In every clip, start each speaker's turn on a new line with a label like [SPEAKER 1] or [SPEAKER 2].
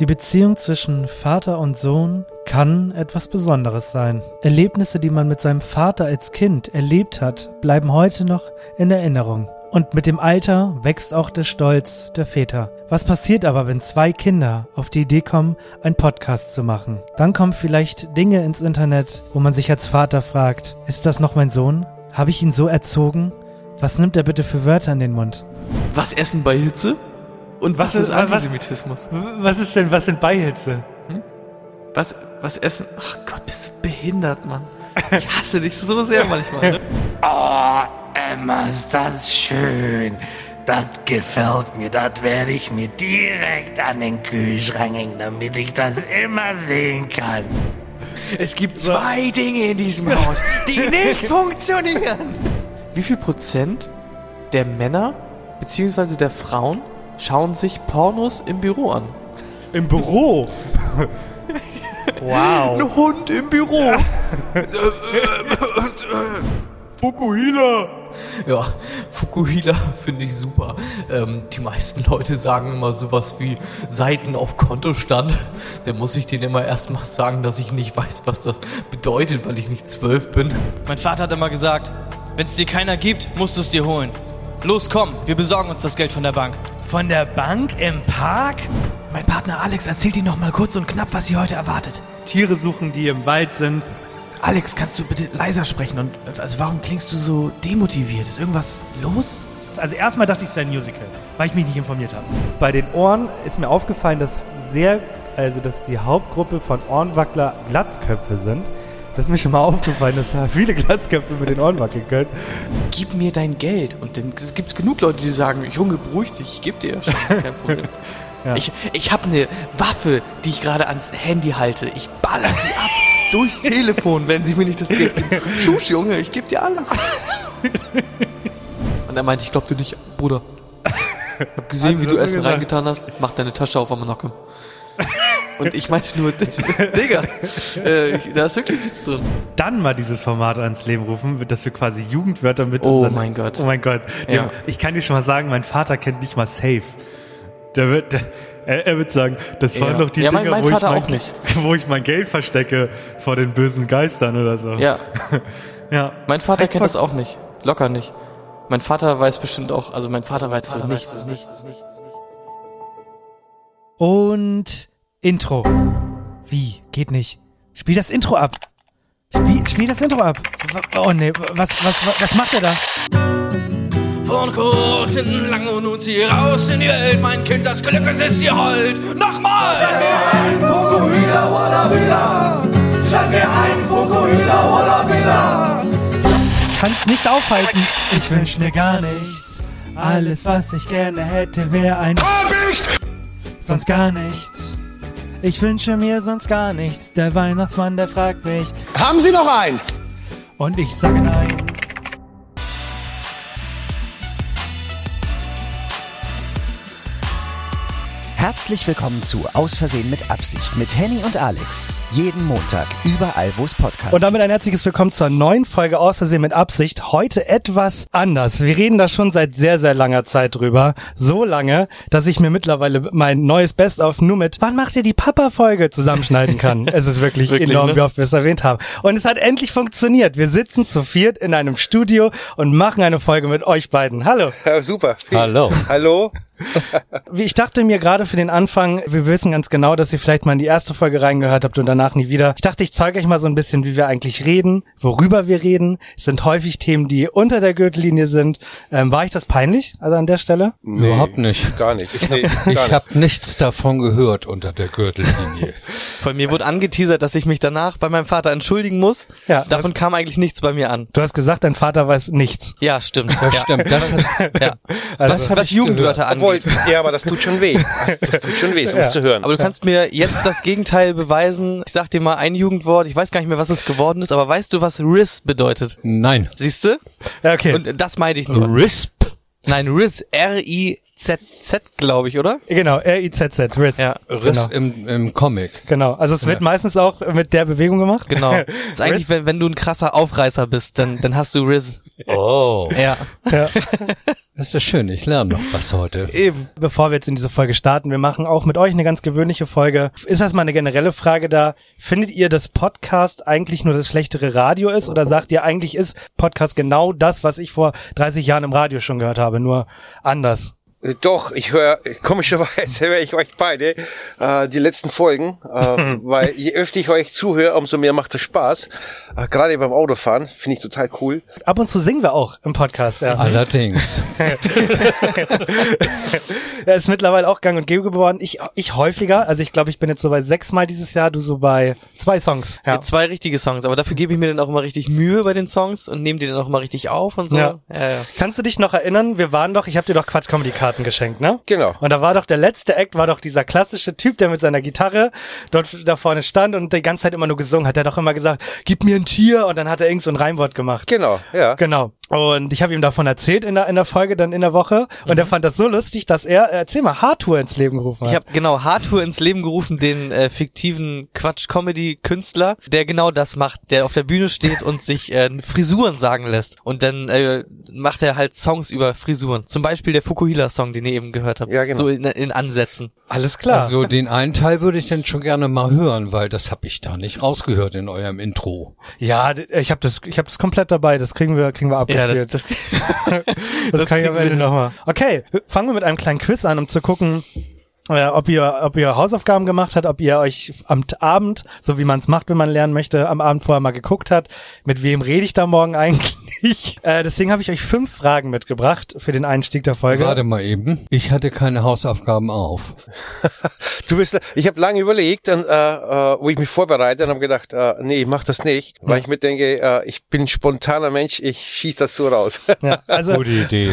[SPEAKER 1] Die Beziehung zwischen Vater und Sohn kann etwas Besonderes sein. Erlebnisse, die man mit seinem Vater als Kind erlebt hat, bleiben heute noch in Erinnerung. Und mit dem Alter wächst auch der Stolz der Väter. Was passiert aber, wenn zwei Kinder auf die Idee kommen, einen Podcast zu machen? Dann kommen vielleicht Dinge ins Internet, wo man sich als Vater fragt, ist das noch mein Sohn? Habe ich ihn so erzogen? Was nimmt er bitte für Wörter in den Mund?
[SPEAKER 2] Was essen bei Hitze? Und was,
[SPEAKER 1] Was
[SPEAKER 2] ist
[SPEAKER 1] ist- was-
[SPEAKER 2] Antisemitismus?
[SPEAKER 1] Was ist denn, was sind Beihitze?
[SPEAKER 2] Was, was essen? Ach Gott, bist du behindert, Mann. Ich hasse dich so sehr manchmal. Ne?
[SPEAKER 3] Oh, Emma, ist das schön. Das gefällt mir. Das werde ich mir direkt an den Kühlschrank hängen, damit ich das immer sehen kann.
[SPEAKER 2] Es gibt zwei Dinge in diesem Haus, die nicht funktionieren. Wie viel Prozent der Männer bzw. der Frauen schauen sich Pornos im Büro an?
[SPEAKER 1] Im Büro. wow.
[SPEAKER 2] Ein Hund im Büro. äh,
[SPEAKER 4] Fukuhila! Ja, Fukuhila finde ich super. Ähm, die meisten Leute sagen immer sowas wie Seiten auf Kontostand. Da muss ich denen immer erstmal sagen, dass ich nicht weiß, was das bedeutet, weil ich nicht zwölf bin.
[SPEAKER 5] Mein Vater hat immer gesagt, wenn es dir keiner gibt, musst du es dir holen. Los, komm, wir besorgen uns das Geld von der Bank.
[SPEAKER 1] Von der Bank im Park?
[SPEAKER 6] Mein Partner Alex erzählt Ihnen noch mal kurz und knapp, was Sie heute erwartet.
[SPEAKER 1] Tiere suchen, die im Wald sind.
[SPEAKER 6] Alex, kannst du bitte leiser sprechen und also warum klingst du so demotiviert? Ist irgendwas los?
[SPEAKER 1] Also erstmal dachte ich, es wäre ein Musical, weil ich mich nicht informiert habe.
[SPEAKER 7] Bei den Ohren ist mir aufgefallen, dass sehr, also dass die Hauptgruppe von Ohrenwackler Glatzköpfe sind. Das ist mir schon mal aufgefallen, dass da viele Glatzköpfe mit den Ohren wackeln können.
[SPEAKER 2] Gib mir dein Geld. Und dann es gibt's genug Leute, die sagen, Junge, beruhig dich, ich geb dir. schon, Kein Problem. Ich, ich habe eine Waffe, die ich gerade ans Handy halte. Ich baller sie ab durchs Telefon, wenn sie mir nicht das Geld geben. Schusch, Junge, ich geb dir alles. Und er meinte, ich glaub dir nicht, Bruder. Ich hab gesehen,
[SPEAKER 7] Also,
[SPEAKER 2] wie
[SPEAKER 7] das
[SPEAKER 2] du
[SPEAKER 7] hast du
[SPEAKER 2] Essen
[SPEAKER 7] gesagt.
[SPEAKER 2] reingetan hast. Mach deine Tasche auf am Nocke. Und ich meinte nur, Digga, äh, ich- da ist wirklich nichts drin.
[SPEAKER 7] Dann mal dieses Format ans Leben rufen, dass wir quasi Jugendwörter mit
[SPEAKER 2] Oh mein Gott.
[SPEAKER 7] Oh mein Gott.
[SPEAKER 2] Ja.
[SPEAKER 7] Ich kann dir schon mal sagen, mein Vater kennt nicht mal Safe. Der wird, der, er, er wird sagen, das waren doch die
[SPEAKER 2] Ja, mein-
[SPEAKER 7] Dinger,
[SPEAKER 2] mein
[SPEAKER 7] wo, ich
[SPEAKER 2] Vater
[SPEAKER 7] mein,
[SPEAKER 2] auch nicht.
[SPEAKER 7] wo ich mein Geld verstecke vor den bösen Geistern oder so.
[SPEAKER 2] Ja,
[SPEAKER 7] ja.
[SPEAKER 2] Mein Vater kennt das auch nicht. Locker nicht. Mein Vater weiß bestimmt auch, also mein Vater weiß so nichts. nichts.
[SPEAKER 1] Und Intro. Wie? Geht nicht. Spiel das Intro ab. Spiel, spiel das Intro ab. W- Oh nee, was, was, was, was macht er da?
[SPEAKER 4] Von kurz hinten lang und nun zieh raus in die Welt, mein Kind, das Glück, es ist dir hold. Nochmal! Schlag mir ein Fukuhila, walla bila. Schlag mir ein Fukuhila, walla bila.
[SPEAKER 1] Kann's nicht aufhalten. Ich wünsch mir gar nichts. Alles, was ich gerne hätte, wäre ein. Sonst gar nichts. Ich wünsche mir sonst gar nichts. Der Weihnachtsmann, der fragt mich.
[SPEAKER 8] Haben Sie noch eins?
[SPEAKER 1] Und ich sag nein.
[SPEAKER 9] Herzlich willkommen zu Aus Versehen mit Absicht mit Henny und Alex. Jeden Montag, überall, wo es Podcasts
[SPEAKER 1] Und damit ein herzliches Willkommen zur neuen Folge Außersehen mit Absicht. Heute etwas anders. Wir reden da schon seit sehr, sehr langer Zeit drüber. So lange, dass ich mir mittlerweile mein neues Best-of nur mit Wann macht ihr die Papa-Folge zusammenschneiden kann. es ist wirklich,
[SPEAKER 2] Wirklich,
[SPEAKER 1] enorm,
[SPEAKER 2] ne?
[SPEAKER 1] wie oft wir es erwähnt haben. Und es hat endlich funktioniert. Wir sitzen zu viert in einem Studio und machen eine Folge mit euch beiden. Hallo.
[SPEAKER 8] Ja, super. Hallo. Hallo.
[SPEAKER 1] Wie- Ich dachte mir gerade für den Anfang, wir wissen ganz genau, dass ihr vielleicht mal in die erste Folge reingehört habt und danach nie wieder. Ich dachte, ich zeige euch mal so ein bisschen, wie wir eigentlich reden, worüber wir reden. Es sind häufig Themen, die unter der Gürtellinie sind. Ähm, war ich das peinlich? Also an der Stelle?
[SPEAKER 10] Überhaupt nicht.
[SPEAKER 8] Gar nicht. Ich, nee, gar
[SPEAKER 10] Ich
[SPEAKER 8] nicht.
[SPEAKER 10] habe nichts davon gehört unter der Gürtellinie.
[SPEAKER 2] Von mir wurde angeteasert, dass ich mich danach bei meinem Vater entschuldigen muss.
[SPEAKER 1] Ja,
[SPEAKER 2] Davon kam eigentlich nichts bei mir an.
[SPEAKER 1] Du hast gesagt, dein Vater weiß nichts.
[SPEAKER 2] Ja, stimmt.
[SPEAKER 10] Das
[SPEAKER 2] ja.
[SPEAKER 10] stimmt. Das hat,
[SPEAKER 2] Ja.
[SPEAKER 10] das
[SPEAKER 2] Was,
[SPEAKER 10] hab
[SPEAKER 2] was
[SPEAKER 10] ich
[SPEAKER 2] Jugendwörter
[SPEAKER 8] Obwohl,
[SPEAKER 2] angeht.
[SPEAKER 8] ja, aber das tut schon weh. Das, das tut schon weh, sowas zu hören.
[SPEAKER 2] Aber du kannst mir jetzt das Gegenteil beweisen. Ich sag dir mal ein Jugendwort. Ich weiß gar nicht mehr, was es geworden ist, aber weißt du, was RIS bedeutet?
[SPEAKER 10] Nein.
[SPEAKER 2] Siehst du?
[SPEAKER 1] Ja, okay.
[SPEAKER 2] Und das meinte ich nur.
[SPEAKER 10] RISP.
[SPEAKER 2] Nein, RIS. R-I RIZZ, glaube ich, oder?
[SPEAKER 7] Genau, R-I-Z-Z, Riz. Ja,
[SPEAKER 9] Riss im, im Comic.
[SPEAKER 7] Genau, also es wird
[SPEAKER 9] Ja.
[SPEAKER 7] meistens auch mit der Bewegung gemacht.
[SPEAKER 2] Genau. Ist eigentlich, wenn, wenn du ein krasser Aufreißer bist, dann, dann hast du Riz.
[SPEAKER 9] Oh.
[SPEAKER 2] Ja.
[SPEAKER 7] Ja.
[SPEAKER 9] Das ist ja schön, ich lerne noch was heute.
[SPEAKER 7] Eben. Bevor wir jetzt in diese Folge starten, wir machen auch mit euch eine ganz gewöhnliche Folge. Ist erstmal eine generelle Frage da. Findet ihr, dass Podcast eigentlich nur das schlechtere Radio ist oder sagt ihr, eigentlich ist Podcast genau das, was ich vor 30 Jahren im Radio schon gehört habe, nur anders?
[SPEAKER 8] Doch, ich höre, komischerweise höre ich euch beide, äh, die letzten Folgen, äh, weil je öfter ich euch zuhöre, umso mehr macht es Spaß. Äh, Gerade beim Autofahren finde ich total cool.
[SPEAKER 7] Ab und zu singen wir auch im Podcast. Ja.
[SPEAKER 9] Allerdings.
[SPEAKER 7] Er ist mittlerweile auch gang und gäbe geworden. Ich, ich häufiger. Also ich glaube, ich bin jetzt so bei sechsmal dieses Jahr, du so bei zwei Songs. Ja.
[SPEAKER 2] Mit zwei richtige Songs, aber dafür gebe ich mir dann auch immer richtig Mühe bei den Songs und nehme die dann auch mal richtig auf und so.
[SPEAKER 7] Ja.
[SPEAKER 2] Ja, ja.
[SPEAKER 7] Kannst du dich noch erinnern, wir waren doch, ich habe dir doch Quatsch Comedy Karten geschenkt, ne?
[SPEAKER 8] Genau.
[SPEAKER 7] Und da war doch der letzte Act, war doch dieser klassische Typ, der mit seiner Gitarre dort da vorne stand und die ganze Zeit immer nur gesungen hat. Der hat doch immer gesagt, gib mir ein Tier und dann hat er irgend so ein Reimwort gemacht.
[SPEAKER 8] Genau, ja.
[SPEAKER 7] Genau. Und ich habe ihm davon erzählt in der, in der Folge, dann in der Woche. Und er fand das so lustig, dass er, äh, erzähl mal, Hardtour ins Leben gerufen hat.
[SPEAKER 2] Ich habe genau Hartur ins Leben gerufen, den äh, fiktiven Quatsch-Comedy-Künstler, der genau das macht, der auf der Bühne steht und sich äh, Frisuren sagen lässt. Und dann äh, macht er halt Songs über Frisuren. Zum Beispiel der Fukuhila-Song, den ihr eben gehört habt. Ja, genau. So in, in Ansätzen.
[SPEAKER 7] Alles klar.
[SPEAKER 9] Also den einen Teil würde ich dann schon gerne mal hören, weil das habe ich da nicht rausgehört in eurem Intro.
[SPEAKER 7] Ja, d- ich habe das, ich habe das komplett dabei. Das kriegen wir, kriegen wir abgespielt.
[SPEAKER 9] Ja,
[SPEAKER 2] das, das,
[SPEAKER 7] kann ich am Ende nochmal. Okay, fangen wir mit einem kleinen Quiz an, um zu gucken, äh, ob ihr, ob ihr Hausaufgaben gemacht habt, ob ihr euch am T- Abend, so wie man es macht, wenn man lernen möchte, am Abend vorher mal geguckt hat, mit wem rede ich da morgen eigentlich? Äh, deswegen habe ich euch fünf Fragen mitgebracht für den Einstieg der Folge.
[SPEAKER 9] Warte mal eben. Ich hatte keine Hausaufgaben auf.
[SPEAKER 8] Du bist, ich habe lange überlegt, und, äh, äh, wo ich mich vorbereite und habe gedacht, äh, nee, ich mach das nicht, weil ich mir denke, äh, ich bin ein spontaner Mensch, ich schieß das so raus.
[SPEAKER 7] Ja, also- Gute
[SPEAKER 9] Idee.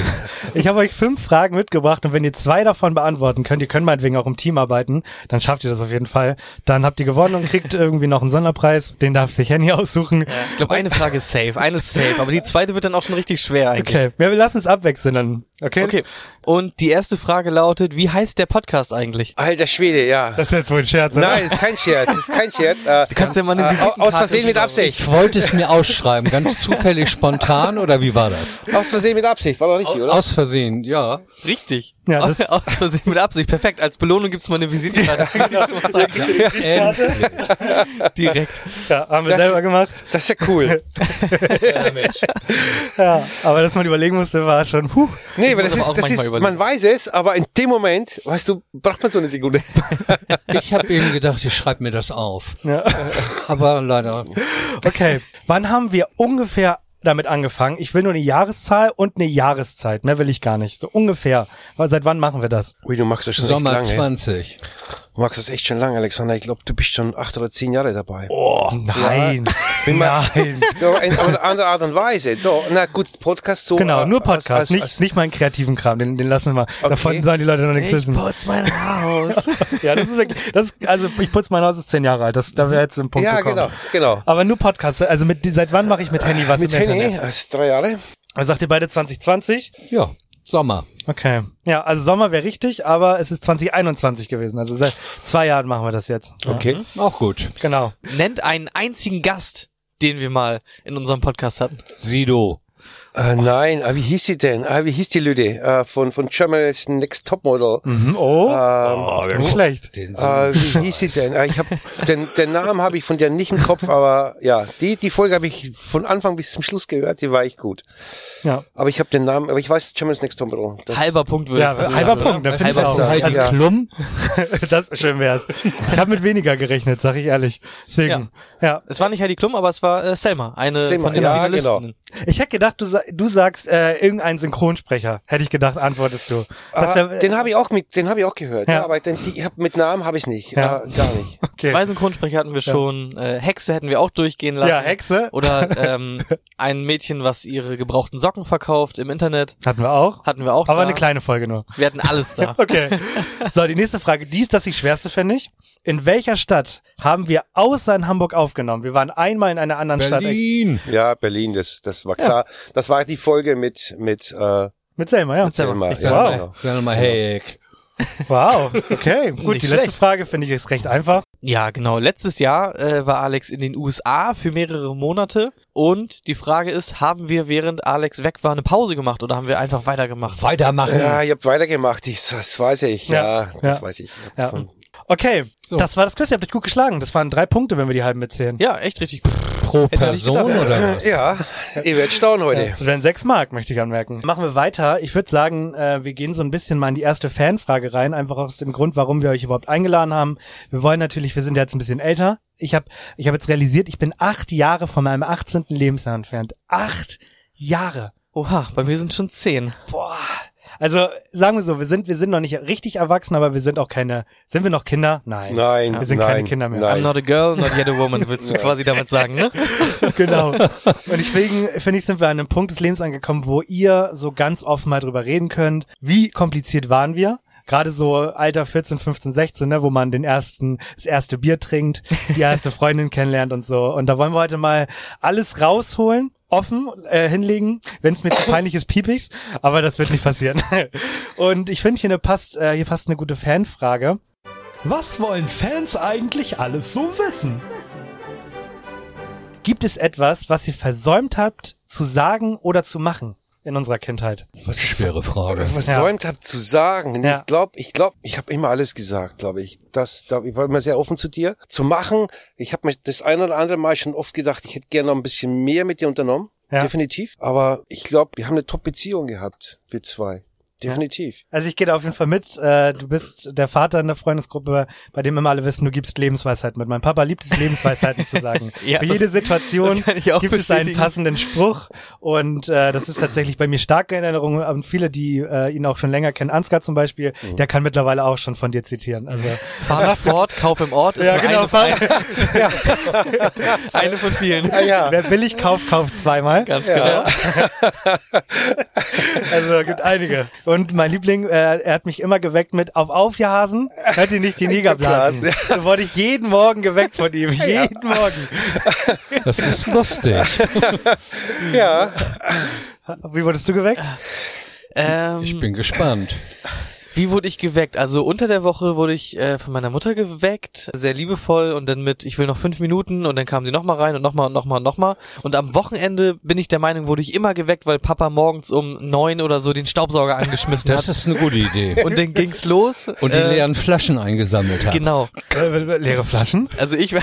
[SPEAKER 7] Ich habe euch fünf Fragen mitgebracht und wenn ihr zwei davon beantworten könnt, ihr könnt meinetwegen auch im Team arbeiten, dann schafft ihr das auf jeden Fall. Dann habt ihr gewonnen und kriegt irgendwie noch einen Sonderpreis, den darf sich Henny aussuchen.
[SPEAKER 2] Ich glaube, eine Frage ist safe, eine ist safe, aber die zweite wird dann auch schon richtig schwer eigentlich.
[SPEAKER 7] Okay, ja, wir lassen es abwechseln dann. Okay.
[SPEAKER 2] Okay. Und die erste Frage lautet, wie heißt der Podcast eigentlich?
[SPEAKER 8] Alter Schwede, ja.
[SPEAKER 7] Das ist jetzt wohl ein Scherz, oder?
[SPEAKER 8] Nein, ist kein Scherz, ist kein Scherz. Äh, du
[SPEAKER 2] kannst ja mal eine Visitenkarte
[SPEAKER 8] Aus Versehen mit
[SPEAKER 2] schicken.
[SPEAKER 8] Absicht.
[SPEAKER 9] Ich wollte es mir ausschreiben, ganz zufällig spontan oder wie war das?
[SPEAKER 8] Aus Versehen mit Absicht, war doch richtig,
[SPEAKER 7] Oh,
[SPEAKER 8] oder?
[SPEAKER 9] Aus Versehen, ja.
[SPEAKER 2] Richtig.
[SPEAKER 7] Ja,
[SPEAKER 2] aus, aus Versehen mit Absicht. Perfekt. Als Belohnung gibt's mal eine Visitenkarte.
[SPEAKER 7] genau.
[SPEAKER 2] Direkt.
[SPEAKER 7] Ja, haben wir
[SPEAKER 2] Das-
[SPEAKER 7] selber gemacht.
[SPEAKER 8] Das ist ja cool.
[SPEAKER 9] ja, Mensch.
[SPEAKER 7] Ja, aber dass man überlegen musste, war schon, puh.
[SPEAKER 8] Nee,
[SPEAKER 7] Ich
[SPEAKER 8] aber
[SPEAKER 7] muss
[SPEAKER 8] das
[SPEAKER 7] aber
[SPEAKER 8] ist,
[SPEAKER 7] auch
[SPEAKER 8] das
[SPEAKER 7] manchmal
[SPEAKER 8] ist,
[SPEAKER 7] überlegen.
[SPEAKER 8] man weiß es, aber in dem Moment, weißt du, braucht man so eine Sekunde.
[SPEAKER 9] Ich habe eben gedacht, ich schreibe mir das auf.
[SPEAKER 7] Ja.
[SPEAKER 9] Aber leider.
[SPEAKER 7] Okay, wann haben wir ungefähr damit angefangen? Ich will nur eine Jahreszahl und eine Jahreszeit, mehr will ich gar nicht. So ungefähr. Weil Seit wann machen wir das?
[SPEAKER 8] Ui, du machst das schon
[SPEAKER 9] Sommer
[SPEAKER 8] echt lange.
[SPEAKER 9] 20.
[SPEAKER 8] Du machst das echt schon lange, Alexander. Ich glaube, du bist schon acht oder zehn Jahre dabei.
[SPEAKER 7] Oh, nein. Nein.
[SPEAKER 8] Ja, aber in aber in anderer Art und Weise. Doch, na gut, Podcast so.
[SPEAKER 7] Genau,
[SPEAKER 8] äh,
[SPEAKER 7] nur Podcast,
[SPEAKER 8] als- als-
[SPEAKER 7] nicht,
[SPEAKER 8] als-
[SPEAKER 7] nicht meinen kreativen Kram, den, den lassen wir mal. Davon sollen die Leute noch nichts wissen.
[SPEAKER 2] putz mein Haus.
[SPEAKER 7] Ja, das ist wirklich, das ist, also ich putz mein Haus ist zehn Jahre alt, das, da wäre jetzt ein Punkt
[SPEAKER 8] Ja,
[SPEAKER 7] gekommen.
[SPEAKER 8] genau, genau.
[SPEAKER 7] Aber nur Podcasts, also mit, seit wann mache ich mit Handy was
[SPEAKER 8] Mit
[SPEAKER 7] im Internet?
[SPEAKER 8] Henny, als drei Jahre.
[SPEAKER 7] Also sagt ihr beide 2020?
[SPEAKER 9] Ja, Sommer.
[SPEAKER 7] Okay. Ja, also Sommer wäre richtig, aber es ist 2021 gewesen. Also seit zwei Jahren machen wir das jetzt.
[SPEAKER 8] Okay.
[SPEAKER 9] Mhm. Auch gut.
[SPEAKER 7] Genau.
[SPEAKER 2] Nennt einen einzigen Gast, den wir mal in unserem Podcast hatten.
[SPEAKER 9] Sido.
[SPEAKER 8] Äh, nein, ah, wie hieß sie denn? Ah, wie hieß die Lüde? Äh, von, von Germany's Next Topmodel.
[SPEAKER 7] Mhm. Oh.
[SPEAKER 8] Ähm,
[SPEAKER 7] Nicht schlecht.
[SPEAKER 9] Den
[SPEAKER 8] Äh, wie hieß sie denn? Äh, Ich hab, den, den Namen habe ich von der nicht im Kopf, aber ja, die, die Folge habe ich von Anfang bis zum Schluss gehört, die war echt gut.
[SPEAKER 7] Ja.
[SPEAKER 8] Aber ich habe den Namen, aber ich weiß Champions Next Topmodel. Das-
[SPEAKER 2] Halber Punkt würde
[SPEAKER 7] Ja,
[SPEAKER 2] ich fast
[SPEAKER 7] halber
[SPEAKER 2] sagen,
[SPEAKER 7] Punkt, da
[SPEAKER 2] oder?
[SPEAKER 7] finde ich
[SPEAKER 2] Halber
[SPEAKER 7] auch.
[SPEAKER 2] Punkt. Also,
[SPEAKER 9] Heidi
[SPEAKER 8] Ja.
[SPEAKER 9] Klum.
[SPEAKER 7] das schön wär's. Ich habe mit weniger gerechnet, sag ich ehrlich. Deswegen, ja.
[SPEAKER 2] Es war nicht Heidi Klum, aber es war äh, Selma, eine
[SPEAKER 8] Selma,
[SPEAKER 2] von den
[SPEAKER 8] ja,
[SPEAKER 2] Finalisten.
[SPEAKER 8] genau.
[SPEAKER 7] Ich hätte gedacht, du, sa- du sagst äh, irgendeinen Synchronsprecher. Hätte ich gedacht, antwortest du.
[SPEAKER 8] Ah,
[SPEAKER 7] Das wär-
[SPEAKER 8] den habe ich auch mit, den habe ich auch gehört. Ja.
[SPEAKER 7] Ja.
[SPEAKER 8] aber den, die, ich hab, mit Namen habe ich nicht,
[SPEAKER 7] Ja.
[SPEAKER 8] äh, gar nicht.
[SPEAKER 7] okay.
[SPEAKER 2] Zwei Synchronsprecher hatten wir schon. Äh, Hexe hätten wir auch durchgehen lassen.
[SPEAKER 7] Ja, Hexe.
[SPEAKER 2] Oder ähm, ein Mädchen, was ihre gebrauchten Socken verkauft im Internet.
[SPEAKER 7] Hatten wir auch.
[SPEAKER 2] Hatten wir auch
[SPEAKER 7] Aber
[SPEAKER 2] da.
[SPEAKER 7] eine kleine Folge nur.
[SPEAKER 2] Wir hatten alles da.
[SPEAKER 7] Okay. So, die nächste Frage. Die ist das die schwerste, finde ich. In welcher Stadt haben wir außer in Hamburg aufgenommen? Wir waren einmal in einer anderen Stadt.
[SPEAKER 9] Berlin.
[SPEAKER 8] Ja, Berlin, das, das war klar. Das war die Folge mit, mit äh,
[SPEAKER 7] Mit Selma, ja.
[SPEAKER 8] Mit Selma,
[SPEAKER 7] Ich
[SPEAKER 8] ja,
[SPEAKER 7] sag,
[SPEAKER 8] genau.
[SPEAKER 7] wow.
[SPEAKER 9] Selma Hayek.
[SPEAKER 7] Wow, okay. Gut,
[SPEAKER 2] Nicht
[SPEAKER 7] die letzte
[SPEAKER 2] schlecht.
[SPEAKER 7] Frage finde ich ist recht einfach.
[SPEAKER 2] Ja, genau. Letztes Jahr äh, war Alex in den USA für mehrere Monate und die Frage ist, haben wir während Alex weg war eine Pause gemacht oder haben wir einfach weitergemacht?
[SPEAKER 9] Weitermachen.
[SPEAKER 8] Ja, ich habe weitergemacht. Ich, das weiß ich. Ja,
[SPEAKER 7] Ja,
[SPEAKER 8] das
[SPEAKER 7] ja.
[SPEAKER 8] weiß ich. Ich hab
[SPEAKER 7] Ja.
[SPEAKER 8] von-
[SPEAKER 7] Okay, das war das Quiz. Ihr habt euch gut geschlagen. Das waren drei Punkte, wenn wir die halben mitzählen.
[SPEAKER 2] Ja, echt richtig gut.
[SPEAKER 9] Pro
[SPEAKER 2] Hätte er nicht
[SPEAKER 9] Person
[SPEAKER 2] gedacht.
[SPEAKER 9] oder was?
[SPEAKER 8] ja ihr werdet staunen heute.
[SPEAKER 7] Das wären sechs Mark, möchte ich anmerken. Machen wir weiter. Ich würde sagen, äh, wir gehen so ein bisschen mal in die erste Fanfrage rein, einfach aus dem Grund, warum wir euch überhaupt eingeladen haben. Wir wollen natürlich, wir sind ja jetzt ein bisschen älter. Ich habe ich hab jetzt realisiert, ich bin acht Jahre von meinem 18. Lebensjahr entfernt. Acht Jahre.
[SPEAKER 2] Oha, bei mir sind schon zehn.
[SPEAKER 7] Boah. Also sagen wir so, wir sind, wir sind noch nicht richtig erwachsen, aber wir sind auch keine, sind wir noch Kinder? Nein.
[SPEAKER 8] Nein,
[SPEAKER 7] Wir sind
[SPEAKER 8] nein,
[SPEAKER 7] keine Kinder mehr.
[SPEAKER 2] I'm
[SPEAKER 8] Nein.
[SPEAKER 2] not a girl, not yet a woman, willst du quasi damit sagen, ne?
[SPEAKER 7] genau. Und deswegen, finde ich, sind wir an einem Punkt des Lebens angekommen, wo ihr so ganz offen mal drüber reden könnt. Wie kompliziert waren wir? Gerade so Alter 14, 15, 16, ne, wo man den ersten, das erste Bier trinkt, die erste Freundin kennenlernt und so. Und da wollen wir heute mal alles rausholen, offen äh, hinlegen. Wenn es mir zu peinlich ist, piep ich's. Aber das wird nicht passieren. Und ich finde, hier, eine passt, äh, hier passt eine gute Fanfrage. Was wollen Fans eigentlich alles so wissen? Gibt es etwas, was ihr versäumt habt, zu sagen oder zu machen in unserer Kindheit?
[SPEAKER 9] Was eine schwere Frage.
[SPEAKER 8] versäumt hab zu sagen.
[SPEAKER 7] Ja.
[SPEAKER 8] Ich glaube, ich glaube, ich habe immer alles gesagt, glaube ich. Das, da, ich war immer sehr offen zu dir. Zu machen, ich habe mir das ein oder andere Mal schon oft gedacht, ich hätte gerne noch ein bisschen mehr mit dir unternommen.
[SPEAKER 7] Ja.
[SPEAKER 8] Definitiv. Aber ich glaube, wir haben eine Top-Beziehung gehabt, wir zwei. Definitiv.
[SPEAKER 7] Also ich gehe da auf jeden Fall mit. Äh, du bist der Vater in der Freundesgruppe, Äh, bei dem immer alle wissen, du gibst Lebensweisheit mit. Mein Papa liebt es, Lebensweisheiten zu sagen.
[SPEAKER 2] Ja,
[SPEAKER 7] Für
[SPEAKER 2] das-
[SPEAKER 7] jede Situation
[SPEAKER 2] das kann ich auch
[SPEAKER 7] gibt es einen
[SPEAKER 2] bestätigen.
[SPEAKER 7] passenden Spruch. Und äh, das ist tatsächlich bei mir starke Erinnerung. Und viele, die äh, ihn auch schon länger kennen, Ansgar zum Beispiel,
[SPEAKER 2] Mhm.
[SPEAKER 7] der kann mittlerweile auch schon von dir zitieren. Also
[SPEAKER 2] Fahr nach Ford, kauf im Ort, ist
[SPEAKER 7] Ja,
[SPEAKER 2] nur
[SPEAKER 7] genau,
[SPEAKER 2] eine,
[SPEAKER 7] fahr-
[SPEAKER 2] eine, eine von vielen.
[SPEAKER 7] wer billig kauft, kauft zweimal.
[SPEAKER 2] Ganz genau.
[SPEAKER 7] Also gibt einige. Und mein Liebling, äh, er hat mich immer geweckt mit auf auf, ihr Hasen, hört ihr nicht die Negerblasen. So wurde ich jeden Morgen geweckt von ihm. Jeden Morgen.
[SPEAKER 9] Das ist lustig.
[SPEAKER 7] Wie wurdest du geweckt?
[SPEAKER 2] Ähm,
[SPEAKER 9] Ich bin gespannt.
[SPEAKER 2] Wie wurde ich geweckt? Also unter der Woche wurde ich äh, von meiner Mutter geweckt, sehr liebevoll und dann mit, ich will noch fünf Minuten und dann kam sie nochmal rein und nochmal und nochmal und nochmal. Und am Wochenende bin ich der Meinung, wurde ich immer geweckt, weil Papa morgens um neun oder so den Staubsauger angeschmissen
[SPEAKER 9] Das
[SPEAKER 2] hat.
[SPEAKER 9] ist eine gute Idee.
[SPEAKER 2] Und dann ging's los. äh,
[SPEAKER 9] Und die Äh, leeren Flaschen eingesammelt hat.
[SPEAKER 2] Genau.
[SPEAKER 7] Leere Flaschen.
[SPEAKER 2] Also ich,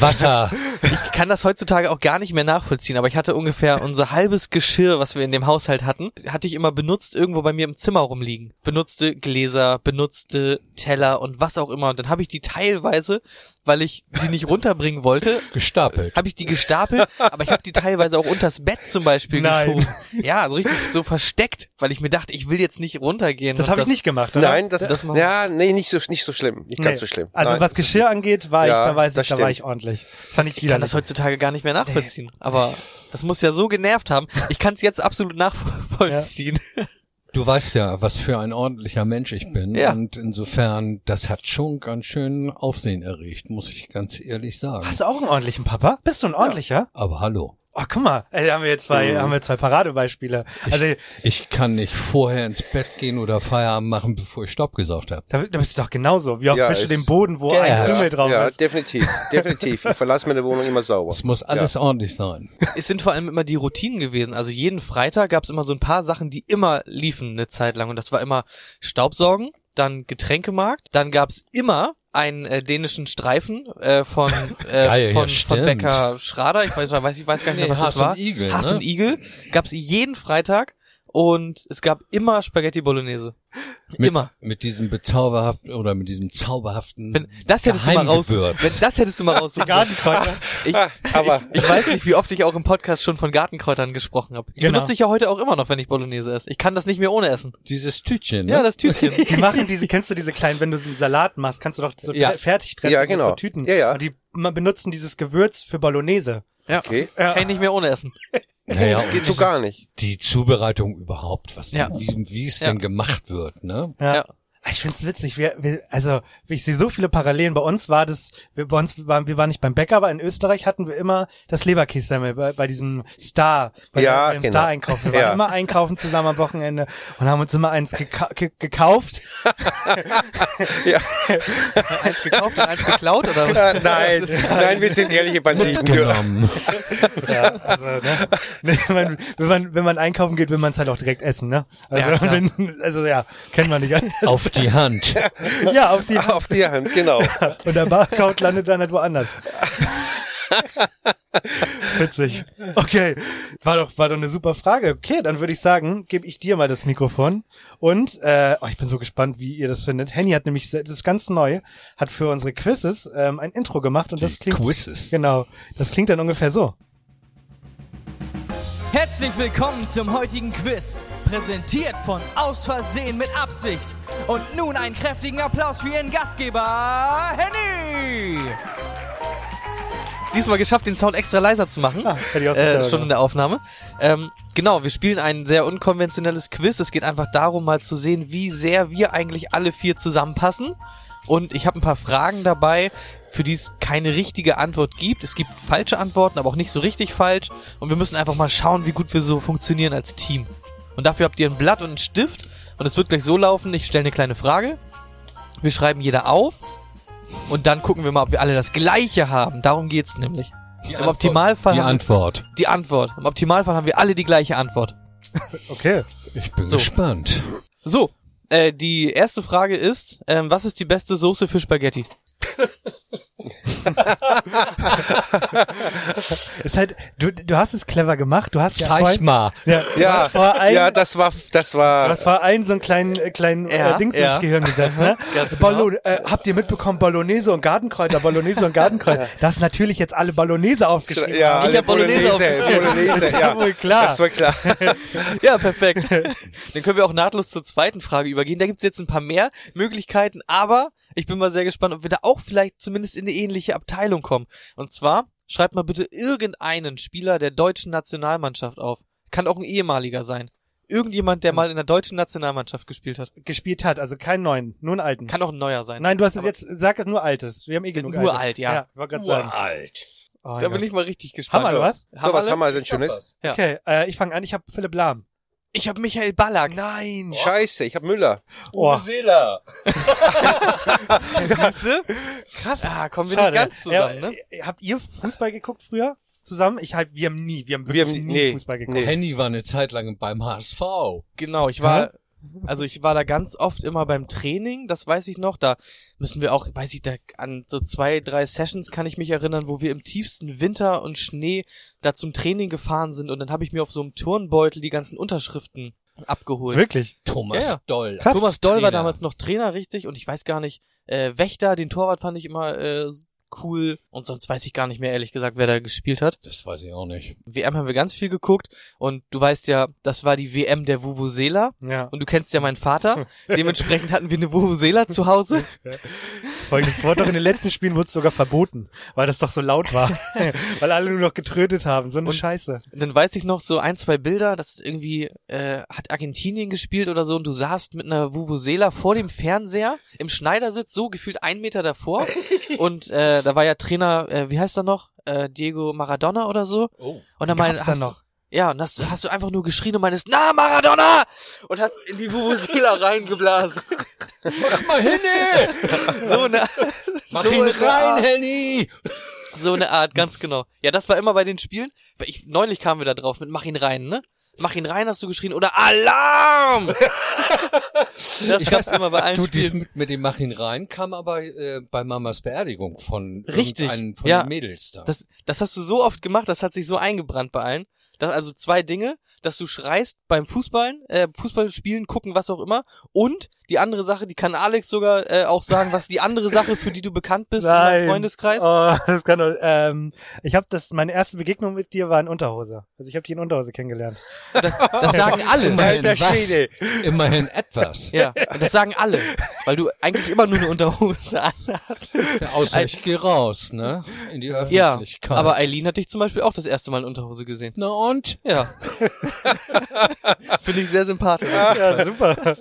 [SPEAKER 9] Wasser.
[SPEAKER 2] ich kann das heutzutage auch gar nicht mehr nachvollziehen, aber ich hatte ungefähr unser halbes Geschirr, was wir in dem Haushalt hatten, hatte ich immer benutzt irgendwo bei mir im Zimmer rumliegen. Benutzte Gläser, benutzte Teller und was auch immer. Und dann habe ich die teilweise, weil ich sie nicht runterbringen wollte,
[SPEAKER 9] Gestapelt.
[SPEAKER 2] habe ich die gestapelt, aber ich habe die teilweise auch unters Bett zum Beispiel
[SPEAKER 7] Nein.
[SPEAKER 2] geschoben. Ja, so richtig so versteckt, weil ich mir dachte, ich will jetzt nicht runtergehen.
[SPEAKER 7] Das
[SPEAKER 2] und
[SPEAKER 7] habe ich nicht gemacht. Oder?
[SPEAKER 8] Nein, das,
[SPEAKER 2] Das machen wir.
[SPEAKER 8] ja, nee, nicht so, nicht so schlimm. Nicht ganz
[SPEAKER 7] Nee.
[SPEAKER 8] so schlimm.
[SPEAKER 7] Also
[SPEAKER 8] Nein,
[SPEAKER 7] was
[SPEAKER 8] das ist-
[SPEAKER 7] Geschirr angeht, war
[SPEAKER 8] Ja,
[SPEAKER 7] ich, da weiß ich,
[SPEAKER 8] das
[SPEAKER 7] da war
[SPEAKER 8] stimmt.
[SPEAKER 7] ich ordentlich. Das fand ich
[SPEAKER 2] Ich kann das
[SPEAKER 7] wieder.
[SPEAKER 2] heutzutage gar nicht mehr nachvollziehen. Aber das muss ja so genervt haben. Ich kann es jetzt absolut nachvollziehen.
[SPEAKER 9] Du weißt ja, was für ein ordentlicher Mensch ich bin.
[SPEAKER 2] Ja.
[SPEAKER 9] Und insofern, das hat schon ganz schön Aufsehen erregt, muss ich ganz ehrlich sagen.
[SPEAKER 7] Hast du auch einen ordentlichen Papa? Bist du ein ordentlicher?
[SPEAKER 9] Aber hallo.
[SPEAKER 7] Oh, guck mal, ey, da haben wir jetzt zwei,
[SPEAKER 8] Mhm.
[SPEAKER 7] haben wir zwei Paradebeispiele. Also
[SPEAKER 9] Ich kann nicht vorher ins Bett gehen oder Feierabend machen, bevor ich Stopp gesagt habe.
[SPEAKER 7] da, da bist du doch genauso. Wie oft
[SPEAKER 8] Ja,
[SPEAKER 7] wischst du
[SPEAKER 8] ist- genau.
[SPEAKER 7] den Boden, wo ein
[SPEAKER 9] Ja.
[SPEAKER 7] Krümel drauf
[SPEAKER 8] Ja,
[SPEAKER 7] ist?
[SPEAKER 8] definitiv, definitiv. Ich verlasse meine Wohnung immer sauber.
[SPEAKER 9] Es muss alles ordentlich sein.
[SPEAKER 2] Es sind vor allem immer die Routinen gewesen. Also jeden Freitag gab es immer so ein paar Sachen, die immer liefen eine Zeit lang. Und das war immer Staubsaugen, dann Getränkemarkt, dann gab es immer einen äh, dänischen Streifen äh, von, äh,
[SPEAKER 9] Geil,
[SPEAKER 2] von,
[SPEAKER 9] ja,
[SPEAKER 2] von
[SPEAKER 9] stimmt.
[SPEAKER 2] Bäcker Schrader. Ich weiß, weiß, ich weiß gar nicht mehr,
[SPEAKER 9] Nee,
[SPEAKER 2] was das
[SPEAKER 9] Hass
[SPEAKER 2] war.
[SPEAKER 9] und Igel,
[SPEAKER 2] Hass
[SPEAKER 9] ne?
[SPEAKER 2] und Igel gab es jeden Freitag. Und es gab immer Spaghetti Bolognese.
[SPEAKER 9] Mit,
[SPEAKER 2] Immer.
[SPEAKER 9] Mit diesem bezauberhaften oder mit diesem zauberhaften.
[SPEAKER 2] Wenn, das hättest du mal raus. Wenn,
[SPEAKER 9] Geheimgewürz.
[SPEAKER 2] das hättest du mal raus.
[SPEAKER 7] Gartenkräuter.
[SPEAKER 2] Ich,
[SPEAKER 8] Ah, aber-
[SPEAKER 2] ich, ich weiß nicht, wie oft ich auch im Podcast schon von Gartenkräutern gesprochen habe. Die
[SPEAKER 7] Genau.
[SPEAKER 2] benutze ich ja heute auch immer noch, wenn ich Bolognese esse. Ich kann das nicht mehr ohne essen.
[SPEAKER 9] Dieses Tütchen. Ne?
[SPEAKER 2] Ja, das Tütchen.
[SPEAKER 7] Die machen diese, kennst du diese kleinen, wenn du so einen Salat machst, kannst du doch so
[SPEAKER 9] Ja.
[SPEAKER 7] ja. fertig treffen
[SPEAKER 8] Ja,
[SPEAKER 7] mit
[SPEAKER 8] genau.
[SPEAKER 7] Also, so Tüten.
[SPEAKER 8] Ja, ja.
[SPEAKER 7] Und die man benutzen dieses Gewürz für Bolognese.
[SPEAKER 2] Ja.
[SPEAKER 8] Okay.
[SPEAKER 2] Kann ich nicht mehr ohne essen.
[SPEAKER 9] naja,
[SPEAKER 8] Geht
[SPEAKER 9] und
[SPEAKER 8] so gar nicht.
[SPEAKER 9] die Zubereitung überhaupt, was
[SPEAKER 2] Ja.
[SPEAKER 9] wie, wie es
[SPEAKER 2] Ja.
[SPEAKER 9] denn gemacht wird, ne?
[SPEAKER 7] Ja.
[SPEAKER 2] Ja.
[SPEAKER 7] Ah, Ich find's witzig. Wir, wir, also ich sehe so viele Parallelen. Bei uns war das, wir, bei uns waren wir waren nicht beim Bäcker, aber in Österreich hatten wir immer das Leberkäse bei, bei diesem Star, bei,
[SPEAKER 8] Ja,
[SPEAKER 7] bei dem
[SPEAKER 8] genau.
[SPEAKER 7] Star einkaufen. Wir waren
[SPEAKER 8] Ja.
[SPEAKER 7] immer einkaufen zusammen am Wochenende und haben uns immer eins geka ge gekauft.
[SPEAKER 8] ja.
[SPEAKER 2] Eins gekauft und eins geklaut, oder?
[SPEAKER 8] Äh, nein, nein, wir sind ehrliche Banditen.
[SPEAKER 9] Mitgenommen.
[SPEAKER 7] ja, also, ne? wenn, man, wenn, man, wenn man einkaufen geht, will man es halt auch direkt essen, ne? Also,
[SPEAKER 9] Ja, klar.
[SPEAKER 7] wenn, also ja, kennt man nicht anders.
[SPEAKER 9] Auf die Hand.
[SPEAKER 7] ja, auf die Hand.
[SPEAKER 8] Auf die Hand, genau.
[SPEAKER 7] Und der Barcode landet dann halt woanders. Witzig. Okay, war doch, war doch eine super Frage. Okay, dann würde ich sagen, gebe ich dir mal das Mikrofon. Und äh, oh, ich bin so gespannt, wie ihr das findet. Henny hat nämlich, se- das ist ganz neu, hat für unsere Quizzes ähm, ein Intro gemacht und das klingt
[SPEAKER 9] Quizzes.
[SPEAKER 7] genau, das klingt dann ungefähr so.
[SPEAKER 11] Herzlich willkommen zum heutigen Quiz, präsentiert von Aus Versehen mit Absicht. Und nun einen kräftigen Applaus für Ihren Gastgeber, Henny!
[SPEAKER 2] diesmal geschafft, den Sound extra leiser zu machen.
[SPEAKER 7] Ah, hätte ich auch
[SPEAKER 2] äh,
[SPEAKER 7] selber
[SPEAKER 2] schon in der Aufnahme. Ähm, genau, wir spielen ein sehr unkonventionelles Quiz. Es geht einfach darum, mal zu sehen, wie sehr wir eigentlich alle vier zusammenpassen. Und ich habe ein paar Fragen dabei, für die es keine richtige Antwort gibt. Es gibt falsche Antworten, aber auch nicht so richtig falsch. Und wir müssen einfach mal schauen, wie gut wir so funktionieren als Team. Und dafür habt ihr ein Blatt und einen Stift. Und es wird gleich so laufen, ich stelle eine kleine Frage. Wir schreiben jeder auf. Und dann gucken wir mal, ob wir alle das Gleiche haben. Darum geht's nämlich. Im
[SPEAKER 9] Antwort-
[SPEAKER 2] Optimalfall
[SPEAKER 9] die
[SPEAKER 2] haben wir-
[SPEAKER 9] Antwort.
[SPEAKER 2] Die Antwort. Im Optimalfall haben wir alle die gleiche Antwort.
[SPEAKER 7] Okay.
[SPEAKER 9] Ich bin
[SPEAKER 2] So.
[SPEAKER 9] gespannt.
[SPEAKER 2] So, äh, die erste Frage ist, ähm, was ist die beste Soße für Spaghetti?
[SPEAKER 7] Ist halt, du, du hast es clever gemacht. Du hast ja
[SPEAKER 9] Zeig
[SPEAKER 7] vorhin-
[SPEAKER 9] mal.
[SPEAKER 7] Ja, ja,
[SPEAKER 8] Ja,
[SPEAKER 7] das war ein,
[SPEAKER 8] ja, das war, das war,
[SPEAKER 7] das war ein so einen kleinen, äh, kleinen
[SPEAKER 2] Ja,
[SPEAKER 7] äh, Dings
[SPEAKER 2] ja.
[SPEAKER 7] ins Gehirn gesetzt, ne?
[SPEAKER 2] Ganz genau.
[SPEAKER 7] Ballon, äh, habt ihr mitbekommen, Bolognese und Gartenkräuter, Bolognese und Gartenkräuter. Das ist natürlich jetzt alle Bolognese aufgeschrieben.
[SPEAKER 8] ja,
[SPEAKER 2] Ich hab Bolognese aufgeschrieben.
[SPEAKER 8] Bolognese,
[SPEAKER 7] Das war
[SPEAKER 8] ja.
[SPEAKER 7] wohl klar.
[SPEAKER 8] Das war klar.
[SPEAKER 7] ne?
[SPEAKER 2] Ja, perfekt. Dann können wir auch nahtlos zur zweiten Frage übergehen. Da gibt's jetzt ein paar mehr Möglichkeiten, aber ich bin mal sehr gespannt, ob wir da auch vielleicht zumindest in eine ähnliche Abteilung kommen. Und zwar, schreibt mal bitte irgendeinen Spieler der deutschen Nationalmannschaft auf. Kann auch ein ehemaliger sein. Irgendjemand, der mal in der deutschen Nationalmannschaft gespielt hat.
[SPEAKER 7] gespielt hat, also keinen neuen, nur einen alten.
[SPEAKER 2] Kann auch ein neuer sein. Oh
[SPEAKER 7] Nein, du hast es jetzt, sag es nur altes. Wir haben eh genug
[SPEAKER 2] Nur
[SPEAKER 7] Altes.
[SPEAKER 2] alt, ja.
[SPEAKER 7] Ja, wollte gerade sagen.
[SPEAKER 9] Uralt.
[SPEAKER 7] Oh,
[SPEAKER 2] da
[SPEAKER 7] ja.
[SPEAKER 2] bin ich Also, mal richtig gespannt.
[SPEAKER 7] Hammer, du was?
[SPEAKER 8] So, was
[SPEAKER 2] alle?
[SPEAKER 8] haben wir denn Schönes?
[SPEAKER 2] Ja.
[SPEAKER 7] Okay, äh, ich fange an, ich habe Philipp Lahm.
[SPEAKER 2] Ich habe Michael Ballack.
[SPEAKER 7] Nein.
[SPEAKER 8] Scheiße, ich hab Müller.
[SPEAKER 7] Oh,
[SPEAKER 9] Seeler.
[SPEAKER 2] Siehste? Krass. Ah, kommen wir
[SPEAKER 7] schade.
[SPEAKER 2] nicht ganz zusammen,
[SPEAKER 7] Ja,
[SPEAKER 2] ne?
[SPEAKER 7] äh, Habt ihr Fußball geguckt früher? Zusammen? Ich halt, wir haben nie, wir haben
[SPEAKER 8] Wir
[SPEAKER 7] wirklich
[SPEAKER 8] haben-
[SPEAKER 7] nie
[SPEAKER 8] nee,
[SPEAKER 7] Fußball geguckt.
[SPEAKER 8] nee.
[SPEAKER 9] Henny war eine Zeit lang beim HSV.
[SPEAKER 2] Genau, ich war, also ich war da ganz oft immer beim Training, das weiß ich noch. Da müssen wir auch, weiß ich, da an so zwei, drei Sessions kann ich mich erinnern, wo wir im tiefsten Winter und Schnee da zum Training gefahren sind und dann habe ich mir auf so einem Turnbeutel die ganzen Unterschriften abgeholt.
[SPEAKER 7] Wirklich?
[SPEAKER 9] Thomas
[SPEAKER 2] Ja, ja.
[SPEAKER 9] Doll.
[SPEAKER 7] Krass.
[SPEAKER 2] Thomas Doll war
[SPEAKER 9] Trainer.
[SPEAKER 2] damals noch Trainer, richtig, und ich weiß gar nicht, äh, Wächter, den Torwart fand ich immer äh, cool und sonst weiß ich gar nicht mehr, ehrlich gesagt, wer da gespielt hat.
[SPEAKER 9] Das weiß ich auch nicht.
[SPEAKER 2] WM haben wir ganz viel geguckt und du weißt ja, das war die WM der Vuvuzela
[SPEAKER 7] Ja.
[SPEAKER 2] und du kennst ja meinen Vater. Dementsprechend hatten wir eine Vuvuzela zu Hause.
[SPEAKER 7] Folgendes Wort doch in den letzten Spielen wurde es sogar verboten, weil das doch so laut war. weil alle nur noch getrötet haben. So eine
[SPEAKER 2] Und-
[SPEAKER 7] Scheiße.
[SPEAKER 2] Und dann weiß ich noch so ein, zwei Bilder, das ist irgendwie äh, hat Argentinien gespielt oder so und du saßt mit einer Vuvuzela vor dem Fernseher im Schneidersitz, so gefühlt einen Meter davor und äh, da war ja Trainer, äh, wie heißt er noch? Äh, Diego Maradona oder so.
[SPEAKER 9] Oh.
[SPEAKER 2] Und dann mein,
[SPEAKER 7] Gab's da
[SPEAKER 2] hast,
[SPEAKER 7] noch?
[SPEAKER 2] Ja, und hast, hast du einfach nur geschrien und meinst, na, Maradona! Und hast in die Vuvuzela reingeblasen.
[SPEAKER 9] Mach mal Henny!
[SPEAKER 2] So eine,
[SPEAKER 9] Mach
[SPEAKER 2] so,
[SPEAKER 9] ihn
[SPEAKER 2] eine
[SPEAKER 9] rein,
[SPEAKER 2] Art,
[SPEAKER 9] Henny!
[SPEAKER 2] so eine Art, ganz genau. Ja, das war immer bei den Spielen. weil Ich, neulich kamen wir da drauf mit Mach ihn rein, ne? Mach ihn rein, hast du geschrien. Oder Alarm! das gab's immer bei allen
[SPEAKER 9] Du, dies
[SPEAKER 2] Spielen.
[SPEAKER 9] mit, mit dem Mach ihn rein kam aber äh, bei Mamas Beerdigung von
[SPEAKER 2] Richtig,
[SPEAKER 9] irgendeinem- von
[SPEAKER 2] ja.
[SPEAKER 9] den Mädels da.
[SPEAKER 2] Das, das hast du so oft gemacht, das hat sich so eingebrannt bei allen. Das, also zwei Dinge, dass du schreist beim Fußballen, äh, Fußballspielen, gucken, was auch immer. Und die andere Sache, die kann Alex sogar äh, auch sagen, was die andere Sache, für die du bekannt bist in deinem Freundeskreis.
[SPEAKER 7] Oh, das kann doch, ähm, ich habe das, meine erste Begegnung mit dir war in Unterhose. Also ich habe dich in Unterhose kennengelernt.
[SPEAKER 2] Das, das sagen alle.
[SPEAKER 9] Immerhin
[SPEAKER 8] Alter Schwede.
[SPEAKER 9] was. Immerhin etwas.
[SPEAKER 2] Ja, und das sagen alle, weil du eigentlich immer nur eine Unterhose anhattest.
[SPEAKER 9] Außer ich geh raus, ne? In die
[SPEAKER 2] Ja,
[SPEAKER 9] Öffentlichkeit.
[SPEAKER 2] aber Eileen hat dich zum Beispiel auch das erste Mal in Unterhose gesehen.
[SPEAKER 9] Na und?
[SPEAKER 2] Ja. Finde ich sehr sympathisch.
[SPEAKER 7] Ja, super.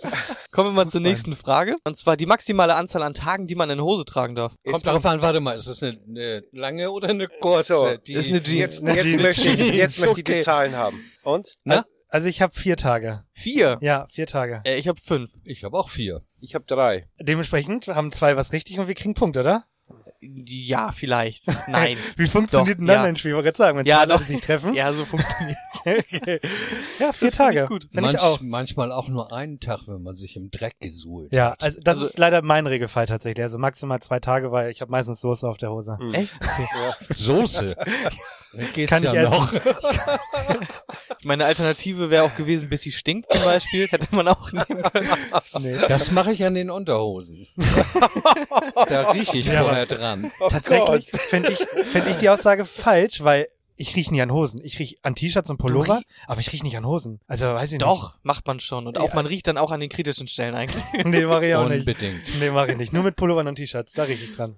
[SPEAKER 2] Kommen wir mal zur nächsten Frage. Und zwar die maximale Anzahl an Tagen, die man in Hose tragen darf.
[SPEAKER 9] Kommt darauf an, warte mal, ist das eine, eine lange oder eine kurze?
[SPEAKER 8] So,
[SPEAKER 9] Die-
[SPEAKER 8] ist eine Jeans. Jetzt, jetzt möchte ich, jetzt möchte ich die
[SPEAKER 9] Okay.
[SPEAKER 8] Zahlen haben. Und?
[SPEAKER 9] Na?
[SPEAKER 7] Also ich habe vier Tage.
[SPEAKER 2] Vier?
[SPEAKER 7] Ja, vier Tage.
[SPEAKER 2] Äh, ich habe fünf.
[SPEAKER 9] Ich habe auch vier.
[SPEAKER 8] Ich habe drei.
[SPEAKER 7] Dementsprechend haben zwei was richtig und wir kriegen Punkte, oder?
[SPEAKER 2] Ja, vielleicht. Nein.
[SPEAKER 7] Wie funktioniert
[SPEAKER 2] Doch,
[SPEAKER 7] denn dann
[SPEAKER 2] ja.
[SPEAKER 7] ein Spiel? Ich wollte gerade sagen, wenn
[SPEAKER 2] Ja,
[SPEAKER 7] zwei Leute
[SPEAKER 2] doch.
[SPEAKER 7] sich treffen.
[SPEAKER 2] Ja, so funktioniert
[SPEAKER 7] okay. Ja, vier Tage. Gut. Find ich
[SPEAKER 9] Manch,
[SPEAKER 7] auch.
[SPEAKER 9] Manchmal auch nur einen Tag, wenn man sich im Dreck gesuhlt
[SPEAKER 7] Ja,
[SPEAKER 9] hat.
[SPEAKER 7] also das ist leider mein Regelfall tatsächlich. Also maximal zwei Tage, weil ich habe meistens Soße auf der Hose.
[SPEAKER 2] Echt?
[SPEAKER 9] Soße. Dann geht's
[SPEAKER 7] Kann
[SPEAKER 9] ja
[SPEAKER 7] ich essen.
[SPEAKER 9] noch.
[SPEAKER 2] Meine Alternative wäre auch gewesen, bis sie stinkt zum Beispiel. Hätte man auch nehmen können.
[SPEAKER 9] Das mache ich an den Unterhosen. da rieche ich
[SPEAKER 7] Ja, aber-
[SPEAKER 9] vorher dran. Oh
[SPEAKER 7] Tatsächlich finde ich, find ich die Aussage falsch, weil ich rieche nie an Hosen. Ich rieche an T-Shirts und Pullover, aber ich rieche nicht an Hosen. Also weiß ich
[SPEAKER 2] Doch, macht man schon. Und auch man riecht dann auch an den kritischen Stellen eigentlich.
[SPEAKER 7] nicht. Nee, mache ich auch
[SPEAKER 9] Unbedingt.
[SPEAKER 7] nicht. Nee, mache ich nicht. Nur mit Pullovern und T-Shirts, da rieche ich dran.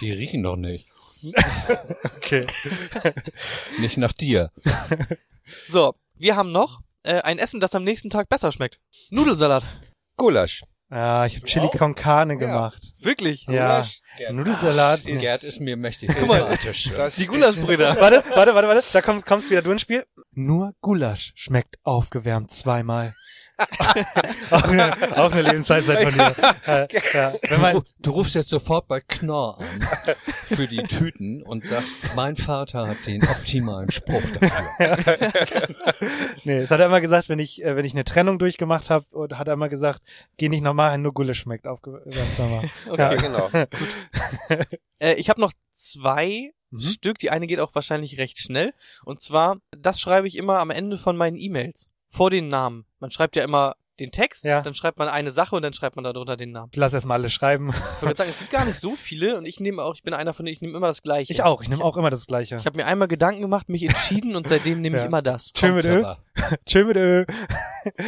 [SPEAKER 9] Die riechen doch nicht.
[SPEAKER 7] Okay.
[SPEAKER 9] Nicht nach dir.
[SPEAKER 2] So, wir haben noch äh, ein Essen, das am nächsten Tag besser schmeckt. Nudelsalat.
[SPEAKER 9] Gulasch.
[SPEAKER 7] Ah, ich habe Chili con Carne gemacht.
[SPEAKER 2] Wirklich?
[SPEAKER 7] Ja. Nudelsalat.
[SPEAKER 9] Ist, Gerd ist mir mächtig.
[SPEAKER 2] Guck mal,
[SPEAKER 9] sympathisch.
[SPEAKER 8] Das
[SPEAKER 2] Die Gulasbrüder.
[SPEAKER 7] Warte, warte, warte, warte. Da komm, kommst wieder du ins Spiel. Nur Gulasch schmeckt aufgewärmt zweimal. auch, eine, auch eine Lebensweisheit von dir. Äh, ja. Wenn
[SPEAKER 9] Du,
[SPEAKER 7] man,
[SPEAKER 9] ru- du rufst jetzt sofort bei Knorr an für die Tüten und sagst, mein Vater hat den optimalen Spruch dafür.
[SPEAKER 7] nee, es hat er immer gesagt, wenn ich, äh, wenn ich eine Trennung durchgemacht habe, und hat er immer gesagt, geh nicht nochmal hin, nur Gulasch schmeckt aufgewärmt zweimal.
[SPEAKER 8] Ja, genau.
[SPEAKER 2] Äh, ich habe noch zwei
[SPEAKER 7] Mhm.
[SPEAKER 2] Stück. Die eine geht auch wahrscheinlich recht schnell. Und zwar, das schreibe ich immer am Ende von meinen E-Mails. Vor den Namen. Man schreibt ja immer den Text,
[SPEAKER 7] Ja.
[SPEAKER 2] dann schreibt man eine Sache und dann schreibt man darunter den Namen.
[SPEAKER 7] Ich lass erstmal alle schreiben.
[SPEAKER 2] Ich wollte gerade sagen, es gibt gar nicht so viele und ich nehme auch, ich bin einer von denen, ich nehme immer das Gleiche.
[SPEAKER 7] Ich auch, ich nehme auch immer das Gleiche.
[SPEAKER 2] Ich habe mir einmal Gedanken gemacht, mich entschieden und seitdem nehme
[SPEAKER 7] Ja.
[SPEAKER 2] ich immer das.
[SPEAKER 7] Tschö mit Ö.
[SPEAKER 9] Aber
[SPEAKER 7] Tschö mit Ö.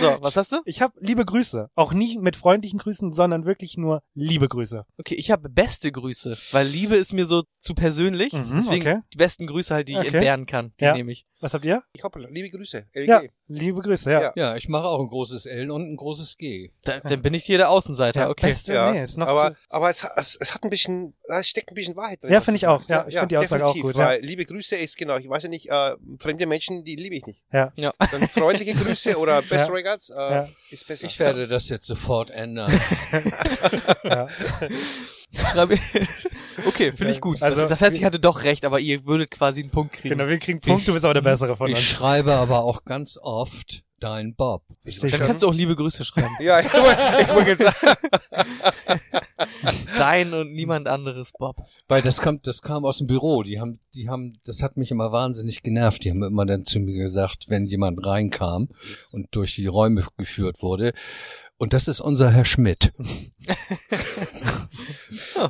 [SPEAKER 2] So, was hast du?
[SPEAKER 7] Ich habe liebe Grüße. Auch nie mit freundlichen Grüßen, sondern wirklich nur liebe Grüße.
[SPEAKER 2] Okay, ich habe beste Grüße, weil Liebe ist mir so zu persönlich.
[SPEAKER 7] Mhm,
[SPEAKER 2] deswegen
[SPEAKER 7] okay.
[SPEAKER 2] die besten Grüße halt, die ich
[SPEAKER 7] Okay.
[SPEAKER 2] entbehren kann, die
[SPEAKER 7] Ja.
[SPEAKER 2] nehme ich.
[SPEAKER 7] Was habt ihr?
[SPEAKER 8] Ich hoppla, liebe Grüße. LG.
[SPEAKER 7] Ja, liebe Grüße, ja.
[SPEAKER 8] Ja.
[SPEAKER 9] Ja, ich mache auch ein großes L und ein großes G.
[SPEAKER 2] Da, dann bin ich hier der Außenseiter,
[SPEAKER 7] Ja,
[SPEAKER 2] okay.
[SPEAKER 7] beste- nee, ist noch
[SPEAKER 8] aber
[SPEAKER 7] zu-
[SPEAKER 8] aber es, es, es hat ein bisschen, da steckt ein bisschen Wahrheit drin.
[SPEAKER 7] Ja,
[SPEAKER 8] was
[SPEAKER 7] finde
[SPEAKER 8] du
[SPEAKER 7] ich auch.
[SPEAKER 8] sagst.
[SPEAKER 7] Ja, ich finde die Aussage auch
[SPEAKER 8] definitiv,
[SPEAKER 7] gut, ja.
[SPEAKER 8] Weil liebe Grüße ist genau, ich weiß ja nicht, äh, fremde Menschen, die liebe ich nicht.
[SPEAKER 7] Ja.
[SPEAKER 2] Ja.
[SPEAKER 8] Dann freundliche Grüße oder best
[SPEAKER 7] Ja.
[SPEAKER 8] regards äh,
[SPEAKER 7] Ja.
[SPEAKER 8] ist besser.
[SPEAKER 9] Ich werde das jetzt sofort ändern.
[SPEAKER 2] Schreibe okay, finde ich gut.
[SPEAKER 7] Also-
[SPEAKER 2] Also, das heißt, ich hatte doch recht, aber ihr würdet quasi einen Punkt kriegen.
[SPEAKER 7] Genau, wir kriegen Punkte, du bist aber der Bessere von
[SPEAKER 9] Ich
[SPEAKER 7] uns.
[SPEAKER 9] schreibe aber auch ganz oft dein Bob.
[SPEAKER 2] Dann kannst du auch liebe Grüße schreiben.
[SPEAKER 8] ja, ich wollte ich wollte jetzt sagen.
[SPEAKER 2] Dein und niemand anderes, Bob.
[SPEAKER 9] Weil das kommt, das kam aus dem Büro. Die haben, die haben, das hat mich immer wahnsinnig genervt. Die haben immer dann zu mir gesagt, wenn jemand reinkam und durch die Räume geführt wurde. Und das ist unser Herr Schmidt.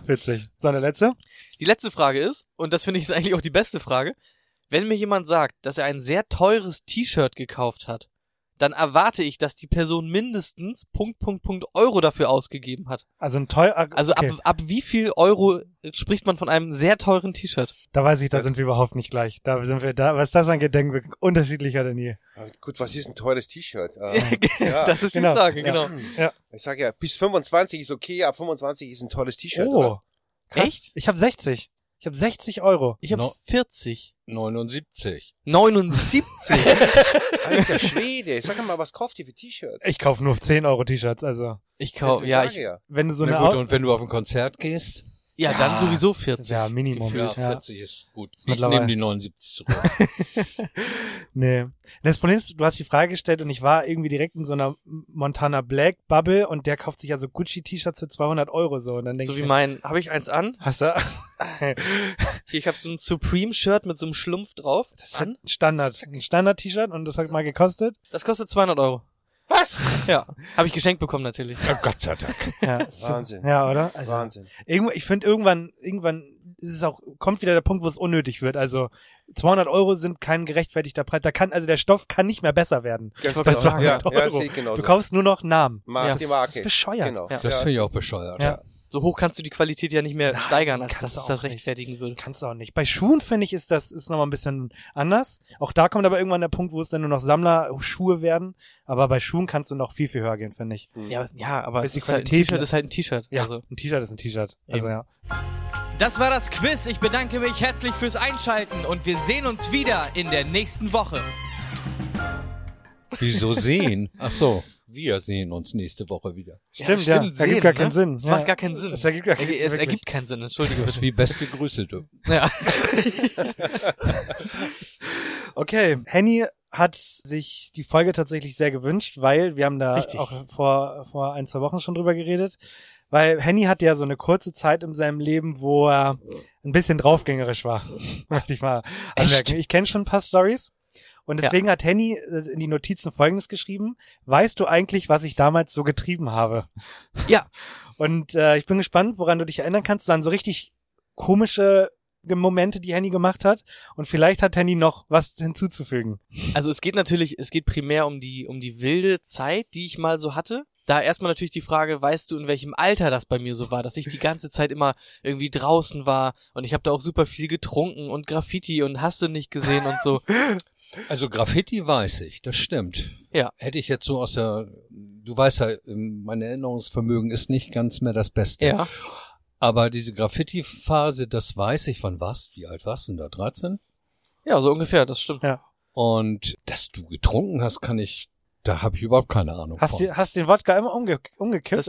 [SPEAKER 7] Witzig. So, eine letzte?
[SPEAKER 2] Die letzte Frage ist, und das finde ich ist eigentlich auch die beste Frage, wenn mir jemand sagt, dass er ein sehr teures T-Shirt gekauft hat, dann erwarte ich, dass die Person mindestens Punkt, Punkt, Punkt Euro dafür ausgegeben hat.
[SPEAKER 7] Also ein teuer.
[SPEAKER 2] Also
[SPEAKER 7] okay.
[SPEAKER 2] ab, ab wie viel Euro spricht man von einem sehr teuren T-Shirt?
[SPEAKER 7] Da weiß ich, da sind wir überhaupt nicht gleich. Da sind wir da, was das angeht, denken wir unterschiedlicher denn je.
[SPEAKER 8] Aber Gut, was ist ein teures T-Shirt? Äh, ja.
[SPEAKER 2] das ist die
[SPEAKER 7] genau,
[SPEAKER 2] Frage,
[SPEAKER 7] ja.
[SPEAKER 2] genau.
[SPEAKER 8] Ich sage ja, bis 25 ist okay, ab 25 ist ein teures T-Shirt.
[SPEAKER 7] Oh.
[SPEAKER 8] halt, oder?
[SPEAKER 7] Krass.
[SPEAKER 2] Echt?
[SPEAKER 7] Ich habe 60. Ich habe 60 Euro.
[SPEAKER 2] Ich habe
[SPEAKER 9] No.
[SPEAKER 2] 40.
[SPEAKER 9] 79.
[SPEAKER 2] 79.
[SPEAKER 8] Alter Schwede, sag mal, was kauft ihr für T-Shirts?
[SPEAKER 7] Ich kaufe nur 10 Euro T-Shirts, also.
[SPEAKER 2] Ich kaufe, ja,
[SPEAKER 8] sage
[SPEAKER 2] ich,
[SPEAKER 8] ja.
[SPEAKER 7] Wenn du so eine
[SPEAKER 9] Na gut,
[SPEAKER 7] Au-
[SPEAKER 9] und wenn du auf ein Konzert gehst,
[SPEAKER 2] ja, dann sowieso 40.
[SPEAKER 7] ja, Minimum.
[SPEAKER 9] ja,
[SPEAKER 7] Ja.
[SPEAKER 9] 40 ist gut. Ich
[SPEAKER 7] Mittlerweile.
[SPEAKER 9] nehme die 79 zurück.
[SPEAKER 7] Nee. Das Problem ist, du hast die Frage gestellt und ich war irgendwie direkt in so einer Montana Black Bubble und der kauft sich ja so Gucci T-Shirts für 200 Euro so und dann denk
[SPEAKER 2] So
[SPEAKER 7] ich
[SPEAKER 2] wie
[SPEAKER 7] mir,
[SPEAKER 2] mein, habe ich eins an?
[SPEAKER 7] hast du
[SPEAKER 2] Hier, ich habe so ein Supreme-Shirt mit so einem Schlumpf drauf.
[SPEAKER 7] das hat ein Standard, ein Standard T-Shirt und das hat mal gekostet.
[SPEAKER 2] Das kostet 200 Euro. Was? Ja. Habe ich geschenkt bekommen natürlich.
[SPEAKER 9] Ja, Gott sei Dank.
[SPEAKER 7] Ja,
[SPEAKER 8] Wahnsinn.
[SPEAKER 7] ja oder? Also,
[SPEAKER 8] Wahnsinn.
[SPEAKER 7] Irgendwo, ich finde irgendwann, irgendwann ist es auch, kommt wieder der Punkt, wo es unnötig wird. Also 200 Euro sind kein gerechtfertigter Preis. Da kann, also der Stoff kann nicht mehr besser werden.
[SPEAKER 2] Ganz
[SPEAKER 7] Bei
[SPEAKER 2] genau.
[SPEAKER 7] 200
[SPEAKER 8] Ja, ja,
[SPEAKER 7] Euro.
[SPEAKER 8] sehe ich
[SPEAKER 7] Du
[SPEAKER 8] genauso.
[SPEAKER 7] kaufst nur noch Namen.
[SPEAKER 8] Mark,
[SPEAKER 2] Ja,
[SPEAKER 8] die
[SPEAKER 2] das-
[SPEAKER 8] Marke.
[SPEAKER 7] das ist bescheuert.
[SPEAKER 8] Genau.
[SPEAKER 2] Ja.
[SPEAKER 9] Das finde ich auch bescheuert.
[SPEAKER 7] Ja.
[SPEAKER 2] So hoch kannst du die Qualität ja nicht mehr steigern, als dass es das rechtfertigen würde.
[SPEAKER 7] Kannst du auch nicht. Bei Schuhen finde ich, ist das ist nochmal ein bisschen anders. Auch da kommt aber irgendwann der Punkt, wo es dann nur noch Sammlerschuhe werden. Aber bei Schuhen kannst du noch viel, viel höher gehen, finde ich.
[SPEAKER 4] Hm.
[SPEAKER 2] Ja, aber, ja, aber
[SPEAKER 7] Bis
[SPEAKER 2] es
[SPEAKER 7] die
[SPEAKER 2] ist halt ein
[SPEAKER 7] Qualität-
[SPEAKER 4] ne-
[SPEAKER 2] T-Shirt ist halt ein T-Shirt.
[SPEAKER 7] Ja,
[SPEAKER 2] Also,
[SPEAKER 7] ein T-Shirt ist ein T-Shirt. Also
[SPEAKER 2] Eben.
[SPEAKER 7] ja.
[SPEAKER 4] Das war das Quiz. Ich bedanke mich herzlich fürs Einschalten und wir sehen uns wieder in der nächsten Woche.
[SPEAKER 9] Wieso sehen? Ach so, wir sehen uns nächste Woche wieder.
[SPEAKER 7] Stimmt, ja. Ergibt gar keinen Sinn.
[SPEAKER 2] Es
[SPEAKER 7] Ja.
[SPEAKER 2] ne? macht gar keinen Sinn.
[SPEAKER 7] Es ergibt gar
[SPEAKER 2] Es
[SPEAKER 7] keinen- wirklich.
[SPEAKER 2] ergibt keinen Sinn, entschuldige
[SPEAKER 9] Das
[SPEAKER 2] bitte.
[SPEAKER 9] ist wie beste Grüße, du.
[SPEAKER 2] Ja.
[SPEAKER 7] Okay, Henny hat sich die Folge tatsächlich sehr gewünscht, weil wir haben da
[SPEAKER 2] Richtig.
[SPEAKER 7] auch vor, vor ein, zwei Wochen schon drüber geredet, weil Henny hatte ja so eine kurze Zeit in seinem Leben, wo er ein bisschen draufgängerisch war, möchte ich mal anmerken. Ich kenne schon ein paar Stories und deswegen hat Henny äh, in die Notizen Folgendes geschrieben, weißt du eigentlich, was ich damals so getrieben habe?
[SPEAKER 2] Ja.
[SPEAKER 7] Und äh, ich bin gespannt, woran du dich erinnern kannst, dann so richtig komische Momente, die Henny gemacht hat. Und vielleicht hat Henny noch was hinzuzufügen.
[SPEAKER 2] Also es geht natürlich, es geht primär um die, um die wilde Zeit, die ich mal so hatte. Da erstmal natürlich die Frage, weißt du, in welchem Alter das bei mir so war, dass ich die ganze Zeit immer irgendwie draußen war und ich habe da auch super viel getrunken und Graffiti und hast du nicht gesehen und so.
[SPEAKER 9] Also Graffiti weiß ich, das stimmt.
[SPEAKER 2] Ja.
[SPEAKER 9] Hätte ich jetzt so aus der, du weißt ja, mein Erinnerungsvermögen ist nicht ganz mehr das Beste.
[SPEAKER 2] Ja.
[SPEAKER 9] Aber diese Graffiti-Phase, das weiß ich, wann warst du? Wie alt warst du denn da? 13?
[SPEAKER 2] Ja, so ungefähr, das stimmt.
[SPEAKER 7] Ja.
[SPEAKER 9] Und dass du getrunken hast, kann ich, da habe ich überhaupt keine Ahnung
[SPEAKER 7] Hast,
[SPEAKER 9] von.
[SPEAKER 7] du, hast du den Wodka immer umge umgekippt,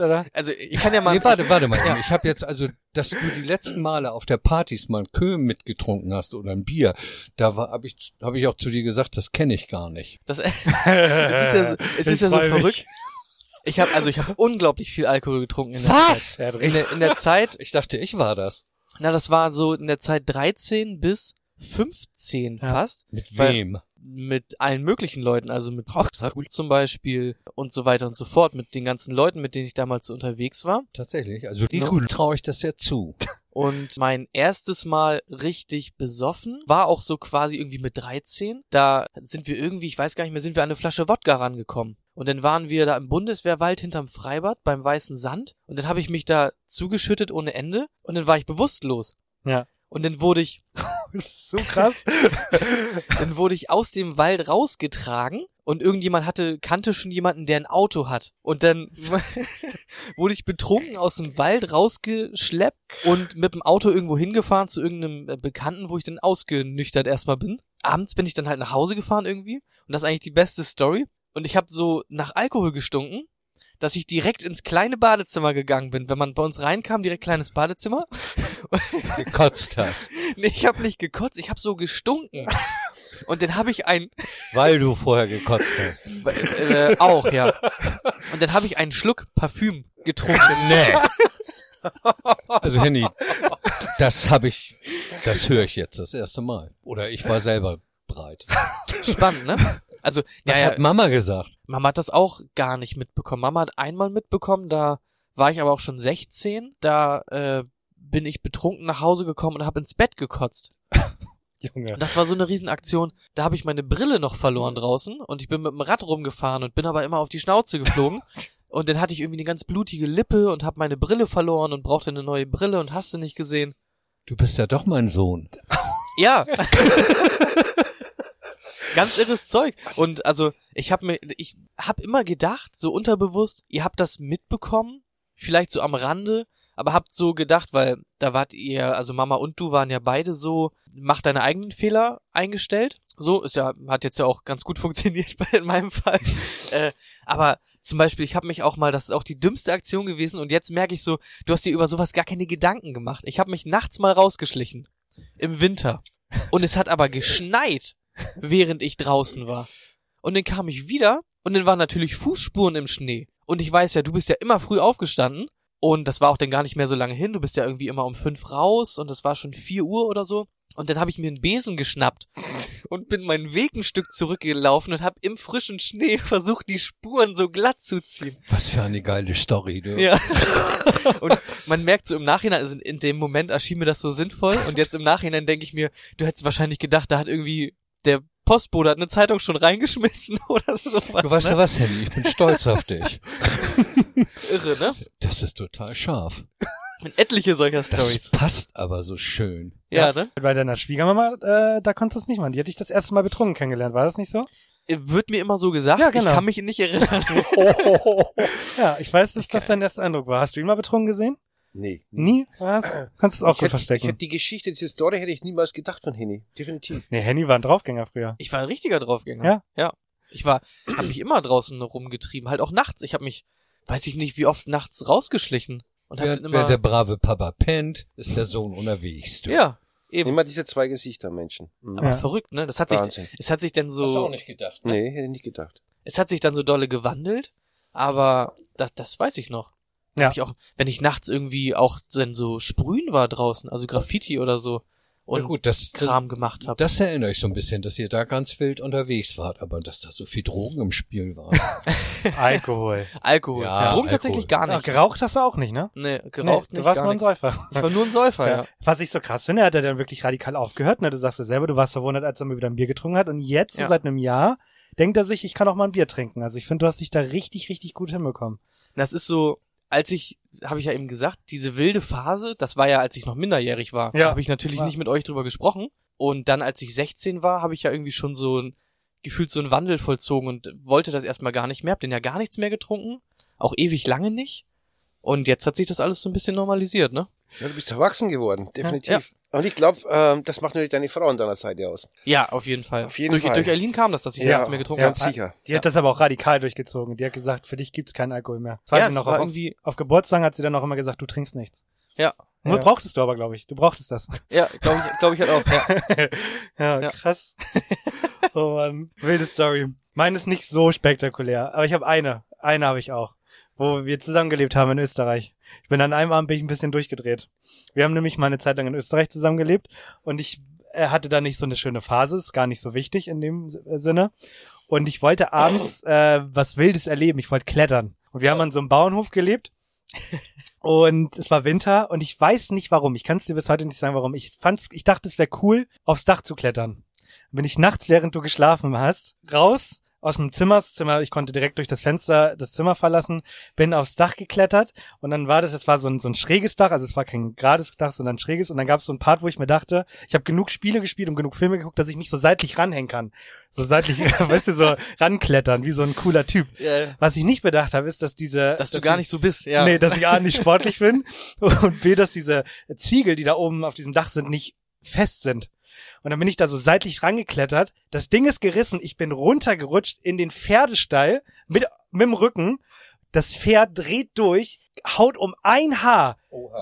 [SPEAKER 7] oder?
[SPEAKER 2] Also ich kann ja mal.
[SPEAKER 9] Nee, warte, warte mal. eben. Ich habe jetzt also, dass du die letzten Male auf der Partys mal einen Köln mitgetrunken hast oder ein Bier, da habe ich, hab ich auch zu dir gesagt, das kenne ich gar nicht.
[SPEAKER 2] Das, es ist ja so, es
[SPEAKER 7] Ich
[SPEAKER 2] ist ja so
[SPEAKER 7] freu mich.
[SPEAKER 2] verrückt. Ich habe also ich habe unglaublich viel Alkohol getrunken in der
[SPEAKER 9] Was?
[SPEAKER 2] Zeit. In der, in der Zeit,
[SPEAKER 9] Ich dachte, ich war das.
[SPEAKER 2] na das war so in der Zeit 13 bis 15
[SPEAKER 7] Ja.
[SPEAKER 2] fast.
[SPEAKER 9] Mit
[SPEAKER 2] Weil-
[SPEAKER 9] wem?
[SPEAKER 2] mit allen möglichen Leuten, also mit Rockstar zum Beispiel und so weiter und so fort, mit den ganzen Leuten, mit denen ich damals unterwegs war.
[SPEAKER 9] Tatsächlich. Also die
[SPEAKER 2] Ne?
[SPEAKER 9] no. traue ich das ja zu.
[SPEAKER 2] Und mein erstes Mal richtig besoffen war auch so quasi irgendwie mit 13. Da sind wir irgendwie, ich weiß gar nicht mehr, sind wir an eine Flasche Wodka rangekommen. Und dann waren wir da im Bundeswehrwald hinterm Freibad beim Weißen Sand. Und dann habe ich mich da zugeschüttet ohne Ende. Und dann war ich bewusstlos.
[SPEAKER 7] Ja.
[SPEAKER 2] Und dann wurde ich
[SPEAKER 7] So krass.
[SPEAKER 2] Dann wurde ich aus dem Wald rausgetragen und irgendjemand hatte, kannte schon jemanden, der ein Auto hat. Und dann wurde ich betrunken aus dem Wald rausgeschleppt und mit dem Auto irgendwo hingefahren zu irgendeinem äh, Bekannten, wo ich dann ausgenüchtert erstmal bin. Abends bin ich dann halt nach Hause gefahren irgendwie und das ist eigentlich die beste Story. Und ich habe so nach Alkohol gestunken, dass ich direkt ins kleine Badezimmer gegangen bin. Wenn man bei uns reinkam, direkt kleines Badezimmer.
[SPEAKER 9] Gekotzt hast.
[SPEAKER 2] Nee, ich habe nicht gekotzt, ich habe so gestunken. Und dann habe ich ein
[SPEAKER 9] Weil du vorher gekotzt hast.
[SPEAKER 2] äh, äh, auch, ja. Und dann habe ich einen Schluck Parfüm getrunken.
[SPEAKER 9] Nee. Also Henny, das habe ich, das höre ich jetzt das erste Mal. Oder ich war selber breit.
[SPEAKER 2] Spannend, ne? Also,
[SPEAKER 9] Das
[SPEAKER 2] ja, ja,
[SPEAKER 9] hat Mama gesagt.
[SPEAKER 2] Mama hat das auch gar nicht mitbekommen. Mama hat einmal mitbekommen, da war ich aber auch schon 16. Da äh, bin ich betrunken nach Hause gekommen und habe ins Bett gekotzt.
[SPEAKER 7] Junge.
[SPEAKER 2] Und das war so eine Riesenaktion. Da habe ich meine Brille noch verloren draußen und ich bin mit dem Rad rumgefahren und bin aber immer auf die Schnauze geflogen. Und dann hatte ich irgendwie eine ganz blutige Lippe und habe meine Brille verloren und brauchte eine neue Brille und hast du nicht gesehen.
[SPEAKER 9] Du bist ja doch mein Sohn.
[SPEAKER 2] Ja. Ganz irres Zeug. Und also, ich habe mir, ich habe immer gedacht, so unterbewusst, ihr habt das mitbekommen, vielleicht so am Rande, aber habt so gedacht, weil da wart ihr, also Mama und du waren ja beide so, mach deine eigenen Fehler eingestellt. So ist ja, hat jetzt ja auch ganz gut funktioniert bei in meinem Fall. Äh, aber zum Beispiel, ich habe mich auch mal, das ist auch die dümmste Aktion gewesen und jetzt merke ich so, du hast dir über sowas gar keine Gedanken gemacht. Ich habe mich nachts mal rausgeschlichen im Winter. Und es hat aber geschneit, während ich draußen war. Und dann kam ich wieder und dann waren natürlich Fußspuren im Schnee. Und ich weiß ja, du bist ja immer früh aufgestanden. Und das war auch dann gar nicht mehr so lange hin. Du bist ja irgendwie immer um fünf raus und es war schon vier Uhr oder so. Und dann habe ich mir einen Besen geschnappt und bin meinen Weg ein Stück zurückgelaufen und habe im frischen Schnee versucht, die Spuren so glatt zu ziehen.
[SPEAKER 9] Was für eine geile Story, du.
[SPEAKER 2] Ja. und man merkt so im Nachhinein, also in dem Moment erschien mir das so sinnvoll und jetzt im Nachhinein denke ich mir, du hättest wahrscheinlich gedacht, da hat irgendwie der Postbote hat eine Zeitung schon reingeschmissen oder sowas.
[SPEAKER 9] Du weißt ja
[SPEAKER 2] ne?
[SPEAKER 9] was, Henny, ich bin stolz auf dich.
[SPEAKER 2] Irre, ne?
[SPEAKER 9] Das ist total scharf.
[SPEAKER 2] Etliche solcher
[SPEAKER 9] Das
[SPEAKER 2] Stories.
[SPEAKER 9] passt aber so schön.
[SPEAKER 2] Ja, ne?
[SPEAKER 7] Bei deiner Schwiegermama, äh, da konntest du es nicht machen. Die hat dich das erste Mal betrunken kennengelernt, war das nicht so?
[SPEAKER 2] Wird mir immer so gesagt,
[SPEAKER 7] Ja, genau.
[SPEAKER 2] ich kann mich nicht erinnern.
[SPEAKER 7] Oh. Ja, ich weiß, dass das dein erster Eindruck war. Hast du ihn mal betrunken gesehen?
[SPEAKER 8] Nee.
[SPEAKER 7] Nie? Was?
[SPEAKER 9] Äh.
[SPEAKER 7] Kannst du es auch gut
[SPEAKER 8] ich hätte, Ich
[SPEAKER 7] verstecken.
[SPEAKER 8] hätte die Geschichte, diese Story hätte ich niemals gedacht von Henny. Definitiv.
[SPEAKER 7] Nee, Henny war ein Draufgänger früher.
[SPEAKER 2] Ich war ein richtiger Draufgänger.
[SPEAKER 7] Ja?
[SPEAKER 2] Ja. Ich war, hab mich immer draußen rumgetrieben, halt auch nachts. Ich habe mich, weiß ich nicht, wie oft nachts rausgeschlichen und hab
[SPEAKER 9] Während,
[SPEAKER 2] dann
[SPEAKER 9] während
[SPEAKER 2] immer.
[SPEAKER 9] der brave Papa pennt, ist der Sohn unterwegs. Du.
[SPEAKER 2] ja, eben.
[SPEAKER 8] Immer diese zwei Gesichter, Menschen. Mhm.
[SPEAKER 2] Aber verrückt, ne? Das hat
[SPEAKER 8] Wahnsinn.
[SPEAKER 2] sich, es hat sich dann so,
[SPEAKER 9] gedacht.
[SPEAKER 8] Nee, hätte ich nicht gedacht.
[SPEAKER 2] es hat sich dann so dolle gewandelt, aber das, das weiß ich noch.
[SPEAKER 7] Ja.
[SPEAKER 2] Hab Ich auch, wenn ich nachts irgendwie auch dann so sprühen war draußen, also Graffiti oder so und
[SPEAKER 9] Und gut, das,
[SPEAKER 2] Kram gemacht habe.
[SPEAKER 9] das erinnere ich so ein bisschen, dass ihr da ganz wild unterwegs wart, aber dass da so viel Drogen im Spiel waren.
[SPEAKER 7] Alkohol.
[SPEAKER 2] Alkohol.
[SPEAKER 9] Ja,
[SPEAKER 2] Drogen
[SPEAKER 9] Alkohol.
[SPEAKER 2] tatsächlich gar
[SPEAKER 7] Ja,
[SPEAKER 2] nicht.
[SPEAKER 7] geraucht hast du auch nicht, ne?
[SPEAKER 2] nee, geraucht nicht,
[SPEAKER 7] nee, Du warst
[SPEAKER 2] gar
[SPEAKER 7] nur ein
[SPEAKER 2] nichts.
[SPEAKER 7] Säufer.
[SPEAKER 2] Ich war nur ein Säufer, ja.
[SPEAKER 7] Was ich so krass finde, hat er dann wirklich radikal aufgehört. Ne? Du sagst ja selber, du warst verwundert, als er mal wieder ein Bier getrunken hat. Und jetzt, so
[SPEAKER 2] Ja.
[SPEAKER 7] seit einem Jahr, denkt er sich, ich kann auch mal ein Bier trinken. Also ich finde, du hast dich da richtig, richtig gut hinbekommen.
[SPEAKER 2] Das ist so, als ich, habe ich ja eben gesagt, diese wilde Phase, das war ja, als ich noch minderjährig war.
[SPEAKER 7] Ja.
[SPEAKER 2] Da habe ich natürlich
[SPEAKER 7] Ja.
[SPEAKER 2] nicht mit euch drüber gesprochen. Und dann, als ich 16 war, habe ich ja irgendwie schon so ein, gefühlt so einen Wandel vollzogen und wollte das erstmal gar nicht mehr. Hab denn ja gar nichts mehr getrunken. Auch ewig lange nicht. Und jetzt hat sich das alles so ein bisschen normalisiert, ne?
[SPEAKER 8] Ja, du bist erwachsen geworden, definitiv. Und ich glaube, ähm, das macht natürlich deine Frau an deiner Seite aus.
[SPEAKER 2] Ja, auf jeden Fall.
[SPEAKER 8] Auf jeden
[SPEAKER 2] durch,
[SPEAKER 8] Fall.
[SPEAKER 2] Durch Eileen kam das, dass ich
[SPEAKER 8] Ja,
[SPEAKER 2] nichts mehr getrunken
[SPEAKER 8] ganz
[SPEAKER 2] habe.
[SPEAKER 8] sicher.
[SPEAKER 7] Die hat das aber auch radikal durchgezogen. Die hat gesagt, für dich gibt's keinen Alkohol mehr. Das
[SPEAKER 2] Ja,
[SPEAKER 7] sie
[SPEAKER 2] es
[SPEAKER 7] noch
[SPEAKER 2] war
[SPEAKER 7] auf,
[SPEAKER 2] irgendwie-
[SPEAKER 7] auf Geburtstagen hat sie dann auch immer gesagt, du trinkst nichts.
[SPEAKER 2] Ja.
[SPEAKER 7] Nur
[SPEAKER 2] Ja.
[SPEAKER 7] brauchtest du aber, glaube ich. Du brauchtest das.
[SPEAKER 2] Ja, glaube ich, glaub ich halt auch. Ja.
[SPEAKER 7] ja,
[SPEAKER 2] Ja.
[SPEAKER 7] krass. oh Mann, wilde Story. Meine ist nicht so spektakulär, aber ich habe eine. Eine habe ich auch, wo wir zusammengelebt haben in Österreich. Ich bin an einem Abend bin ich ein bisschen durchgedreht. Wir haben nämlich mal eine Zeit lang in Österreich zusammengelebt und ich äh, hatte da nicht so eine schöne Phase, ist gar nicht so wichtig in dem S- äh, Sinne. Und ich wollte abends äh, was Wildes erleben. Ich wollte klettern. Und wir haben an so einem Bauernhof gelebt und es war Winter und ich weiß nicht warum. Ich kann es dir bis heute nicht sagen, warum. Ich fand's, ich dachte, es wäre cool, aufs Dach zu klettern. Bin ich nachts, während du geschlafen hast, raus aus dem Zimmer, das Zimmer, ich konnte direkt durch das Fenster das Zimmer verlassen, bin aufs Dach geklettert und dann war das, es war so ein, so ein schräges Dach, also es war kein gerades Dach, sondern ein schräges und dann gab es so einen Part, wo ich mir dachte, ich habe genug Spiele gespielt und genug Filme geguckt, dass ich mich so seitlich ranhängen kann. So seitlich, weißt du, so ranklettern, wie so ein cooler Typ.
[SPEAKER 2] Ja,
[SPEAKER 7] Was ich nicht bedacht habe, ist, dass diese...
[SPEAKER 2] Dass du gar
[SPEAKER 7] ich-
[SPEAKER 2] nicht so bist, ja.
[SPEAKER 7] Nee, dass ich A, nicht sportlich bin und B, dass diese Ziegel, die da oben auf diesem Dach sind, nicht fest sind. Und dann bin ich da so seitlich rangeklettert. Das Ding ist gerissen. Ich bin runtergerutscht in den Pferdestall mit, mit dem Rücken. Das Pferd dreht durch, haut um ein Haar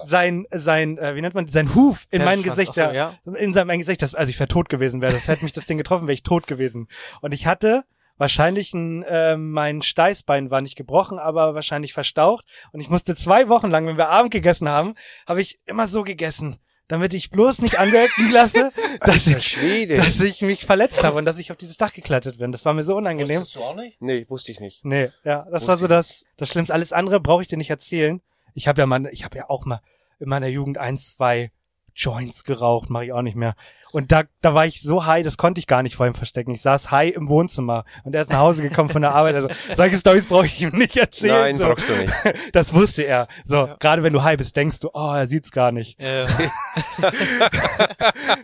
[SPEAKER 7] sein, sein, äh, wie nennt man, sein Huf in mein
[SPEAKER 2] Pferdeschwanz,
[SPEAKER 7] Gesicht.
[SPEAKER 2] ach so, ja.
[SPEAKER 7] In sein, mein Gesicht. Das, also ich wäre tot gewesen wäre. Das hätte mich das Ding getroffen, wäre ich tot gewesen. Und ich hatte wahrscheinlich ein, äh, mein Steißbein war nicht gebrochen, aber wahrscheinlich verstaucht. Und ich musste zwei Wochen lang, wenn wir Abend gegessen haben, habe ich immer so gegessen, damit ich bloß nicht anmerken lasse, dass
[SPEAKER 8] Alter
[SPEAKER 7] ich,
[SPEAKER 8] Schwede.
[SPEAKER 7] dass ich mich verletzt habe und dass ich auf dieses Dach geklettert bin. Das war mir so unangenehm.
[SPEAKER 9] Wusstest du auch nicht?
[SPEAKER 8] Nee, wusste ich nicht.
[SPEAKER 7] Nee, ja, das war so das, das Schlimmste. Alles andere brauche ich dir nicht erzählen. Ich habe ja mal, ich habe ja auch mal in meiner Jugend ein, zwei Joints geraucht, mache ich auch nicht mehr. Und da, da war ich so high, das konnte ich gar nicht vor ihm verstecken. Ich saß high im Wohnzimmer und er ist nach Hause gekommen von der Arbeit. Also solche Stories brauche ich ihm nicht erzählen.
[SPEAKER 8] Nein,
[SPEAKER 7] so.
[SPEAKER 8] brauchst du nicht.
[SPEAKER 7] Das wusste er. So, gerade wenn du high bist, denkst du, oh, er sieht's gar nicht.
[SPEAKER 2] Äh,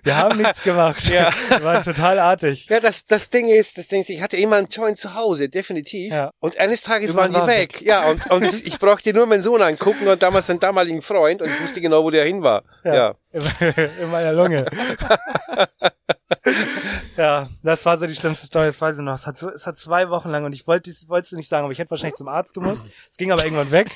[SPEAKER 7] Wir haben nichts gemacht. Ja. War total artig.
[SPEAKER 8] Ja, das, das Ding ist, das Ding ist, ich hatte immer einen Joint zu Hause, definitiv.
[SPEAKER 7] Ja.
[SPEAKER 8] Und eines Tages
[SPEAKER 7] Irgendwann
[SPEAKER 8] waren die
[SPEAKER 7] war er
[SPEAKER 8] weg. Ja, und, und ich brauchte nur meinen Sohn angucken und damals seinen damaligen Freund und ich wusste genau, wo der hin war. Ja.
[SPEAKER 7] In meiner Lunge. ja, das war so die schlimmste Story, das weiß ich noch. Es hat, so, es hat zwei Wochen lang und ich wollte es wolltest du nicht sagen, aber ich hätte wahrscheinlich zum Arzt gemusst. Es ging aber irgendwann weg.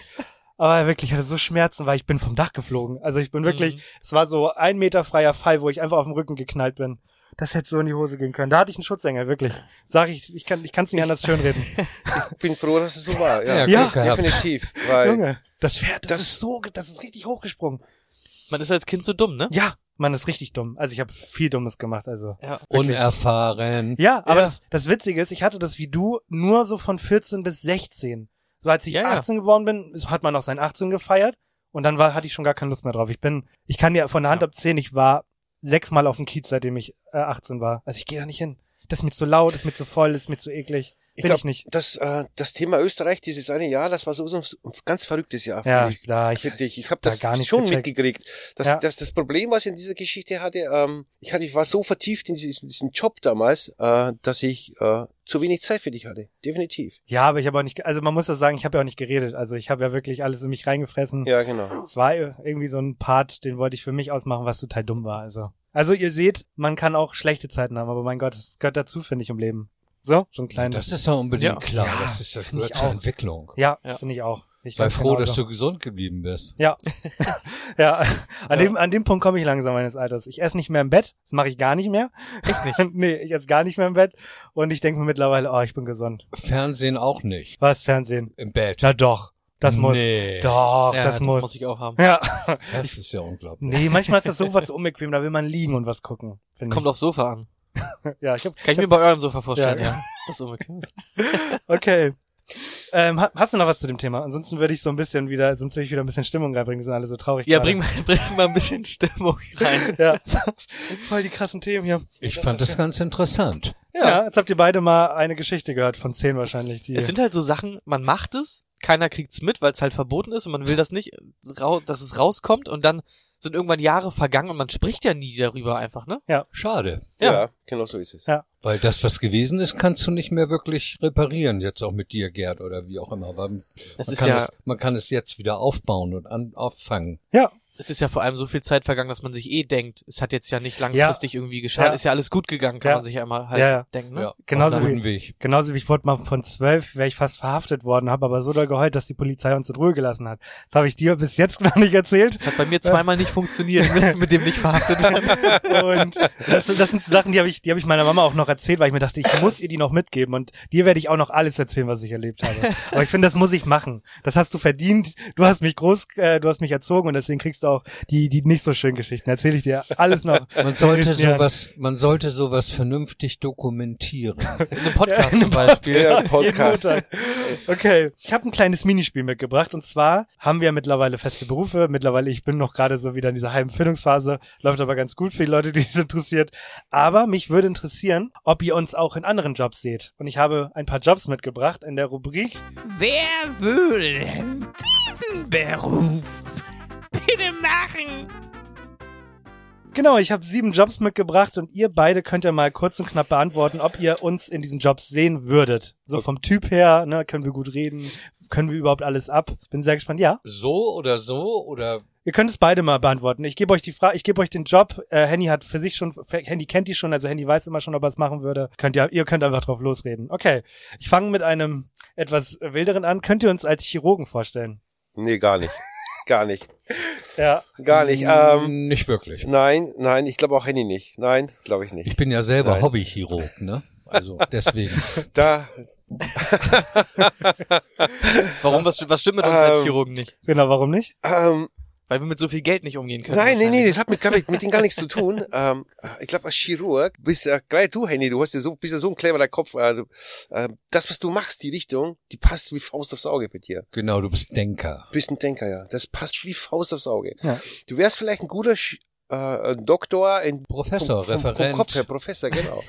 [SPEAKER 7] Aber wirklich, ich hatte so Schmerzen, weil ich bin vom Dach geflogen. Also ich bin wirklich, es war so ein Meter freier Fall, wo ich einfach auf den Rücken geknallt bin. Das hätte so in die Hose gehen können. Da hatte ich einen Schutzengel, wirklich. Sag ich, ich kann es nicht anders schönreden.
[SPEAKER 8] Ich bin froh, dass es so war. Ja,
[SPEAKER 7] Ja.
[SPEAKER 9] Glück gehabt.
[SPEAKER 8] definitiv. Weil
[SPEAKER 7] Junge, das Pferd, das,
[SPEAKER 8] Das-
[SPEAKER 7] ist so, ge- das ist richtig hochgesprungen.
[SPEAKER 2] man ist als Kind so dumm, ne?
[SPEAKER 7] Ja, man ist richtig dumm. Also ich habe viel Dummes gemacht, also.
[SPEAKER 2] Ja.
[SPEAKER 9] Unerfahren.
[SPEAKER 7] Ja, aber
[SPEAKER 2] Ja.
[SPEAKER 7] Das, das Witzige ist, ich hatte das wie du nur so von 14 bis 16. So als ich
[SPEAKER 2] Ja, ja.
[SPEAKER 7] 18 geworden bin, so hat man auch sein 18 gefeiert und dann war, hatte ich schon gar keine Lust mehr drauf. Ich bin, ich kann ja von der Hand ab 10, ich war sechsmal auf dem Kiez, seitdem ich äh, 18 war. Also ich gehe da nicht hin. Das ist mir zu laut, ist mir zu voll, ist mir zu eklig.
[SPEAKER 8] ich, glaub, ich nicht. Das, äh, das Thema Österreich dieses eine Jahr, das war sowieso ein ganz verrücktes Jahr für,
[SPEAKER 7] Ja,
[SPEAKER 8] mich,
[SPEAKER 7] klar, ich-
[SPEAKER 8] für dich. Ich habe
[SPEAKER 7] da
[SPEAKER 8] das
[SPEAKER 7] gar nicht
[SPEAKER 8] schon
[SPEAKER 7] gecheckt.
[SPEAKER 8] mitgekriegt. Das,
[SPEAKER 7] Ja.
[SPEAKER 8] das, das Problem, was ich in dieser Geschichte hatte, ähm, ich hatte, ich war so vertieft in diesen, diesen Job damals, äh, dass ich äh, zu wenig Zeit für dich hatte. Definitiv.
[SPEAKER 7] Ja, aber ich habe auch nicht, also man muss ja sagen, ich habe ja auch nicht geredet. Also ich habe ja wirklich alles in mich reingefressen.
[SPEAKER 8] Ja, genau.
[SPEAKER 7] Es war irgendwie so ein Part, den wollte ich für mich ausmachen, was total dumm war. Also, also ihr seht, man kann auch schlechte Zeiten haben, aber mein Gott, es gehört dazu, finde ich, im Leben. So, so ein kleiner.
[SPEAKER 9] Das ist ja unbedingt klar. das ist ja
[SPEAKER 7] finde ich
[SPEAKER 9] gehört zur
[SPEAKER 7] auch.
[SPEAKER 9] Entwicklung.
[SPEAKER 7] Ja, genau finde ich auch. Sehe ich
[SPEAKER 9] Sei
[SPEAKER 7] ganz
[SPEAKER 9] froh,
[SPEAKER 7] genauso.
[SPEAKER 9] dass du gesund geblieben bist.
[SPEAKER 7] Ja. ja. An, Dem, an dem Punkt komme ich langsam meines Alters. Ich esse nicht mehr im Bett. Das mache ich gar nicht mehr. Echt nicht? nee, ich esse gar nicht mehr im Bett. Und ich denke mir mittlerweile, oh, ich bin gesund.
[SPEAKER 9] Fernsehen auch nicht.
[SPEAKER 7] Was, Fernsehen?
[SPEAKER 9] Im Bett.
[SPEAKER 7] Na doch. Das muss.
[SPEAKER 9] Nee.
[SPEAKER 7] Doch,
[SPEAKER 9] Ja,
[SPEAKER 7] das
[SPEAKER 9] das
[SPEAKER 7] muss.
[SPEAKER 9] muss ich auch haben.
[SPEAKER 7] Ja.
[SPEAKER 9] Das ist ja unglaublich.
[SPEAKER 7] Nee, manchmal ist das Sofa zu unbequem, da will man liegen und was gucken. finde
[SPEAKER 2] Kommt
[SPEAKER 7] ich.
[SPEAKER 2] aufs Sofa an.
[SPEAKER 7] ja, ich hab,
[SPEAKER 2] Kann ich mir
[SPEAKER 7] hab-
[SPEAKER 2] bei eurem Sofa vorstellen, ja. Das ist unbequem.
[SPEAKER 7] Okay. Ähm, ha- hast du noch was zu dem Thema? Ansonsten würde ich so ein bisschen wieder, sonst würde ich wieder ein bisschen Stimmung reinbringen, die sind alle so traurig.
[SPEAKER 2] Ja,
[SPEAKER 7] gerade.
[SPEAKER 2] bring mal, bring mal ein bisschen Stimmung rein.
[SPEAKER 7] ja. Voll die krassen Themen hier.
[SPEAKER 9] Ich fand das ganz interessant.
[SPEAKER 7] Ja, jetzt habt ihr beide mal eine Geschichte gehört, von zehn wahrscheinlich. Die
[SPEAKER 2] Es sind halt so Sachen, man macht es, keiner kriegt's mit, weil es halt verboten ist und man will das nicht, rau- dass es rauskommt und dann sind irgendwann Jahre vergangen und man spricht ja nie darüber einfach, ne?
[SPEAKER 7] Ja.
[SPEAKER 9] Schade.
[SPEAKER 2] Ja.
[SPEAKER 8] genau so ist es.
[SPEAKER 7] Ja.
[SPEAKER 9] Weil das, was gewesen ist, kannst du nicht mehr wirklich reparieren, jetzt auch mit dir, Gerd, oder wie auch immer. Aber man,
[SPEAKER 2] Das ist
[SPEAKER 9] kann,
[SPEAKER 2] ja-
[SPEAKER 9] es, man kann es jetzt wieder aufbauen und an, auffangen.
[SPEAKER 7] ja.
[SPEAKER 2] Es ist ja vor allem so viel Zeit vergangen, dass man sich eh denkt, es hat jetzt ja nicht langfristig irgendwie geschadet,
[SPEAKER 7] Ja.
[SPEAKER 2] ist ja alles gut gegangen, kann
[SPEAKER 7] Ja.
[SPEAKER 2] man sich ja immer halt
[SPEAKER 7] Ja, ja.
[SPEAKER 2] denken, ne?
[SPEAKER 9] Ja.
[SPEAKER 7] genauso
[SPEAKER 9] auf einem
[SPEAKER 7] wie,
[SPEAKER 9] guten Weg.
[SPEAKER 7] genauso wie ich wurde mal von zwölf, wäre ich fast verhaftet worden, habe aber so doll geheult, dass die Polizei uns in Ruhe gelassen hat. Das habe ich dir bis jetzt noch nicht erzählt.
[SPEAKER 2] Das hat bei mir zweimal nicht funktioniert, mit, mit dem nicht verhaftet werden.
[SPEAKER 7] Und das, das sind Sachen, die habe ich, die habe ich meiner Mama auch noch erzählt, weil ich mir dachte, ich muss ihr die noch mitgeben und dir werde ich auch noch alles erzählen, was ich erlebt habe. Aber ich finde, das muss ich machen. Das hast du verdient. Du hast mich groß, äh, du hast mich erzogen und deswegen kriegst du auch die, die nicht so schönen Geschichten. Erzähle ich dir alles noch.
[SPEAKER 9] Man sollte
[SPEAKER 7] Ja.
[SPEAKER 9] sowas, man sollte sowas vernünftig dokumentieren.
[SPEAKER 2] In einem Podcast
[SPEAKER 7] in einem
[SPEAKER 2] zum Beispiel.
[SPEAKER 8] Ja,
[SPEAKER 7] Podcast. Jeden
[SPEAKER 8] Podcast.
[SPEAKER 7] Montag. Okay, ich habe ein kleines Minispiel mitgebracht und zwar haben wir mittlerweile feste Berufe. Mittlerweile, ich bin noch gerade so wieder in dieser halben Findungsphase, läuft aber ganz gut für die Leute, die es interessiert. Aber mich würde interessieren, ob ihr uns auch in anderen Jobs seht. Und ich habe ein paar Jobs mitgebracht in der Rubrik.
[SPEAKER 3] Wer will denn diesen Beruf bitte machen?
[SPEAKER 7] Genau, ich habe sieben Jobs mitgebracht und ihr beide könnt ja mal kurz und knapp beantworten, ob ihr uns in diesen Jobs sehen würdet. So vom Typ her, ne, können wir gut reden, können wir überhaupt alles ab. Bin sehr gespannt. Ja.
[SPEAKER 9] So oder so oder
[SPEAKER 7] Ihr könnt es beide mal beantworten. Ich gebe euch die Frage, ich gebe euch den Job. Äh, Henny hat für sich schon, Henny kennt die schon, also Henny weiß immer schon, ob er es machen würde. Könnt ihr, ihr könnt einfach drauf losreden. Okay, ich fange mit einem etwas wilderen an. Könnt ihr uns als Chirurgen vorstellen?
[SPEAKER 8] Nee, gar nicht. Gar nicht.
[SPEAKER 7] Ja,
[SPEAKER 8] Gar nicht.
[SPEAKER 7] Mm.
[SPEAKER 8] Ähm,
[SPEAKER 9] nicht wirklich.
[SPEAKER 8] nein, nein, ich glaube auch Henny nicht. Nein, glaube ich nicht.
[SPEAKER 9] Ich bin ja selber
[SPEAKER 8] Nein.
[SPEAKER 9] Hobbychirurg, ne? Also deswegen.
[SPEAKER 8] Da,
[SPEAKER 2] Warum, was, was stimmt mit uns als
[SPEAKER 8] Ähm,
[SPEAKER 2] Chirurgen nicht?
[SPEAKER 7] genau. Warum nicht?
[SPEAKER 8] ähm,
[SPEAKER 2] Weil wir mit so viel Geld nicht umgehen können.
[SPEAKER 8] nein, nee, nee, das hat mit, glaub ich, mit denen gar nichts zu tun. Ähm, ich glaube, als Chirurg bist ja, gleich du, Henny, du hast ja so, bist ja so ein cleverer Kopf. Äh, du- äh, das, was du machst, die Richtung, die passt wie Faust aufs Auge bei dir.
[SPEAKER 9] Genau, du bist Denker.
[SPEAKER 8] Du bist ein Denker, ja. Das passt wie Faust aufs Auge.
[SPEAKER 7] Ja.
[SPEAKER 8] Du wärst vielleicht ein guter Sch äh, Doktor, ein
[SPEAKER 9] Professor,
[SPEAKER 8] vom, vom,
[SPEAKER 9] Referent.
[SPEAKER 8] Vom Kopf her, Professor, genau.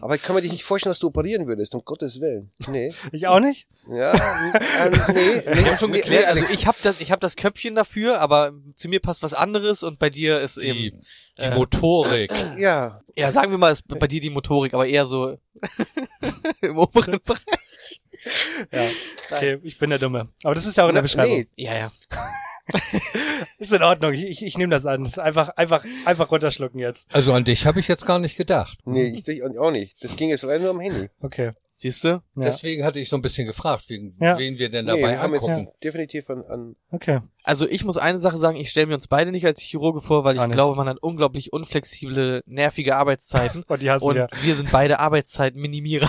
[SPEAKER 8] Aber ich kann mir dich nicht vorstellen, dass du operieren würdest, um Gottes Willen. Nee.
[SPEAKER 7] Ich auch nicht?
[SPEAKER 8] Ja, ähm, nee, nee.
[SPEAKER 2] Wir haben schon
[SPEAKER 8] nee,
[SPEAKER 2] geklärt,
[SPEAKER 8] nee,
[SPEAKER 2] also
[SPEAKER 8] Alex.
[SPEAKER 2] ich habe das, ich hab das Köpfchen dafür, aber zu mir passt was anderes und bei dir ist
[SPEAKER 9] Die,
[SPEAKER 2] eben,
[SPEAKER 9] die
[SPEAKER 8] äh,
[SPEAKER 9] Motorik.
[SPEAKER 8] also, Ja,
[SPEAKER 2] ja, sagen wir mal, ist bei dir die Motorik, aber eher so im oberen Bereich.
[SPEAKER 7] Okay, ich bin der Dumme. Aber das ist ja auch in der
[SPEAKER 8] Na,
[SPEAKER 7] Beschreibung.
[SPEAKER 8] nee.
[SPEAKER 2] Ja, ja.
[SPEAKER 7] Ist in Ordnung. Ich, ich, ich nehme das an. Das ist einfach, einfach, einfach runterschlucken jetzt.
[SPEAKER 9] Also an dich habe ich jetzt gar nicht gedacht.
[SPEAKER 8] Nee, ich dich auch nicht. Das ging jetzt leider nur am Handy.
[SPEAKER 7] Okay.
[SPEAKER 2] Siehst du?
[SPEAKER 7] Ja.
[SPEAKER 9] Deswegen hatte ich so ein bisschen gefragt, wegen
[SPEAKER 7] Ja.
[SPEAKER 9] wen wir denn
[SPEAKER 8] Nee,
[SPEAKER 9] dabei
[SPEAKER 8] wir haben jetzt
[SPEAKER 9] angucken.
[SPEAKER 8] definitiv an, an
[SPEAKER 7] Okay.
[SPEAKER 2] Also ich muss eine Sache sagen, ich stelle mir uns beide nicht als Chirurge vor, weil
[SPEAKER 7] Ich
[SPEAKER 2] ich,
[SPEAKER 7] auch nicht.
[SPEAKER 2] glaube, man hat unglaublich unflexible, nervige Arbeitszeiten.
[SPEAKER 7] Und Oh, die hassen
[SPEAKER 2] Und
[SPEAKER 7] wir.
[SPEAKER 2] wir sind beide Arbeitszeitminimierer.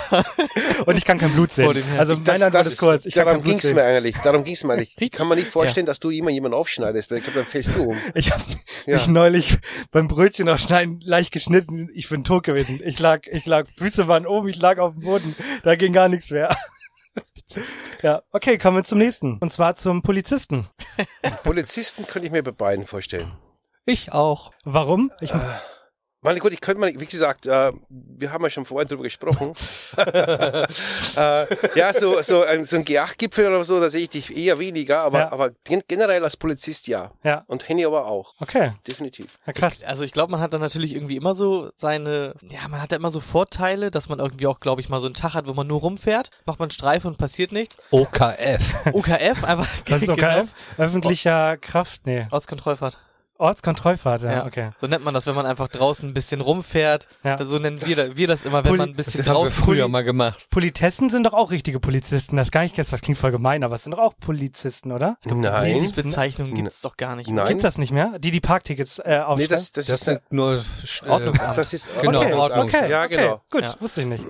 [SPEAKER 7] Und ich kann kein Blut sehen.
[SPEAKER 2] Vor dem Herrn.
[SPEAKER 7] Also
[SPEAKER 8] Das-
[SPEAKER 7] meine Antwort
[SPEAKER 8] das
[SPEAKER 7] ist kurz. Ich kann kein
[SPEAKER 8] darum
[SPEAKER 7] Blut
[SPEAKER 8] ging's
[SPEAKER 7] sehen.
[SPEAKER 8] mir eigentlich. Darum ging's mir eigentlich. Ich kann mir nicht vorstellen, dass du immer jemanden aufschneidest, weil ich glaube, dann fällst du um.
[SPEAKER 7] Ich habe
[SPEAKER 8] Ja.
[SPEAKER 7] mich neulich beim Brötchen aufschneiden leicht geschnitten. Ich bin tot gewesen. Ich lag, ich lag, Füße waren oben, ich lag auf dem Boden. Da ging gar nichts mehr. Ja, okay, kommen wir zum nächsten. Und zwar zum Polizisten.
[SPEAKER 8] Polizisten könnte ich mir bei beiden vorstellen.
[SPEAKER 9] Ich auch.
[SPEAKER 7] Warum? Ich,
[SPEAKER 8] Meine gut, ich könnte mal, wie gesagt, äh, wir haben ja schon vorhin drüber gesprochen. äh, ja, so, so ein, so ein G8-Gipfel oder so, da sehe ich dich eher weniger, aber,
[SPEAKER 7] Ja.
[SPEAKER 8] aber gen- generell als Polizist ja.
[SPEAKER 7] Ja.
[SPEAKER 8] Und Henny aber auch.
[SPEAKER 7] Okay.
[SPEAKER 8] Definitiv.
[SPEAKER 7] Ja, krass.
[SPEAKER 2] Also ich glaube, man hat da natürlich irgendwie immer so seine, ja, man hat da immer so Vorteile, dass man irgendwie auch, glaube ich, mal so einen Tag hat, wo man nur rumfährt, macht man Streife und passiert nichts.
[SPEAKER 9] OKF.
[SPEAKER 2] OKF, einfach.
[SPEAKER 7] Was ist OKF?
[SPEAKER 2] Genau.
[SPEAKER 7] Öffentlicher Kraft, nee.
[SPEAKER 2] Ortskontrollfahrt.
[SPEAKER 7] Ortskontrollfahrt, ja, okay.
[SPEAKER 2] So nennt man das, wenn man einfach draußen ein bisschen rumfährt.
[SPEAKER 7] Ja.
[SPEAKER 2] So nennen wir, da- wir das immer, wenn
[SPEAKER 7] Poli-
[SPEAKER 2] man ein bisschen
[SPEAKER 9] Das haben wir
[SPEAKER 2] draußen
[SPEAKER 9] früher mal gemacht.
[SPEAKER 7] Politessen sind doch auch richtige Polizisten. Das gar nicht, das klingt voll gemein, aber es sind doch auch Polizisten, oder?
[SPEAKER 2] Nee,
[SPEAKER 8] Nein.
[SPEAKER 2] diese Bezeichnung gibt's doch gar nicht.
[SPEAKER 8] Nein.
[SPEAKER 7] Gibt's das nicht mehr? Die die Parktickets äh, aufstellen?
[SPEAKER 8] Nee, das, das,
[SPEAKER 9] Das
[SPEAKER 8] ist,
[SPEAKER 9] sind nur äh,
[SPEAKER 2] Ordnungsamt.
[SPEAKER 8] das ist,
[SPEAKER 9] Genau,
[SPEAKER 7] okay,
[SPEAKER 9] Ordnung.
[SPEAKER 7] okay,
[SPEAKER 8] Ja,
[SPEAKER 7] okay,
[SPEAKER 8] genau.
[SPEAKER 7] Gut,
[SPEAKER 2] Ja.
[SPEAKER 7] wusste ich nicht.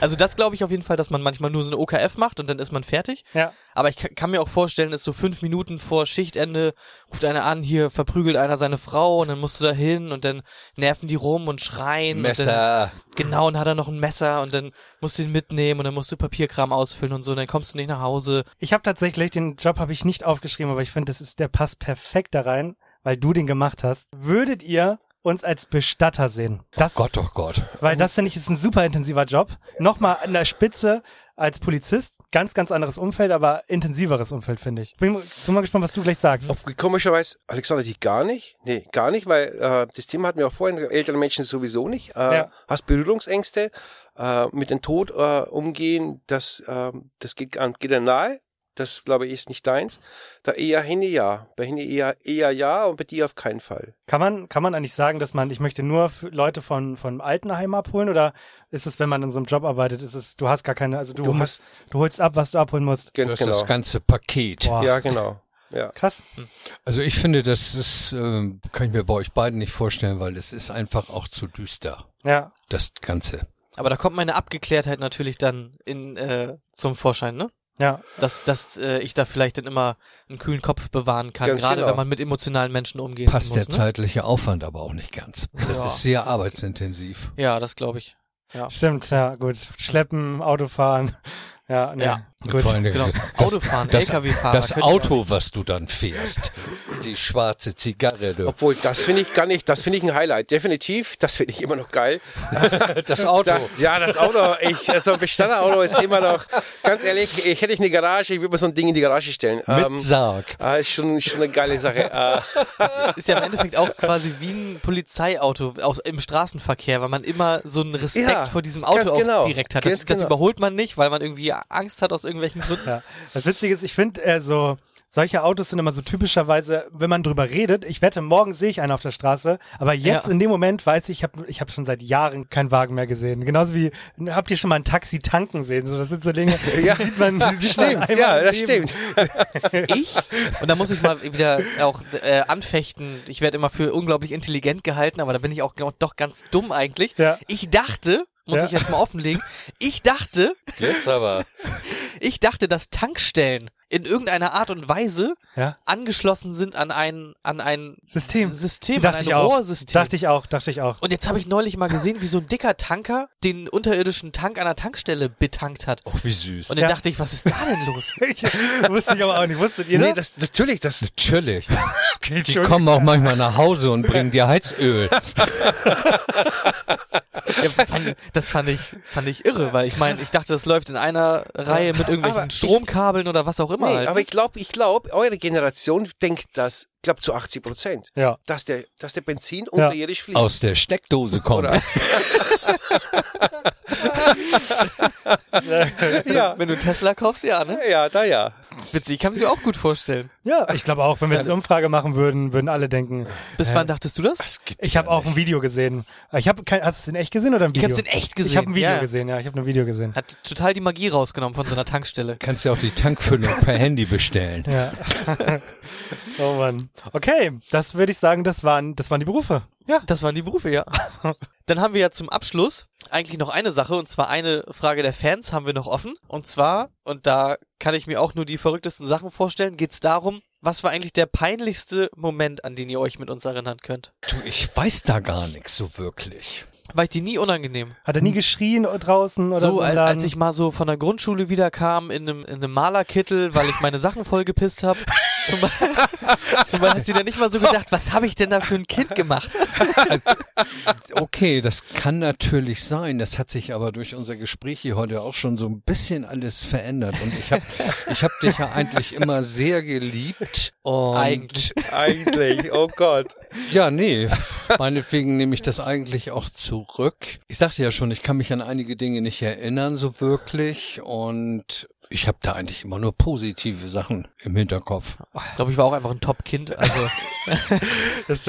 [SPEAKER 2] Also das glaube ich auf jeden Fall, dass man manchmal nur so eine OKF macht und dann ist man fertig.
[SPEAKER 7] Ja.
[SPEAKER 2] Aber ich ka- kann mir auch vorstellen, dass so fünf Minuten vor Schichtende ruft einer an, hier verprügelt einer seine Frau und dann musst du da hin und dann nerven die rum und schreien. Und dann,
[SPEAKER 9] Messer.
[SPEAKER 2] genau, und hat er noch ein Messer und dann musst du ihn mitnehmen und dann musst du Papierkram ausfüllen und so und dann kommst du nicht nach Hause.
[SPEAKER 7] Ich habe tatsächlich den Job habe ich nicht aufgeschrieben, aber ich finde, das ist der passt perfekt da rein, weil du den gemacht hast. Würdet ihr uns als Bestatter sehen? Das,
[SPEAKER 9] Gott, oh Gott.
[SPEAKER 7] weil das finde ich ist ein super intensiver Job. Nochmal an der Spitze als Polizist, ganz ganz anderes Umfeld, aber intensiveres Umfeld finde ich. Bin, bin mal gespannt, was du gleich sagst.
[SPEAKER 8] Auf komischerweise, Alexander, die gar nicht? Nee, gar nicht, weil äh, das Thema hatten wir auch vorhin, ältere Menschen sowieso nicht. Äh,
[SPEAKER 7] Ja.
[SPEAKER 8] Hast Berührungsängste, äh, mit dem Tod äh, umgehen, das, äh, das geht, an- geht dir nahe. Das, glaube ich, ist nicht deins. Da eher Hände ja. Bei Hände eher, eher ja und bei dir auf keinen Fall.
[SPEAKER 7] Kann man kann man eigentlich sagen, dass man ich möchte nur f- Leute von von Altenheim abholen oder ist es, wenn man in so einem Job arbeitet, ist es du hast gar keine, also du,
[SPEAKER 8] Du
[SPEAKER 7] musst,
[SPEAKER 8] hast-
[SPEAKER 7] du holst ab, was du abholen musst.
[SPEAKER 8] Ganz
[SPEAKER 9] Das ist
[SPEAKER 8] genau.
[SPEAKER 9] das ganze Paket.
[SPEAKER 7] Boah,
[SPEAKER 8] ja, genau. Ja.
[SPEAKER 7] krass.
[SPEAKER 9] Also ich finde, das ist, ähm, kann ich mir bei euch beiden nicht vorstellen, weil es ist einfach auch zu düster.
[SPEAKER 7] Ja.
[SPEAKER 9] Das Ganze.
[SPEAKER 2] Aber da kommt meine Abgeklärtheit natürlich dann in äh, zum Vorschein, ne?
[SPEAKER 7] Ja,
[SPEAKER 2] Dass, dass äh, ich da vielleicht dann immer einen kühlen Kopf bewahren kann,
[SPEAKER 8] Ganz
[SPEAKER 2] gerade
[SPEAKER 8] genau.
[SPEAKER 2] wenn man mit emotionalen Menschen umgehen
[SPEAKER 9] Passt
[SPEAKER 2] muss. ne?
[SPEAKER 9] der zeitliche Aufwand aber auch nicht ganz. Das
[SPEAKER 2] Ja.
[SPEAKER 9] ist sehr arbeitsintensiv.
[SPEAKER 2] Ne? Ja, das glaube ich.
[SPEAKER 7] Stimmt, ja, gut. Schleppen, Autofahren. Ja, nee.
[SPEAKER 2] Ja.
[SPEAKER 9] Und
[SPEAKER 7] Gut.
[SPEAKER 9] vor allen Dingen
[SPEAKER 2] Genau.
[SPEAKER 9] das-
[SPEAKER 2] Autofahren,
[SPEAKER 9] das-
[SPEAKER 2] LKW-Fahrer.
[SPEAKER 9] Das
[SPEAKER 2] könnte
[SPEAKER 9] Auto, was du dann fährst. Die schwarze Zigarre. Du.
[SPEAKER 8] Obwohl, das finde ich gar nicht, das finde ich ein Highlight. Definitiv, das finde ich immer noch geil.
[SPEAKER 9] Das Auto.
[SPEAKER 8] Das, ja, das Auto, ich, so ein Bestanderauto ist immer noch, ganz ehrlich, ich hätte ich eine Garage, ich würde mir so ein Ding in die Garage stellen. Ähm,
[SPEAKER 9] mit Sarg.
[SPEAKER 8] Ah, ist schon, schon eine geile Sache. Ah,
[SPEAKER 2] ja- Ist ja im Endeffekt auch quasi wie ein Polizeiauto auch im Straßenverkehr, weil man immer so einen Respekt
[SPEAKER 8] Ja,
[SPEAKER 2] vor diesem
[SPEAKER 8] ganz
[SPEAKER 2] Auto auch
[SPEAKER 8] genau,
[SPEAKER 2] direkt hat. Das,
[SPEAKER 8] ganz
[SPEAKER 2] das
[SPEAKER 8] genau.
[SPEAKER 2] überholt man nicht, weil man irgendwie Angst hat aus irgendwelchen Gründen.
[SPEAKER 7] Ja. Das Witzige ist, ich finde, äh, so, solche Autos sind immer so typischerweise, wenn man drüber redet, ich wette, morgen sehe ich einen auf der Straße, aber jetzt
[SPEAKER 2] Ja.
[SPEAKER 7] in dem Moment weiß ich, ich habe ich hab schon seit Jahren keinen Wagen mehr gesehen. Genauso wie, habt ihr schon mal ein Taxi tanken sehen? So, das sind so Dinge,
[SPEAKER 8] Ja.
[SPEAKER 7] die sieht man, die sieht man
[SPEAKER 8] stimmt,
[SPEAKER 7] einmal
[SPEAKER 8] ja,
[SPEAKER 7] im
[SPEAKER 8] das
[SPEAKER 7] Leben. Ne?
[SPEAKER 8] stimmt.
[SPEAKER 2] Ich? Und da muss ich mal wieder auch äh, anfechten. Ich werde immer für unglaublich intelligent gehalten, aber da bin ich auch genau, doch ganz dumm eigentlich.
[SPEAKER 7] Ja.
[SPEAKER 2] Ich dachte, muss
[SPEAKER 7] Ja.
[SPEAKER 2] ich jetzt mal offenlegen, ich dachte,
[SPEAKER 9] Jetzt aber.
[SPEAKER 2] ich dachte, dass Tankstellen in irgendeiner Art und Weise
[SPEAKER 7] Ja.
[SPEAKER 2] angeschlossen sind an ein, an ein
[SPEAKER 7] System.
[SPEAKER 2] System,
[SPEAKER 7] dachte
[SPEAKER 2] an ein
[SPEAKER 7] ich auch.
[SPEAKER 2] Rohrsystem.
[SPEAKER 7] Dachte ich auch, dachte ich auch.
[SPEAKER 2] Und jetzt habe ich neulich mal gesehen, wie so ein dicker Tanker den unterirdischen Tank an der Tankstelle betankt hat.
[SPEAKER 9] Och, wie süß.
[SPEAKER 2] Und dann
[SPEAKER 7] Ja.
[SPEAKER 2] dachte ich, was ist da denn los?
[SPEAKER 7] Ich, wusste ich aber auch nicht. Wusstet ihr
[SPEAKER 8] Nee,
[SPEAKER 7] das?
[SPEAKER 8] das, natürlich, das,
[SPEAKER 9] Natürlich. Die kommen auch manchmal nach Hause und bringen dir Heizöl.
[SPEAKER 2] Ja, fand, das fand ich, fand ich irre, weil ich meine, ich dachte, das läuft in einer Reihe mit irgendwelchen
[SPEAKER 8] Aber ich-
[SPEAKER 2] Stromkabeln oder was auch immer.
[SPEAKER 8] nee,
[SPEAKER 2] halt.
[SPEAKER 8] aber ich glaube, ich glaube, eure Generation denkt das, glaube zu 80 Prozent,
[SPEAKER 7] Ja.
[SPEAKER 8] dass der, dass der Benzin unterirdisch fließt.
[SPEAKER 9] Aus der Steckdose kommen.
[SPEAKER 8] Ja,
[SPEAKER 2] Wenn du Tesla kaufst, ja, ne?
[SPEAKER 8] ja, da ja.
[SPEAKER 2] Witzig, ich kann mir das auch gut vorstellen.
[SPEAKER 7] Ja, ich glaube auch, wenn wir jetzt eine Umfrage machen würden, würden alle denken,
[SPEAKER 2] Bis wann dachtest du das?
[SPEAKER 7] Ich habe auch ein Video gesehen. Ich habe kein, hast du es in echt gesehen oder ein Video?
[SPEAKER 2] hab's in echt gesehen,
[SPEAKER 7] Ich habe ein Video
[SPEAKER 2] ja.
[SPEAKER 7] gesehen, ja, ich habe ein Video gesehen.
[SPEAKER 2] Hat total die Magie rausgenommen von so einer Tankstelle.
[SPEAKER 9] Kannst ja auch die Tankfüllung per Handy bestellen.
[SPEAKER 7] Ja. oh Mann. Okay, das würde ich sagen, das waren das waren die Berufe.
[SPEAKER 2] Ja. Das waren die Berufe, ja. Dann haben wir ja zum Abschluss eigentlich noch eine Sache, und zwar eine Frage der Fans haben wir noch offen. Und zwar, und da kann ich mir auch nur die verrücktesten Sachen vorstellen, geht's darum, was war eigentlich der peinlichste Moment, an den ihr euch mit uns erinnern könnt?
[SPEAKER 9] Du, ich weiß da gar nichts so wirklich.
[SPEAKER 2] War ich dir nie unangenehm?
[SPEAKER 7] Hat er nie geschrien draußen oder so?
[SPEAKER 2] Hm. so als,
[SPEAKER 7] Laden?
[SPEAKER 2] als ich mal so von der Grundschule wiederkam in einem, in einem Malerkittel, weil ich meine Sachen vollgepisst habe. Zum, Beispiel- zum Beispiel hast du dir nicht mal so gedacht, was habe ich denn da für ein Kind gemacht?
[SPEAKER 9] Okay, das kann natürlich sein. Das hat sich aber durch unser Gespräch hier heute auch schon so ein bisschen alles verändert. Und ich habe ich hab dich ja eigentlich immer sehr geliebt. Und
[SPEAKER 2] Eigentlich.
[SPEAKER 8] Eigentlich, oh Gott.
[SPEAKER 9] Ja, nee, meinetwegen nehme ich das eigentlich auch zurück. Ich sagte ja schon, ich kann mich an einige Dinge nicht erinnern so wirklich. Und ich habe da eigentlich immer nur positive Sachen im Hinterkopf.
[SPEAKER 2] Ich glaube, ich war auch einfach ein Top-Kind. Also,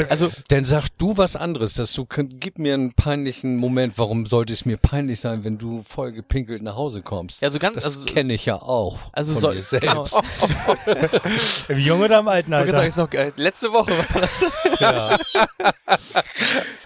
[SPEAKER 9] Also, dann sag du was anderes, dass du könnt- gib mir einen peinlichen Moment. Warum sollte es mir peinlich sein, wenn du voll gepinkelt nach Hause kommst?
[SPEAKER 2] Ja, so ganz-
[SPEAKER 9] das
[SPEAKER 2] also-
[SPEAKER 9] kenne ich ja auch.
[SPEAKER 2] also
[SPEAKER 9] von
[SPEAKER 2] so,
[SPEAKER 9] mir
[SPEAKER 2] genau.
[SPEAKER 9] selbst.
[SPEAKER 7] Im Jungen oder im alten
[SPEAKER 2] Ich wollte
[SPEAKER 7] Alter?
[SPEAKER 2] gerade sagen, ist noch, geil. letzte Woche war das.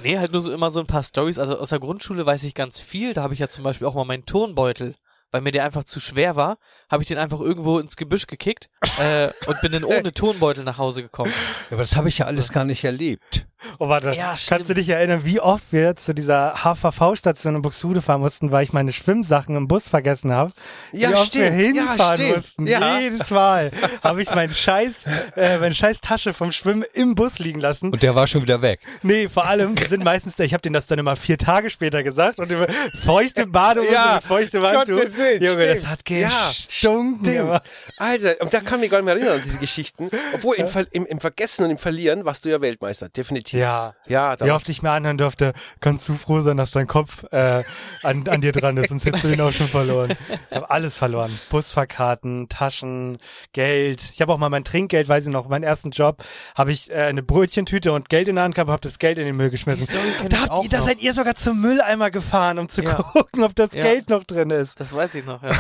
[SPEAKER 2] nee, halt nur so immer so ein paar Stories. Also aus der Grundschule weiß ich ganz viel. Da habe ich ja zum Beispiel auch mal meinen Turnbeutel, weil mir der einfach zu schwer war, habe ich den einfach irgendwo ins Gebüsch gekickt äh, und bin dann ohne Turnbeutel nach Hause gekommen.
[SPEAKER 9] Ja, aber das habe ich ja alles gar nicht erlebt.
[SPEAKER 7] Oh, warte.
[SPEAKER 2] Ja,
[SPEAKER 7] Kannst du dich erinnern, wie oft wir zu dieser HVV-Station in Buxtehude fahren mussten, weil ich meine Schwimmsachen im Bus vergessen habe?
[SPEAKER 9] Ja,
[SPEAKER 7] wie oft wir
[SPEAKER 9] stimmt. Ja,
[SPEAKER 7] hinfahren
[SPEAKER 9] stimmt.
[SPEAKER 7] mussten.
[SPEAKER 9] Ja.
[SPEAKER 7] Jedes Mal habe ich meinen Scheiß, äh, meine scheiß Tasche vom Schwimmen im Bus liegen lassen.
[SPEAKER 9] Und der war schon wieder weg.
[SPEAKER 7] Nee, vor allem, wir sind meistens, ich habe denen das dann immer vier Tage später gesagt und über feuchte Badehose
[SPEAKER 8] Ja,
[SPEAKER 7] mit feuchtem Handtuch.
[SPEAKER 8] Gottes Willen,
[SPEAKER 7] Junge, das
[SPEAKER 8] stimmt.
[SPEAKER 7] hat
[SPEAKER 8] Ja,
[SPEAKER 7] gestunken.
[SPEAKER 8] Ding.
[SPEAKER 7] aber-
[SPEAKER 8] Alter, und da kann ich mich gar nicht mehr erinnern an diese Geschichten. Obwohl im, Ver im, im Vergessen und im Verlieren warst du ja Weltmeister, definitiv.
[SPEAKER 7] Ja.
[SPEAKER 8] Ja, da
[SPEAKER 7] Wie oft ich mir anhören durfte, kannst du froh sein, dass dein Kopf äh, an, an dir dran ist, sonst hättest du ihn auch schon verloren. Ich habe alles verloren. Busfahrkarten, Taschen, Geld. Ich habe auch mal mein Trinkgeld, weiß ich noch, meinen ersten Job, habe ich äh, eine Brötchentüte und Geld in der Hand gehabt, habe das Geld in den Müll geschmissen. Da, habt ihr, da seid ihr sogar zum Mülleimer gefahren, um zu
[SPEAKER 2] Ja.
[SPEAKER 7] gucken, ob das
[SPEAKER 2] Ja.
[SPEAKER 7] Geld noch drin ist.
[SPEAKER 2] Das weiß ich noch, ja.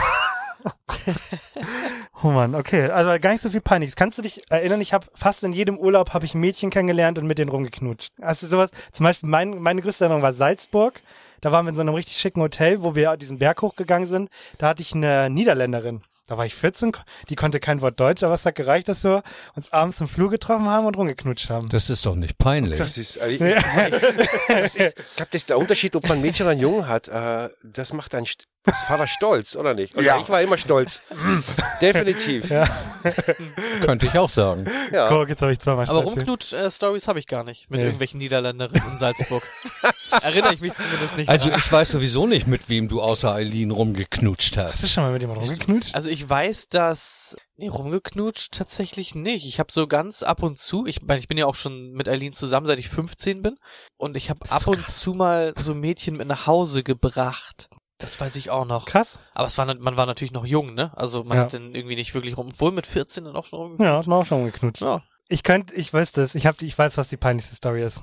[SPEAKER 7] Oh Mann, okay. Also gar nicht so viel Panik. Kannst du dich erinnern, ich habe fast in jedem Urlaub habe ich ein Mädchen kennengelernt und mit denen rumgeknutscht. Hast du sowas? Zum Beispiel mein, meine größte Erinnerung war Salzburg. Da waren wir in so einem richtig schicken Hotel, wo wir diesen Berg hochgegangen sind. Da hatte ich eine Niederländerin. Da war ich 14, ko- die konnte kein Wort Deutsch, aber es hat gereicht, dass wir uns abends im Flur getroffen haben und rumgeknutscht haben.
[SPEAKER 9] Das ist doch nicht peinlich.
[SPEAKER 8] Das ist, äh, ich, das ist, ich glaube, das ist der Unterschied, ob man ein Mädchen oder ein Jungen hat. Äh, das macht einen st- das Vater stolz, oder nicht? Also
[SPEAKER 3] Ja.
[SPEAKER 8] Ich war immer stolz. Definitiv. Ja.
[SPEAKER 9] Könnte ich auch sagen.
[SPEAKER 7] Guck, jetzt habe ich zweimal
[SPEAKER 2] Aber
[SPEAKER 7] Spazier.
[SPEAKER 2] Rumknut-Stories habe ich gar nicht mit
[SPEAKER 7] Nee.
[SPEAKER 2] irgendwelchen Niederländerinnen in Salzburg. Erinnere ich mich zumindest nicht.
[SPEAKER 9] Also
[SPEAKER 2] dran.
[SPEAKER 9] ich weiß sowieso nicht, mit wem du außer Eileen rumgeknutscht
[SPEAKER 7] Hast du
[SPEAKER 9] hast.
[SPEAKER 7] schon mal mit jemandem rumgeknutscht?
[SPEAKER 2] Also ich weiß, dass nee, rumgeknutscht tatsächlich nicht. Ich habe so ganz ab und zu, ich meine, ich bin ja auch schon mit Eileen zusammen, seit ich 15 bin und ich habe ab und zu mal so Mädchen mit nach Hause gebracht. Das weiß ich auch noch.
[SPEAKER 7] Krass.
[SPEAKER 2] Aber es war nat- man war natürlich noch jung, ne? Also man
[SPEAKER 7] Ja. Hm.
[SPEAKER 2] hat dann irgendwie nicht wirklich rum, obwohl mit 14 dann auch schon rum.
[SPEAKER 7] Ja, hat man auch schon rumgeknutscht.
[SPEAKER 2] Ja,
[SPEAKER 7] Ich könnte, ich weiß das, ich, hab die, ich weiß, was die peinlichste Story ist.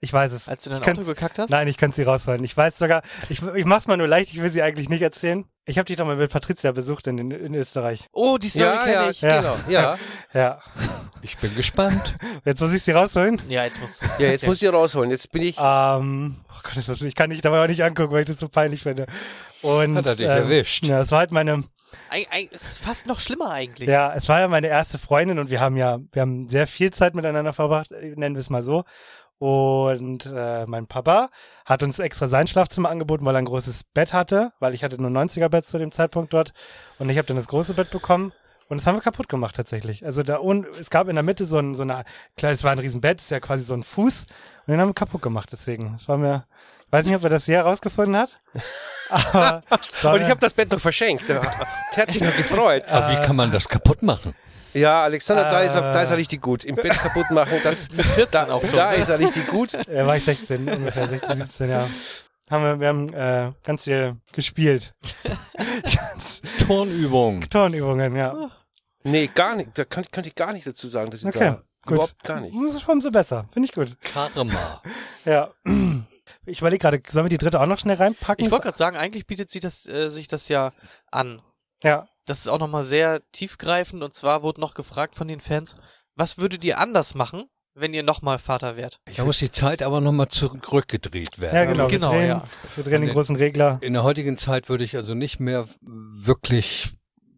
[SPEAKER 7] Ich weiß es.
[SPEAKER 2] als du in
[SPEAKER 7] ich
[SPEAKER 2] dein
[SPEAKER 7] kann's-
[SPEAKER 2] Auto gekackt hast.
[SPEAKER 7] Nein, ich kann sie rausholen. Ich weiß sogar, ich, ich mach's mal nur leicht, ich will sie eigentlich nicht erzählen. Ich habe dich doch mal mit Patricia besucht in, in, in Österreich.
[SPEAKER 2] Oh, die Story
[SPEAKER 8] Ja,
[SPEAKER 2] kenne
[SPEAKER 8] ja,
[SPEAKER 2] ich.
[SPEAKER 7] Ja.
[SPEAKER 8] genau. Ja.
[SPEAKER 7] Ja.
[SPEAKER 9] Ich bin gespannt.
[SPEAKER 7] Jetzt muss ich sie rausholen.
[SPEAKER 2] Ja, jetzt musst du
[SPEAKER 8] ja, jetzt muss ich rausholen. Jetzt bin ich.
[SPEAKER 7] Ähm, oh Gott, das ist, ich kann dich dabei auch nicht angucken, weil ich das so peinlich finde. Und,
[SPEAKER 9] Hat er dich
[SPEAKER 7] ähm,
[SPEAKER 9] erwischt.
[SPEAKER 7] Ja, es war halt meine,
[SPEAKER 2] Eig- eig- Es ist fast noch schlimmer eigentlich.
[SPEAKER 7] ja, es war ja meine erste Freundin und wir haben ja, wir haben sehr viel Zeit miteinander verbracht, äh, nennen wir es mal so. Und äh, mein Papa hat uns extra sein Schlafzimmer angeboten, weil er ein großes Bett hatte, weil ich hatte nur 90er-Bett zu dem Zeitpunkt dort. Und ich habe dann das große Bett bekommen. Und das haben wir kaputt gemacht tatsächlich. Also da unten, es gab in der Mitte so ein, so eine, klar, es war ein Riesenbett, ist ja quasi so ein Fuß. Und den haben wir kaputt gemacht, deswegen. Das war mir, ich weiß nicht, ob er das hier herausgefunden hat. Aber
[SPEAKER 8] Und ich habe das Bett noch verschenkt. Der hat sich noch gefreut.
[SPEAKER 9] Aber wie kann man das kaputt machen?
[SPEAKER 8] Ja, Alexander, da, ist er, da ist er richtig gut. Im Bett kaputt machen, das, da,
[SPEAKER 2] auch schon,
[SPEAKER 8] da
[SPEAKER 2] ne?
[SPEAKER 8] ist er richtig gut.
[SPEAKER 7] Äh, war ich 16, ungefähr 16, 17, ja. Haben wir, wir haben äh, ganz viel gespielt.
[SPEAKER 9] Turnübung.
[SPEAKER 7] Turnübungen, ja.
[SPEAKER 8] Nee, gar nicht. Da könnte könnt ich gar nicht dazu sagen, dass ich
[SPEAKER 7] Okay,
[SPEAKER 8] da
[SPEAKER 7] gut.
[SPEAKER 8] überhaupt gar nicht.
[SPEAKER 7] Das ist schon so Also besser. Finde ich gut.
[SPEAKER 9] Karma.
[SPEAKER 7] Ja. Ich überlege gerade, sollen wir die dritte auch noch schnell reinpacken?
[SPEAKER 2] Ich wollte gerade sagen, eigentlich bietet sie das, äh, sich das ja an.
[SPEAKER 7] Ja.
[SPEAKER 2] Das ist auch nochmal sehr tiefgreifend und zwar wurde noch gefragt von den Fans, was würdet ihr anders machen, wenn ihr nochmal Vater wärt?
[SPEAKER 9] Da muss die Zeit aber nochmal zurückgedreht werden.
[SPEAKER 7] Ja, genau.
[SPEAKER 2] Genau,
[SPEAKER 7] wir drehen,
[SPEAKER 2] ja.
[SPEAKER 7] wir drehen den großen Regler.
[SPEAKER 9] In der heutigen Zeit würde ich also nicht mehr wirklich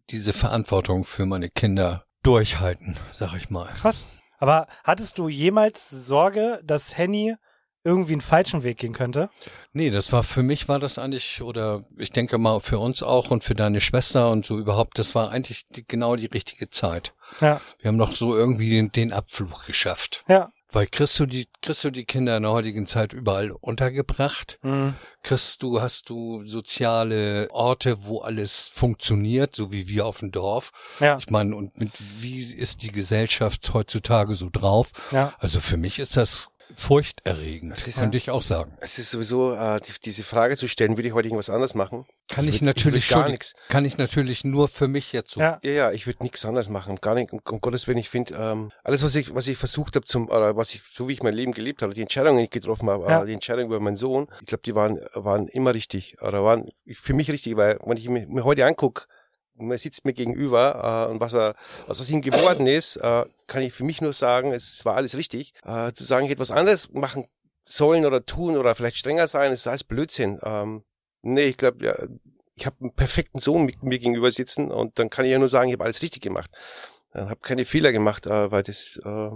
[SPEAKER 9] diese Verantwortung für meine Kinder durchhalten, sag ich mal.
[SPEAKER 7] Krass. Aber hattest du jemals Sorge, dass Henny
[SPEAKER 1] irgendwie einen falschen Weg gehen könnte?
[SPEAKER 9] Nee, das war für mich war das eigentlich, oder ich denke mal für uns auch und für deine Schwester und so überhaupt, das war eigentlich die, genau die richtige Zeit.
[SPEAKER 1] Ja.
[SPEAKER 9] Wir haben noch so irgendwie den, den Abflug geschafft.
[SPEAKER 1] Ja.
[SPEAKER 9] Weil kriegst du die, kriegst du die Kinder in der heutigen Zeit überall untergebracht?
[SPEAKER 1] Mhm.
[SPEAKER 9] Kriegst du, hast du soziale Orte, wo alles funktioniert, so wie wir auf dem Dorf?
[SPEAKER 1] Ja.
[SPEAKER 9] Ich meine, und mit wie ist die Gesellschaft heutzutage so drauf?
[SPEAKER 1] Ja.
[SPEAKER 9] Also für mich ist das furchterregend,
[SPEAKER 8] Das ist-
[SPEAKER 9] könnte ich auch sagen.
[SPEAKER 8] Es ist sowieso, äh, die, diese Frage zu stellen, würde ich heute irgendwas anders machen?
[SPEAKER 9] Kann ich,
[SPEAKER 8] würd-
[SPEAKER 9] natürlich
[SPEAKER 8] würd gar
[SPEAKER 9] schon,
[SPEAKER 8] nichts.
[SPEAKER 9] kann ich natürlich nur für mich jetzt so.
[SPEAKER 1] Ja.
[SPEAKER 8] Ja, ja, ich würde nichts anderes machen. Gar nicht, um, um Gottes Willen, ich finde, ähm, alles, was ich, was ich versucht habe zum, oder was ich, so wie ich mein Leben gelebt habe, die Entscheidungen, die ich getroffen habe,
[SPEAKER 1] Ja.
[SPEAKER 8] äh, die Entscheidung über meinen Sohn, ich glaube, die waren, waren immer richtig. Oder waren für mich richtig, weil wenn ich mir, mir heute angucke, man sitzt mir gegenüber äh, und was er, was aus ihm geworden ist, äh, kann ich für mich nur sagen, es, es war alles richtig. Äh, zu sagen, ich hätte was anderes machen sollen oder tun oder vielleicht strenger sein, ist alles Blödsinn. Ähm, nee, ich glaube, ja, ich habe einen perfekten Sohn mit mir gegenüber sitzen und dann kann ich ja nur sagen, ich habe alles richtig gemacht. Dann habe keine Fehler gemacht, äh, weil das äh,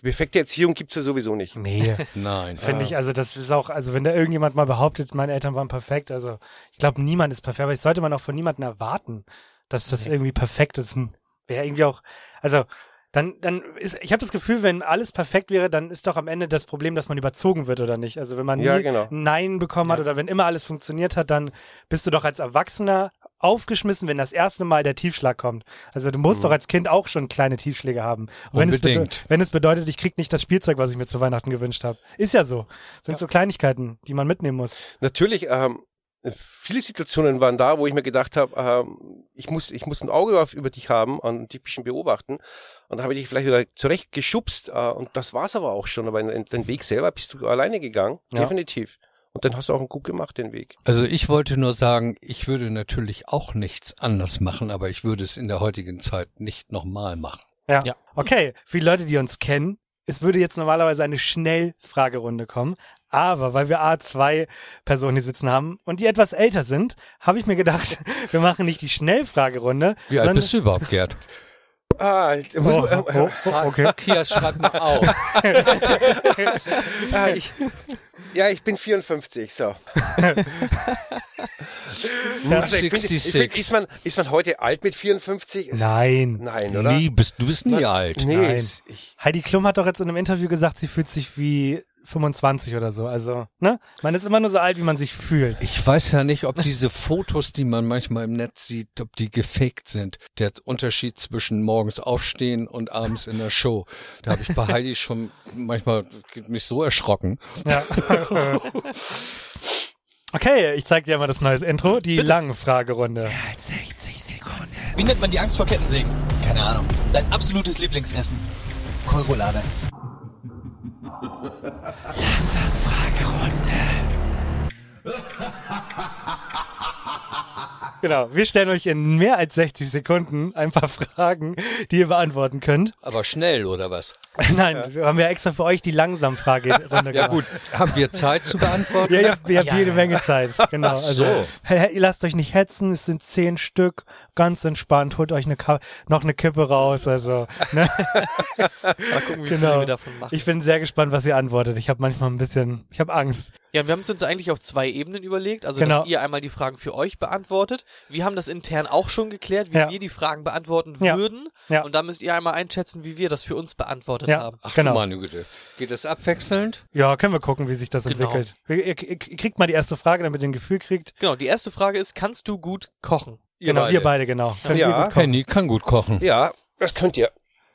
[SPEAKER 8] die perfekte Erziehung gibt's ja sowieso nicht.
[SPEAKER 1] Nee.
[SPEAKER 9] Nein.
[SPEAKER 1] Finde
[SPEAKER 8] Ah.
[SPEAKER 1] ich, also das ist auch, also wenn da irgendjemand mal behauptet, meine Eltern waren perfekt, also ich glaube, niemand ist perfekt, aber das sollte man auch von niemandem erwarten, dass das irgendwie perfekt ist. Hm, Wäre irgendwie auch, also dann, dann ist, ich habe das Gefühl, wenn alles perfekt wäre, dann ist doch am Ende das Problem, dass man überzogen wird oder nicht. Also wenn man nie
[SPEAKER 8] Ja, genau.
[SPEAKER 1] ein Nein bekommen hat oder wenn immer alles funktioniert hat, dann bist du doch als Erwachsener aufgeschmissen, wenn das erste Mal der Tiefschlag kommt. Also du musst doch als Kind auch schon kleine Tiefschläge haben. Und wenn es bede-
[SPEAKER 9] Unbedingt.
[SPEAKER 1] wenn es bedeutet, ich krieg nicht das Spielzeug, was ich mir zu Weihnachten gewünscht habe. Ist ja so. Sind so Kleinigkeiten, die man mitnehmen muss.
[SPEAKER 8] Natürlich, ähm, viele Situationen waren da, wo ich mir gedacht habe, ähm, ich muss, ich muss ein Auge auf, über dich haben und dich ein bisschen beobachten. Und da habe ich dich vielleicht wieder zurecht geschubst. Äh, und das war's aber auch schon. Aber den, den Weg selber bist du alleine gegangen,
[SPEAKER 1] Ja.
[SPEAKER 8] definitiv. Und dann hast du auch einen gut gemacht, den Weg.
[SPEAKER 9] Also ich wollte nur sagen, ich würde natürlich auch nichts anders machen, aber ich würde es in der heutigen Zeit nicht nochmal machen.
[SPEAKER 1] Ja.
[SPEAKER 2] Ja.
[SPEAKER 1] Okay, für die Leute, die uns kennen, es würde jetzt normalerweise eine Schnellfragerunde kommen. Aber weil wir A2 Personen hier sitzen haben und die etwas älter sind, habe ich mir gedacht, wir machen nicht die Schnellfragerunde.
[SPEAKER 9] Wie alt
[SPEAKER 1] sondern-
[SPEAKER 9] bist du überhaupt, Gerd?
[SPEAKER 8] Ah, jetzt muss
[SPEAKER 1] Oh,
[SPEAKER 8] man,
[SPEAKER 1] oh, oh, okay.
[SPEAKER 9] Kia, schreib mal auf.
[SPEAKER 8] äh, ich, ja, ich bin 54, so. Also ich finde, ich finde, ist,
[SPEAKER 9] 66.
[SPEAKER 8] man, ist man heute alt mit 54? Es ist-
[SPEAKER 1] Nein.
[SPEAKER 8] Nein, oder?
[SPEAKER 9] Nie, bist, du bist nie
[SPEAKER 8] Na,
[SPEAKER 9] alt.
[SPEAKER 8] Nee,
[SPEAKER 1] Nein.
[SPEAKER 8] es- ich,
[SPEAKER 1] Heidi Klum hat doch jetzt in einem Interview gesagt, sie fühlt sich wie 25 oder so. Also, ne? Man ist immer nur so alt, wie man sich fühlt.
[SPEAKER 9] Ich weiß ja nicht, ob diese Fotos, die man manchmal im Netz sieht, ob die gefaked sind. Der Unterschied zwischen morgens aufstehen und abends in der Show. Da habe ich bei Heidi schon manchmal mich so erschrocken.
[SPEAKER 1] Ja. okay, ich zeig dir mal das neues Intro, die langen Fragerunde.
[SPEAKER 4] Wie nennt man die Angst vor Kettensägen?
[SPEAKER 12] Keine Ahnung.
[SPEAKER 4] Dein absolutes Lieblingsessen.
[SPEAKER 12] Kohlroulade.
[SPEAKER 1] Genau. Wir stellen euch in mehr als 60 Sekunden ein paar Fragen, die ihr beantworten könnt.
[SPEAKER 9] Aber schnell, oder was?
[SPEAKER 1] Nein, wir haben ja extra für euch die langsam Fragerunde
[SPEAKER 9] Ja
[SPEAKER 1] gemacht.
[SPEAKER 9] gut, haben wir Zeit zu beantworten?
[SPEAKER 1] Ja, ihr habt, ihr habt jede Menge Zeit. Genau. Also,
[SPEAKER 9] so.
[SPEAKER 1] he- he- ihr lasst euch nicht hetzen, es sind zehn Stück, ganz entspannt, holt euch eine Ka noch eine Kippe raus. Also, ne?
[SPEAKER 2] Mal gucken, wie
[SPEAKER 1] Genau.
[SPEAKER 2] viel wir davon machen.
[SPEAKER 1] Ich bin sehr gespannt, was ihr antwortet. Ich habe manchmal ein bisschen, ich habe Angst.
[SPEAKER 2] Ja, wir haben es uns eigentlich auf zwei Ebenen überlegt. Also,
[SPEAKER 1] Genau.
[SPEAKER 2] dass ihr einmal die Fragen für euch beantwortet. Wir haben das intern auch schon geklärt, wie
[SPEAKER 1] Ja.
[SPEAKER 2] wir die Fragen beantworten
[SPEAKER 1] Ja.
[SPEAKER 2] würden.
[SPEAKER 1] Ja.
[SPEAKER 2] Und dann müsst ihr einmal einschätzen, wie wir das für uns beantwortet
[SPEAKER 1] Ja,
[SPEAKER 2] haben.
[SPEAKER 9] Ach
[SPEAKER 1] genau.
[SPEAKER 9] du meine Güte. Geht das abwechselnd?
[SPEAKER 1] Ja, können wir gucken, wie sich das
[SPEAKER 2] Genau.
[SPEAKER 1] entwickelt. Ihr, ihr, ihr kriegt mal die erste Frage, damit ihr ein Gefühl kriegt.
[SPEAKER 2] Genau, die erste Frage ist, kannst du gut kochen?
[SPEAKER 9] Ihr
[SPEAKER 1] genau,
[SPEAKER 9] beide.
[SPEAKER 1] wir beide, genau. Können
[SPEAKER 8] Ja.
[SPEAKER 1] wir gut kommen.
[SPEAKER 9] Henny kann gut kochen.
[SPEAKER 8] ja, das könnt ihr.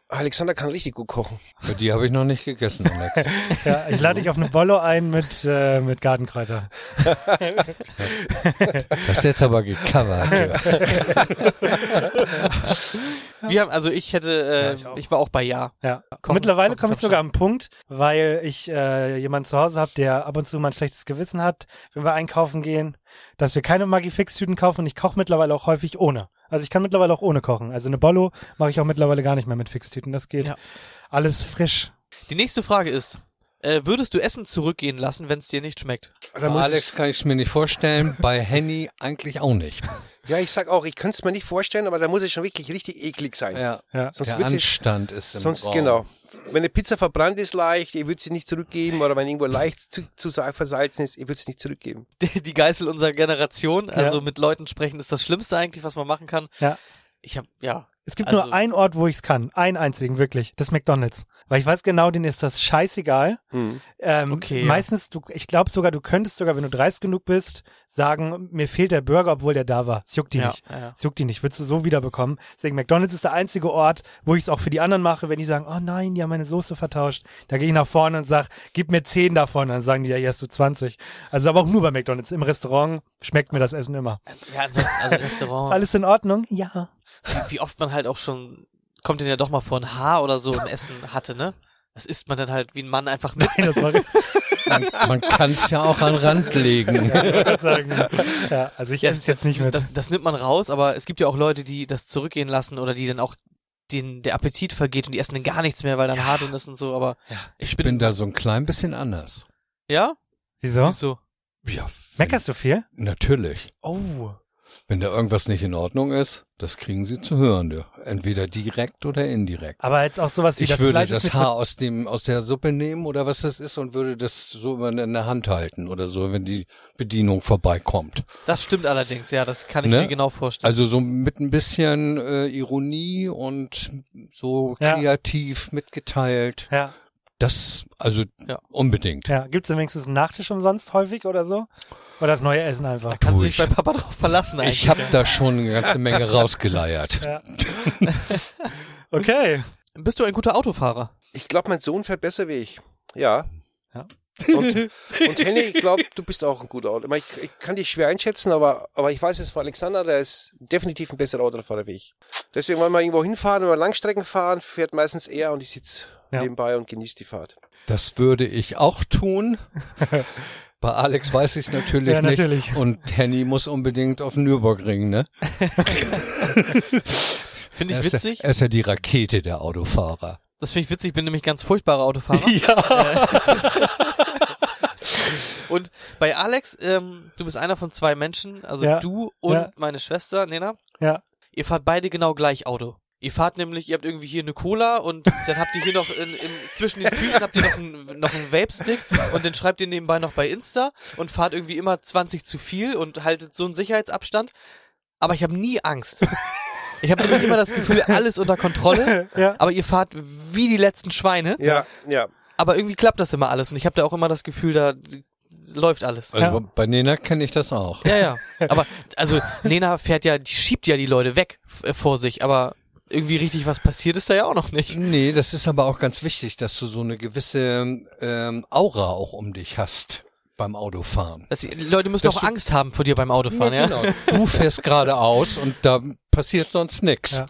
[SPEAKER 8] Alexander kann richtig gut kochen.
[SPEAKER 9] Für die habe ich noch nicht gegessen, Alex.
[SPEAKER 1] Ja, ich lade dich auf eine Bollo ein mit, äh, mit Gartenkräuter.
[SPEAKER 9] Das ist jetzt aber gecovert.
[SPEAKER 2] Wir haben, also ich hätte, äh,
[SPEAKER 1] Ja, ich
[SPEAKER 2] ich,
[SPEAKER 1] auch.
[SPEAKER 2] war auch bei Ja.
[SPEAKER 1] Ja.
[SPEAKER 2] Komm,
[SPEAKER 1] Mittlerweile
[SPEAKER 2] komm,
[SPEAKER 1] komme ich
[SPEAKER 2] komm
[SPEAKER 1] sogar am Punkt, weil ich äh, jemanden zu Hause habe, der ab und zu mal ein schlechtes Gewissen hat, wenn wir einkaufen gehen, dass wir keine Maggi-Fix-Tüten kaufen und ich koche mittlerweile auch häufig ohne. Also ich kann mittlerweile auch ohne kochen. Also eine Bollo mache ich auch mittlerweile gar nicht mehr mit Fixtüten. Das geht
[SPEAKER 2] Ja.
[SPEAKER 1] alles frisch.
[SPEAKER 2] Die nächste Frage ist, äh, würdest du Essen zurückgehen lassen, wenn es dir nicht schmeckt?
[SPEAKER 9] Bei Alex kann ich es mir nicht vorstellen, bei Henny eigentlich auch nicht.
[SPEAKER 8] Ja, ich sag auch, ich könnte es mir nicht vorstellen, aber da muss es schon wirklich richtig eklig sein.
[SPEAKER 9] Ja.
[SPEAKER 1] Ja.
[SPEAKER 8] Sonst
[SPEAKER 9] Der
[SPEAKER 8] wird's-
[SPEAKER 9] Anstand ist im
[SPEAKER 8] Sonst,
[SPEAKER 9] Raum.
[SPEAKER 8] genau. wenn eine Pizza verbrannt ist leicht, ihr würdet sie nicht zurückgeben oder wenn irgendwo leicht zu, zu versalzen ist, ihr würdet sie nicht zurückgeben.
[SPEAKER 2] Die Geißel unserer Generation, also mit Leuten sprechen, ist das Schlimmste eigentlich, was man machen kann.
[SPEAKER 7] Ja.
[SPEAKER 2] Ich habe ja.
[SPEAKER 7] Es gibt
[SPEAKER 2] also-
[SPEAKER 7] nur einen Ort, wo ich es kann. Einen einzigen, wirklich. Das McDonalds. Weil ich weiß genau, denen ist das scheißegal. Ähm,
[SPEAKER 2] Hm. Okay,
[SPEAKER 7] okay,
[SPEAKER 2] ja.
[SPEAKER 7] meistens, du, ich glaube sogar, du könntest sogar, wenn du dreist genug bist, sagen, mir fehlt der Burger, obwohl der da war. Es juckt die
[SPEAKER 2] Ja,
[SPEAKER 7] nicht.
[SPEAKER 2] ja, ja.
[SPEAKER 7] Es juckt die nicht. Würdest du so wiederbekommen. Deswegen, McDonalds ist der einzige Ort, wo ich es auch für die anderen mache, wenn die sagen, oh nein, die haben meine Soße vertauscht. Da gehe ich nach vorne und sag, gib mir 10 davon. Dann sagen die, ja, hier hast du 20. Also aber auch nur bei McDonalds. Im Restaurant schmeckt mir das Essen immer.
[SPEAKER 2] Ja, ansonsten, also Restaurant.
[SPEAKER 7] Ist alles in Ordnung? Ja.
[SPEAKER 2] wie oft man halt auch schon, kommt denn ja doch mal vor ein Haar oder so im Essen hatte, ne? Das isst man dann halt wie ein Mann einfach mit.
[SPEAKER 7] Nein, das war
[SPEAKER 9] Man kann es ja auch an den Rand legen.
[SPEAKER 7] Ja, also ich
[SPEAKER 2] Ja,
[SPEAKER 7] esse es jetzt nicht mit.
[SPEAKER 2] Das, das nimmt man raus, aber es gibt ja auch Leute, die das zurückgehen lassen oder die dann auch den, der Appetit vergeht und die essen dann gar nichts mehr, weil dann Haar drin ist und so, aber
[SPEAKER 9] Ich bin da so ein klein bisschen anders.
[SPEAKER 2] ja?
[SPEAKER 7] Wieso?
[SPEAKER 2] Wieso?
[SPEAKER 9] Ja,
[SPEAKER 7] Meckerst du viel?
[SPEAKER 9] natürlich.
[SPEAKER 7] Oh.
[SPEAKER 9] Wenn da irgendwas nicht in Ordnung ist, das kriegen sie zu hören. du. Entweder direkt oder indirekt.
[SPEAKER 7] Aber jetzt auch sowas wie
[SPEAKER 9] ich
[SPEAKER 7] das
[SPEAKER 9] würde
[SPEAKER 7] Fleisch ist
[SPEAKER 9] das
[SPEAKER 7] mit
[SPEAKER 9] Haar
[SPEAKER 7] so,
[SPEAKER 9] aus dem aus der Suppe nehmen oder was das ist und würde das so immer in der Hand halten oder so, wenn die Bedienung vorbeikommt.
[SPEAKER 2] Das stimmt allerdings, ja, das kann ich
[SPEAKER 9] Ne?
[SPEAKER 2] mir genau vorstellen.
[SPEAKER 9] Also so mit ein bisschen äh, Ironie und so
[SPEAKER 7] Ja.
[SPEAKER 9] kreativ mitgeteilt.
[SPEAKER 7] Ja.
[SPEAKER 9] Das also
[SPEAKER 2] Ja.
[SPEAKER 9] unbedingt.
[SPEAKER 7] Ja, gibt's denn wenigstens einen Nachtisch umsonst häufig oder so? Oder das neue Essen einfach?
[SPEAKER 2] Kannst du dich
[SPEAKER 9] Ruhig.
[SPEAKER 2] bei Papa drauf verlassen eigentlich.
[SPEAKER 9] Ich habe da schon eine ganze Menge rausgeleiert.
[SPEAKER 7] Okay.
[SPEAKER 2] Bist du ein guter Autofahrer?
[SPEAKER 8] Ich glaube, mein Sohn fährt besser wie ich. Ja.
[SPEAKER 7] Ja.
[SPEAKER 8] Und, und Henny, ich glaube, du bist auch ein guter Auto. Ich, meine, ich, ich kann dich schwer einschätzen, aber, aber ich weiß es von Alexander, der ist definitiv ein besserer Autofahrer wie ich. Deswegen, wenn wir irgendwo hinfahren, wenn wir Langstrecken fahren, fährt meistens er und ich sitze
[SPEAKER 7] Ja.
[SPEAKER 8] nebenbei und genieße die Fahrt.
[SPEAKER 9] Das würde ich auch tun. Bei Alex weiß ich es natürlich
[SPEAKER 7] Ja,
[SPEAKER 9] nicht.
[SPEAKER 7] natürlich.
[SPEAKER 9] Und Henny muss unbedingt auf den Nürburgring, ne?
[SPEAKER 2] Finde
[SPEAKER 9] Er
[SPEAKER 2] ich
[SPEAKER 9] ist ja-
[SPEAKER 2] witzig.
[SPEAKER 9] Er ist ja die Rakete der Autofahrer.
[SPEAKER 2] Das finde ich witzig, ich bin nämlich ganz furchtbarer Autofahrer. Äh, und bei Alex, ähm, du bist einer von zwei Menschen, also
[SPEAKER 7] Ja.
[SPEAKER 2] du und
[SPEAKER 7] Ja.
[SPEAKER 2] meine Schwester, Nena.
[SPEAKER 7] Ja.
[SPEAKER 2] Ihr fahrt beide genau gleich Auto. Ihr fahrt nämlich, ihr habt irgendwie hier eine Cola und dann habt ihr hier noch in, in, zwischen den Füßen habt ihr noch einen, noch einen Vape-Stick und dann schreibt ihr nebenbei noch bei Insta und fahrt irgendwie immer 20 zu viel und haltet so einen Sicherheitsabstand. Aber ich habe nie Angst. Ich habe nämlich immer das Gefühl, alles unter Kontrolle.
[SPEAKER 7] Ja.
[SPEAKER 2] Aber ihr fahrt wie die letzten Schweine.
[SPEAKER 8] Ja, ja.
[SPEAKER 2] Aber irgendwie klappt das immer alles. Und ich habe da auch immer das Gefühl, da läuft alles.
[SPEAKER 9] Also
[SPEAKER 7] Ja.
[SPEAKER 9] bei Nena kenne ich das auch.
[SPEAKER 2] Ja, ja. Aber, also, Nena fährt ja, die schiebt ja die Leute weg f- äh, vor sich. Aber irgendwie richtig was passiert ist da ja auch noch nicht.
[SPEAKER 9] Nee, das ist aber auch ganz wichtig, dass du so eine gewisse ähm, Aura auch um dich hast beim Autofahren.
[SPEAKER 2] Das, die Leute müssen
[SPEAKER 9] Das
[SPEAKER 2] auch
[SPEAKER 9] du-
[SPEAKER 2] Angst haben vor dir beim Autofahren, ja?
[SPEAKER 9] Genau. Du fährst geradeaus und da passiert sonst nix.
[SPEAKER 7] Ja.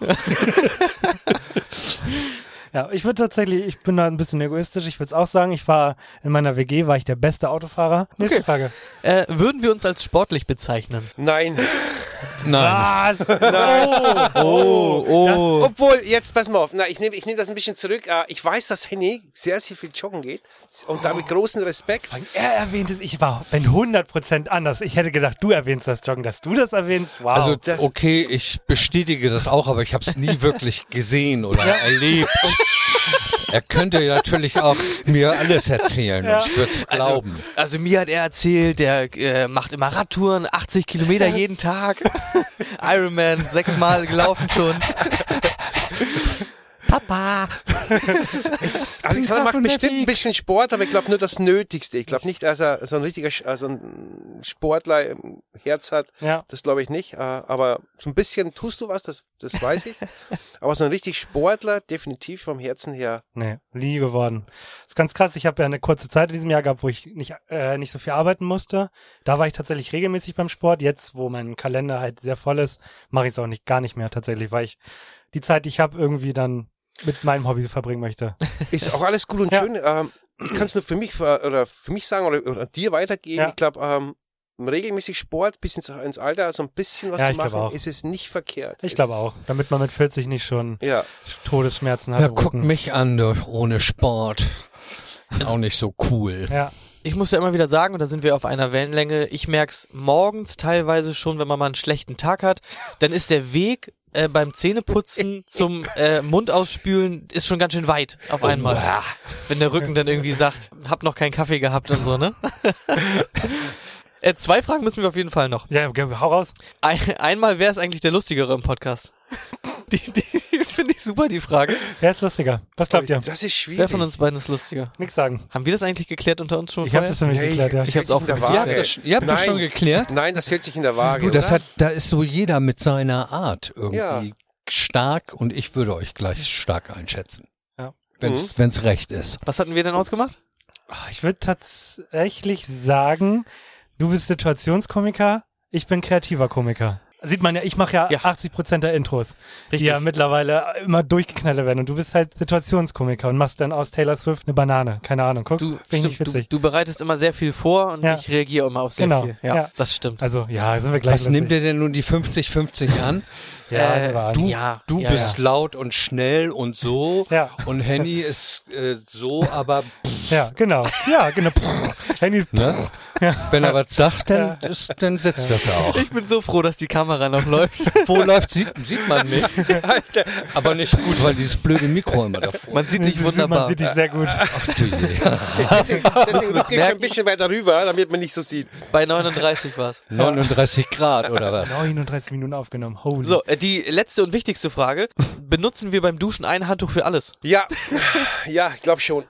[SPEAKER 7] Ja, ich würde tatsächlich, ich bin da ein bisschen egoistisch, ich würde es auch sagen, ich war in meiner WG, war ich der beste Autofahrer. Nächste
[SPEAKER 2] Okay.
[SPEAKER 7] Frage.
[SPEAKER 2] Äh, würden wir uns als sportlich bezeichnen?
[SPEAKER 8] Nein.
[SPEAKER 9] Nein.
[SPEAKER 7] Was?
[SPEAKER 8] Nein.
[SPEAKER 2] Oh, oh.
[SPEAKER 8] Obwohl, jetzt pass mal auf. Na, ich nehme ich nehm das ein bisschen zurück. Äh, Ich weiß, dass Henny sehr, sehr viel joggen geht und damit großen Respekt.
[SPEAKER 7] Er erwähnt es, ich war bin 100% anders. Ich hätte gedacht, du erwähnst das Joggen, dass du das erwähnst. Wow. Oh,
[SPEAKER 9] Also
[SPEAKER 8] das-
[SPEAKER 9] okay, ich bestätige das auch, aber ich habe es nie wirklich gesehen oder erlebt. Er könnte natürlich auch mir alles erzählen und ich würde es glauben.
[SPEAKER 2] Also mir hat er erzählt, der äh, macht immer Radtouren, 80 Kilometer jeden Tag. Ironman, sechsmal gelaufen schon. Papa.
[SPEAKER 8] Alexander macht bestimmt ein bisschen Sport, aber ich glaube nur das Nötigste. Ich glaube nicht, dass er so ein richtiger Sch- äh, so ein Sportler im Herz hat.
[SPEAKER 7] Ja.
[SPEAKER 8] Das glaube ich nicht. äh, Aber so ein bisschen tust du was, das, das weiß ich. aber so ein richtig Sportler, definitiv vom Herzen her.
[SPEAKER 7] Nee, nie geworden. ist ganz krass. Ich habe ja eine kurze Zeit in diesem Jahr gehabt, wo ich nicht, äh, nicht so viel arbeiten musste. Da war ich tatsächlich regelmäßig beim Sport. Jetzt, wo mein Kalender halt sehr voll ist, mache ich es auch nicht gar nicht mehr tatsächlich, weil ich die Zeit, die ich habe, irgendwie dann mit meinem Hobby verbringen möchte.
[SPEAKER 8] Ist auch alles gut und
[SPEAKER 7] Ja.
[SPEAKER 8] schön. Ähm, ich kann es nur für mich ver- oder für mich sagen oder, oder dir weitergeben.
[SPEAKER 7] Ja.
[SPEAKER 8] Ich glaube, ähm, regelmäßig Sport bis ins, ins Alter, so ein bisschen was
[SPEAKER 7] Ja,
[SPEAKER 8] zu
[SPEAKER 7] ich glaube
[SPEAKER 8] machen,
[SPEAKER 7] auch.
[SPEAKER 8] ist es nicht verkehrt.
[SPEAKER 7] Ich
[SPEAKER 8] Es
[SPEAKER 7] glaube
[SPEAKER 8] ist-
[SPEAKER 7] auch, damit man mit 40 nicht schon
[SPEAKER 8] Ja,
[SPEAKER 7] Todesschmerzen hat.
[SPEAKER 9] Ja,
[SPEAKER 7] im
[SPEAKER 9] guck
[SPEAKER 7] Rücken.
[SPEAKER 9] Also mich an, du, ohne Sport. Ist auch nicht so cool.
[SPEAKER 7] Ja,
[SPEAKER 2] ich muss ja immer wieder sagen, und da sind wir auf einer Wellenlänge, ich merk's morgens teilweise schon, wenn man mal einen schlechten Tag hat, dann ist der Weg äh, beim Zähneputzen zum äh, Mund ausspülen ist schon ganz schön weit
[SPEAKER 7] Oh,
[SPEAKER 2] auf einmal. Wenn der Rücken dann irgendwie sagt, hab noch keinen Kaffee gehabt und so, ne? äh, zwei Fragen müssen wir auf jeden Fall noch.
[SPEAKER 7] Ja, hau raus.
[SPEAKER 2] Ein, einmal, wer ist eigentlich der Lustigere im Podcast? Die, die, die finde ich super, die Frage.
[SPEAKER 7] Wer ist lustiger? Was glaubt ihr?
[SPEAKER 8] Das ist schwierig.
[SPEAKER 2] Wer von uns beiden ist lustiger?
[SPEAKER 7] Nix sagen.
[SPEAKER 2] Haben wir das eigentlich geklärt unter uns schon
[SPEAKER 7] Ich habe
[SPEAKER 2] vorher?
[SPEAKER 7] das nämlich
[SPEAKER 8] Nee,
[SPEAKER 7] geklärt, ja.
[SPEAKER 2] ich hab's auch
[SPEAKER 8] in der
[SPEAKER 2] geklärt.
[SPEAKER 8] Waage.
[SPEAKER 2] Ihr habt
[SPEAKER 9] das sch- ihr habt das schon geklärt?
[SPEAKER 8] Nein, das hält sich in der Waage.
[SPEAKER 9] Du, das
[SPEAKER 8] oder?
[SPEAKER 9] hat, da ist so jeder mit seiner Art irgendwie
[SPEAKER 8] Ja.
[SPEAKER 9] stark und ich würde euch gleich stark einschätzen.
[SPEAKER 7] Ja.
[SPEAKER 8] Mhm.
[SPEAKER 9] Wenn's, wenn's recht ist.
[SPEAKER 2] Was hatten wir denn ausgemacht?
[SPEAKER 7] Ah, Ich würde tatsächlich sagen, du bist Situationskomiker, ich bin kreativer Komiker. Sieht man ja, ich mache ja,
[SPEAKER 2] Ja.
[SPEAKER 7] 80 Prozent der Intros, die
[SPEAKER 2] Richtig.
[SPEAKER 7] ja mittlerweile immer durchgeknallt werden. Und du bist halt Situationskomiker und machst dann aus Taylor Swift eine Banane. Keine Ahnung, guck,
[SPEAKER 2] Du,
[SPEAKER 7] finde ich nicht
[SPEAKER 2] stimmt, du,
[SPEAKER 7] witzig.
[SPEAKER 2] du bereitest immer sehr viel vor und
[SPEAKER 7] Ja.
[SPEAKER 2] ich reagiere immer auf sehr
[SPEAKER 7] Genau,
[SPEAKER 2] viel. Ja,
[SPEAKER 7] ja.
[SPEAKER 2] das stimmt.
[SPEAKER 7] also, ja, sind wir gleich.
[SPEAKER 9] Was nimmt ihr denn nun die 50-50 an?
[SPEAKER 7] Ja, genau.
[SPEAKER 2] Äh,
[SPEAKER 7] wir waren-
[SPEAKER 9] Du,
[SPEAKER 2] Ja,
[SPEAKER 9] du
[SPEAKER 2] ja,
[SPEAKER 9] bist
[SPEAKER 2] ja.
[SPEAKER 9] laut und schnell und so
[SPEAKER 7] Ja.
[SPEAKER 9] und Henny ist äh, so, aber
[SPEAKER 7] ja, genau. Ja, genau. Handy,
[SPEAKER 9] ne? wenn er was sagt, dann, ist, dann setzt das auch.
[SPEAKER 2] Ich bin so froh, dass die Kamera noch läuft.
[SPEAKER 9] Wo läuft, sieht, sieht man mich. aber nicht gut, weil dieses blöde Mikro immer davor.
[SPEAKER 2] Man sieht dich
[SPEAKER 7] man
[SPEAKER 2] wunderbar.
[SPEAKER 7] sieht dich sehr gut.
[SPEAKER 9] Ach du je.
[SPEAKER 8] Deswegen, deswegen geht
[SPEAKER 2] merken.
[SPEAKER 8] ein bisschen weiter rüber, damit man nicht so sieht.
[SPEAKER 2] Bei 39 war's.
[SPEAKER 9] 39 Grad oder was?
[SPEAKER 7] 39 Minuten aufgenommen. Holy.
[SPEAKER 2] So, äh, die letzte und wichtigste Frage. Benutzen wir beim Duschen ein Handtuch für alles?
[SPEAKER 8] Ja, ja, ich glaube schon.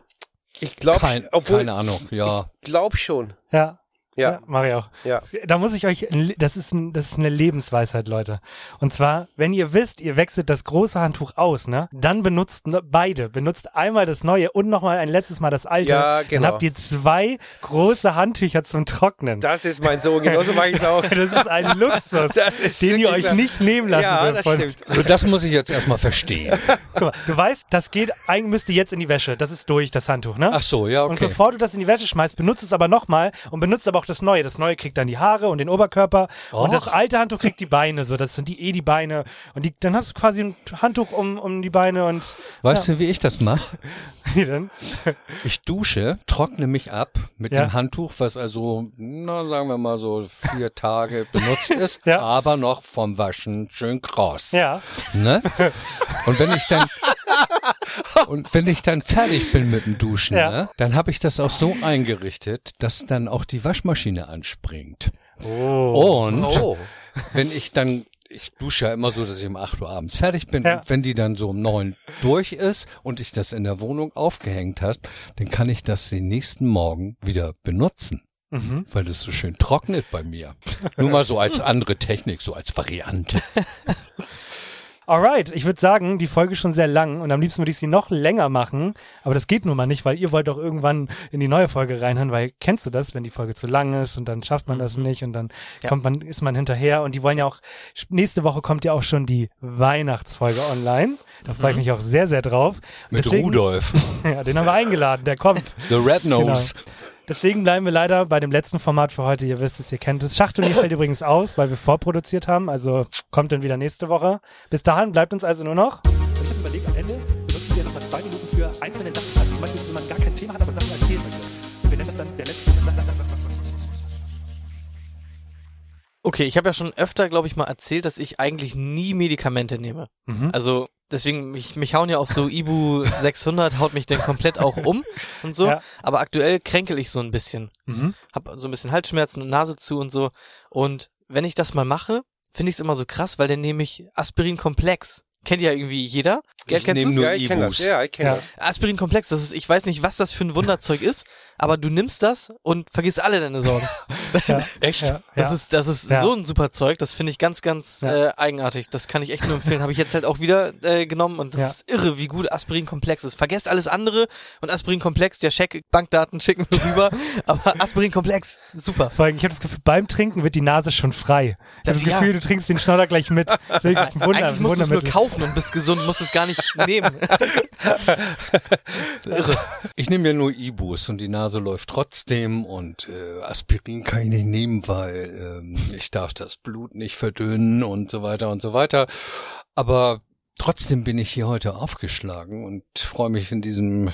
[SPEAKER 8] Ich glaube,
[SPEAKER 9] Kein,
[SPEAKER 8] obwohl,
[SPEAKER 9] keine Ahnung, ja.
[SPEAKER 8] glaub schon.
[SPEAKER 7] Ja.
[SPEAKER 8] Ja,
[SPEAKER 7] mach ich auch.
[SPEAKER 8] ja.
[SPEAKER 7] Da muss ich euch, ein- das ist, ein, das ist eine Lebensweisheit, Leute. Und zwar, wenn ihr wisst, ihr wechselt das große Handtuch aus, ne? Dann benutzt ne- beide, benutzt einmal das neue und nochmal ein letztes Mal das alte.
[SPEAKER 8] Ja, genau.
[SPEAKER 7] Dann habt ihr zwei große Handtücher zum Trocknen. Das,
[SPEAKER 8] Das ist mein Sohn, genauso mache ich es auch.
[SPEAKER 7] ist ein Luxus,
[SPEAKER 8] Das ist
[SPEAKER 7] den ihr
[SPEAKER 8] wirklich
[SPEAKER 7] euch
[SPEAKER 8] klar.
[SPEAKER 7] nicht nehmen lassen
[SPEAKER 8] Ja,
[SPEAKER 7] dürft.
[SPEAKER 8] das
[SPEAKER 7] von-
[SPEAKER 8] stimmt.
[SPEAKER 9] Also das muss ich jetzt erstmal verstehen.
[SPEAKER 7] Guck mal, du weißt, das geht, eigentlich müsste jetzt in die Wäsche. Das ist durch, das Handtuch, ne?
[SPEAKER 9] Ach so, ja,
[SPEAKER 7] Und
[SPEAKER 9] okay.
[SPEAKER 7] bevor du das in die Wäsche schmeißt, benutzt es aber nochmal und benutzt aber auch das Neue. Das Neue kriegt dann die Haare und den Oberkörper und das
[SPEAKER 9] Och.
[SPEAKER 7] alte Handtuch kriegt die Beine. So, das sind die eh die Beine. Und die, dann hast du quasi ein Handtuch um, um die Beine und
[SPEAKER 9] Weißt du, wie ich das mache?
[SPEAKER 7] wie denn?
[SPEAKER 9] Ich dusche, trockne mich ab mit
[SPEAKER 7] Ja.
[SPEAKER 9] dem Handtuch, was also, na, sagen wir mal so vier Tage benutzt ist,
[SPEAKER 7] Ja.
[SPEAKER 9] aber noch vom Waschen schön kross.
[SPEAKER 7] Ja.
[SPEAKER 9] Ne? Und wenn ich dann und wenn ich dann fertig bin mit dem Duschen,
[SPEAKER 7] Ja.
[SPEAKER 9] ne, dann habe ich das auch so eingerichtet, dass dann auch die Waschmaschine anspringt.
[SPEAKER 7] Oh.
[SPEAKER 9] Und wenn ich dann, ich dusche ja immer so, dass ich um 8 Uhr abends fertig bin.
[SPEAKER 7] Ja.
[SPEAKER 9] Und wenn die dann so um 9 durch ist und ich das in der Wohnung aufgehängt hat, dann kann ich das den nächsten Morgen wieder benutzen.
[SPEAKER 7] Mhm.
[SPEAKER 9] Weil das so schön trocknet bei mir. Nur mal so als andere Technik, so als Variante.
[SPEAKER 7] Alright, ich würde sagen, die Folge ist schon sehr lang und am liebsten würde ich sie noch länger machen, aber das geht nun mal nicht, weil ihr wollt doch irgendwann in die neue Folge reinhören, weil kennst du das, wenn die Folge zu lang ist und dann schafft man
[SPEAKER 9] Mhm.
[SPEAKER 7] das nicht und dann kommt man, ist man hinterher und die wollen ja auch, nächste Woche kommt ja auch schon die Weihnachtsfolge online. Da freue ich mich auch sehr, sehr drauf. Und
[SPEAKER 9] Mhm. Mit
[SPEAKER 7] deswegen-
[SPEAKER 9] Rudolf,
[SPEAKER 7] Ja, den haben wir eingeladen, der kommt.
[SPEAKER 9] The Red Nose.
[SPEAKER 7] Deswegen bleiben wir leider bei dem letzten Format für heute. Ihr wisst es, ihr kennt es. Schachturnier fällt übrigens aus, weil wir vorproduziert haben. Also kommt dann wieder nächste Woche. Bis dahin bleibt uns also nur noch.
[SPEAKER 6] Ich habe überlegt, am Ende benutzen wir nochmal zwei Minuten für einzelne Sachen. Also zum Beispiel, wenn man gar kein Thema hat, aber Sachen erzählen möchte. Und wir nennen das dann der letzte.
[SPEAKER 2] Okay, ich habe ja schon öfter, glaube ich, mal erzählt, dass ich eigentlich nie Medikamente nehme.
[SPEAKER 7] Mhm.
[SPEAKER 2] Also deswegen, mich, mich hauen ja auch so Ibu 600, haut mich dann komplett auch um und so.
[SPEAKER 7] Ja.
[SPEAKER 2] Aber aktuell kränkel ich so ein bisschen.
[SPEAKER 7] Mhm.
[SPEAKER 2] Hab so ein bisschen Halsschmerzen und Nase zu und so. Und wenn ich das mal mache, finde ich es immer so krass, weil dann nehme ich Aspirin-Komplex. Kennt ja irgendwie jeder. Gerd,
[SPEAKER 9] Ich
[SPEAKER 2] kennst
[SPEAKER 9] nehm
[SPEAKER 2] du's?
[SPEAKER 9] nur
[SPEAKER 8] ja, ich kenne das.
[SPEAKER 9] Ibus.
[SPEAKER 8] Ja, ich kenne
[SPEAKER 7] Ja.
[SPEAKER 8] das.
[SPEAKER 2] Aspirin-Komplex, das ist, ich weiß nicht, was das für ein Wunderzeug ist, aber du nimmst das und vergisst alle deine Sorgen.
[SPEAKER 9] Echt?
[SPEAKER 2] Das
[SPEAKER 7] ja.
[SPEAKER 2] ist, das ist
[SPEAKER 7] Ja.
[SPEAKER 2] so ein super Zeug, das finde ich ganz, ganz
[SPEAKER 7] Ja.
[SPEAKER 2] äh, eigenartig. Das kann ich echt nur empfehlen. Habe ich jetzt halt auch wieder äh, genommen und das
[SPEAKER 7] Ja.
[SPEAKER 2] ist irre, wie gut Aspirin-Komplex ist. Vergesst alles andere und Aspirin-Komplex, der Scheck, Bankdaten schicken wir rüber, aber Aspirin-Komplex, super.
[SPEAKER 7] Vor allem, ich habe das Gefühl, beim Trinken wird die Nase schon frei. Ich habe das
[SPEAKER 2] Ja.
[SPEAKER 7] Gefühl, du trinkst den Schnaller gleich mit. Das ist
[SPEAKER 2] Eigentlich
[SPEAKER 7] ein Wunder,
[SPEAKER 2] musst du es nur
[SPEAKER 7] Wundermittel.
[SPEAKER 2] kaufen und bist gesund, musst es gar nicht nehmen. irre.
[SPEAKER 9] Ich nehme ja nur Ibus und die Nase läuft trotzdem und äh, Aspirin kann ich nicht nehmen, weil ähm, ich darf das Blut nicht verdünnen und so weiter und so weiter. Aber trotzdem bin ich hier heute aufgeschlagen und freue mich in diesem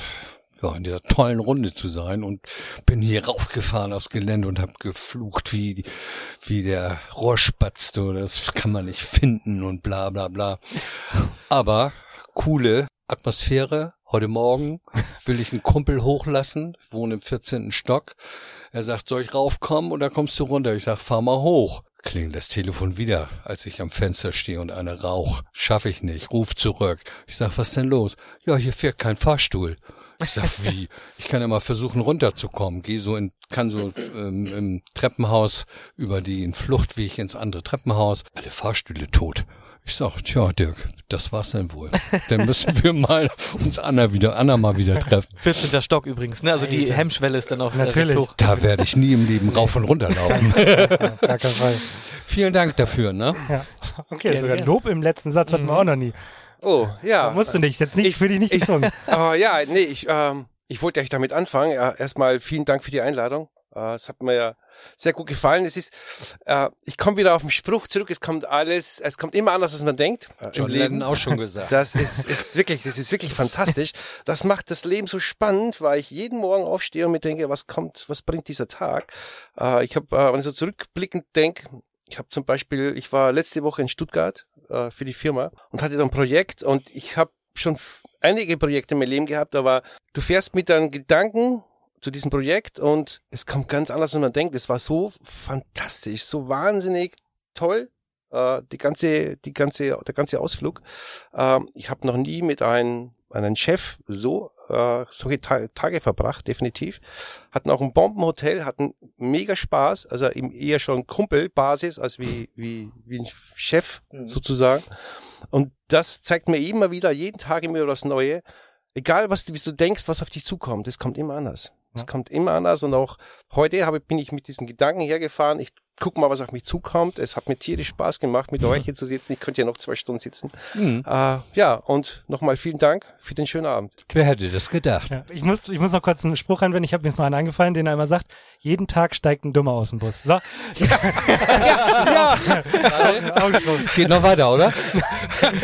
[SPEAKER 9] ja, in dieser tollen Runde zu sein und bin hier raufgefahren aufs Gelände und habe geflucht wie, wie der Rohrspatz, oder das kann man nicht finden und bla bla bla. Aber coole Atmosphäre. Heute Morgen will ich einen Kumpel hochlassen, ich wohne im 14. Stock. Er sagt, soll ich raufkommen oder kommst du runter? Ich sag, fahr mal hoch. Klingelt das Telefon wieder, als ich am Fenster stehe und eine rauch. Schaffe ich nicht, ruf zurück. Ich sag, was denn los? Ja, hier fährt kein Fahrstuhl. Ich sag, wie? Ich kann ja mal versuchen runterzukommen. Geh so in, kann so ähm, im Treppenhaus über den Fluchtweg ins andere Treppenhaus. Alle Fahrstühle tot. Ich sag, tja, Dirk, das war's dann wohl. Dann müssen wir mal uns Anna wieder, Anna mal wieder treffen.
[SPEAKER 2] 14. Stock übrigens, ne? Also die Hemmschwelle ist dann auch
[SPEAKER 7] Natürlich.
[SPEAKER 2] relativ hoch.
[SPEAKER 9] Da werde ich nie im Leben rauf und runter laufen.
[SPEAKER 7] Gar kein Fall.
[SPEAKER 9] Vielen Dank dafür, ne?
[SPEAKER 7] Ja. Okay, sogar Lob im letzten Satz
[SPEAKER 2] Mhm.
[SPEAKER 7] hatten wir auch noch nie.
[SPEAKER 8] Oh, ja.
[SPEAKER 7] Musst du nicht, jetzt nicht, für dich nicht gesungen.
[SPEAKER 8] Aber ja, nee, ich, ähm, ich wollte gleich damit anfangen. Ja, erstmal vielen Dank für die Einladung. Äh, es hat mir ja sehr gut gefallen. Es ist, äh, ich komme wieder auf den Spruch zurück. Es kommt alles, es kommt immer anders, als man denkt. Äh,
[SPEAKER 9] John Lennon auch schon gesagt.
[SPEAKER 8] Das ist, ist wirklich, das ist wirklich fantastisch. Das macht das Leben so spannend, weil ich jeden Morgen aufstehe und mir denke, was kommt, was bringt dieser Tag? Äh, ich habe, äh, wenn ich so zurückblickend denke, ich habe zum Beispiel, ich war letzte Woche in Stuttgart äh, für die Firma und hatte da ein Projekt und ich habe schon f- einige Projekte in meinem Leben gehabt, aber du fährst mit deinen Gedanken zu diesem Projekt und es kommt ganz anders, als man denkt. Es war so fantastisch, so wahnsinnig toll, äh, die ganze, die ganze, der ganze Ausflug. Ähm, ich habe noch nie mit einem, einem Chef so äh, solche Ta Tage verbracht, definitiv. Hatten auch ein Bombenhotel, hatten mega Spaß, also im eher schon Kumpelbasis als wie, wie, wie ein Chef sozusagen. Und das zeigt mir immer wieder, jeden Tag immer wieder das Neue. Egal, was du, wie du denkst, was auf dich zukommt, es kommt immer anders. Es kommt immer anders und auch heute habe, bin ich mit diesen Gedanken hergefahren. Ich gucke mal, was auf mich zukommt. Es hat mir tierisch Spaß gemacht, mit euch hier zu sitzen. Ich könnte ja noch zwei Stunden sitzen. Äh, ja, und nochmal vielen Dank für den schönen Abend.
[SPEAKER 9] Wer hätte das gedacht?
[SPEAKER 7] Ja. Ich, muss, ich muss noch kurz einen Spruch anwenden. Ich habe mir jetzt noch einen angefallen, den er immer sagt, jeden Tag steigt ein Dummer aus dem Bus. So,
[SPEAKER 9] Geht noch weiter, oder?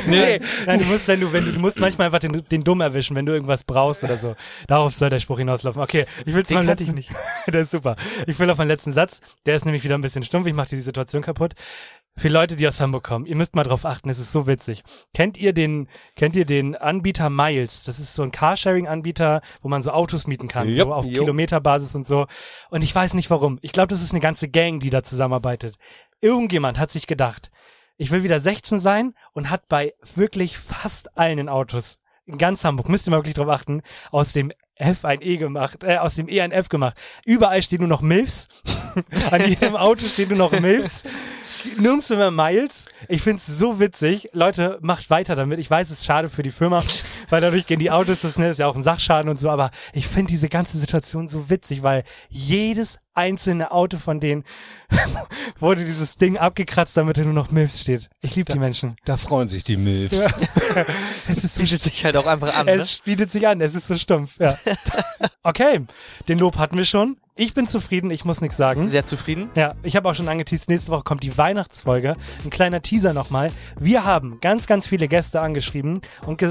[SPEAKER 7] nee. Nein, du musst, wenn du, wenn du, du musst manchmal einfach den, den Dumm erwischen, wenn du irgendwas brauchst oder so. Darauf soll der Spruch hinauslaufen. Okay, ich will zu meinem letzten, ich nicht. der ist super. Ich will auf meinen letzten Satz. Der ist nämlich wieder ein bisschen stumpf. Ich mache die Situation kaputt. Für Leute, die aus Hamburg kommen, ihr müsst mal drauf achten, es ist so witzig. Kennt ihr den, kennt ihr den Anbieter Miles? Das ist so ein Carsharing-Anbieter, wo man so Autos mieten kann,
[SPEAKER 9] Jupp,
[SPEAKER 7] so auf
[SPEAKER 9] jo.
[SPEAKER 7] Kilometerbasis und so. Und ich weiß nicht warum. Ich glaube, das ist eine ganze Gang, die da zusammenarbeitet. Irgendjemand hat sich gedacht, ich will wieder 16 sein und hat bei wirklich fast allen in Autos in ganz Hamburg, müsst ihr mal wirklich drauf achten, aus dem F ein E gemacht, äh, aus dem E ein F gemacht. Überall stehen nur noch Milfs. An jedem Auto stehen nur noch Milfs. Nirgends mehr Miles. Ich find's so witzig. Leute, macht weiter damit. Ich weiß, es ist schade für die Firma, weil dadurch gehen die Autos, das ne, ist ja auch ein Sachschaden und so, aber ich find diese ganze Situation so witzig, weil jedes einzelne Auto von denen wurde dieses Ding abgekratzt, damit da nur noch Milfs steht. Ich liebe die Menschen.
[SPEAKER 9] Da freuen sich die Milfs.
[SPEAKER 7] Es ist so
[SPEAKER 2] Bietet sich halt auch einfach an, ne?
[SPEAKER 7] es bietet sich an, es ist so stumpf. Ja. Okay, den Lob hatten wir schon. Ich bin zufrieden, ich muss nichts sagen.
[SPEAKER 2] ne? Sehr zufrieden.
[SPEAKER 7] Ja, ich habe auch schon angeteased, nächste Woche kommt die Weihnachtsfolge. Ein kleiner Teaser nochmal. Wir haben ganz, ganz viele Gäste angeschrieben und ge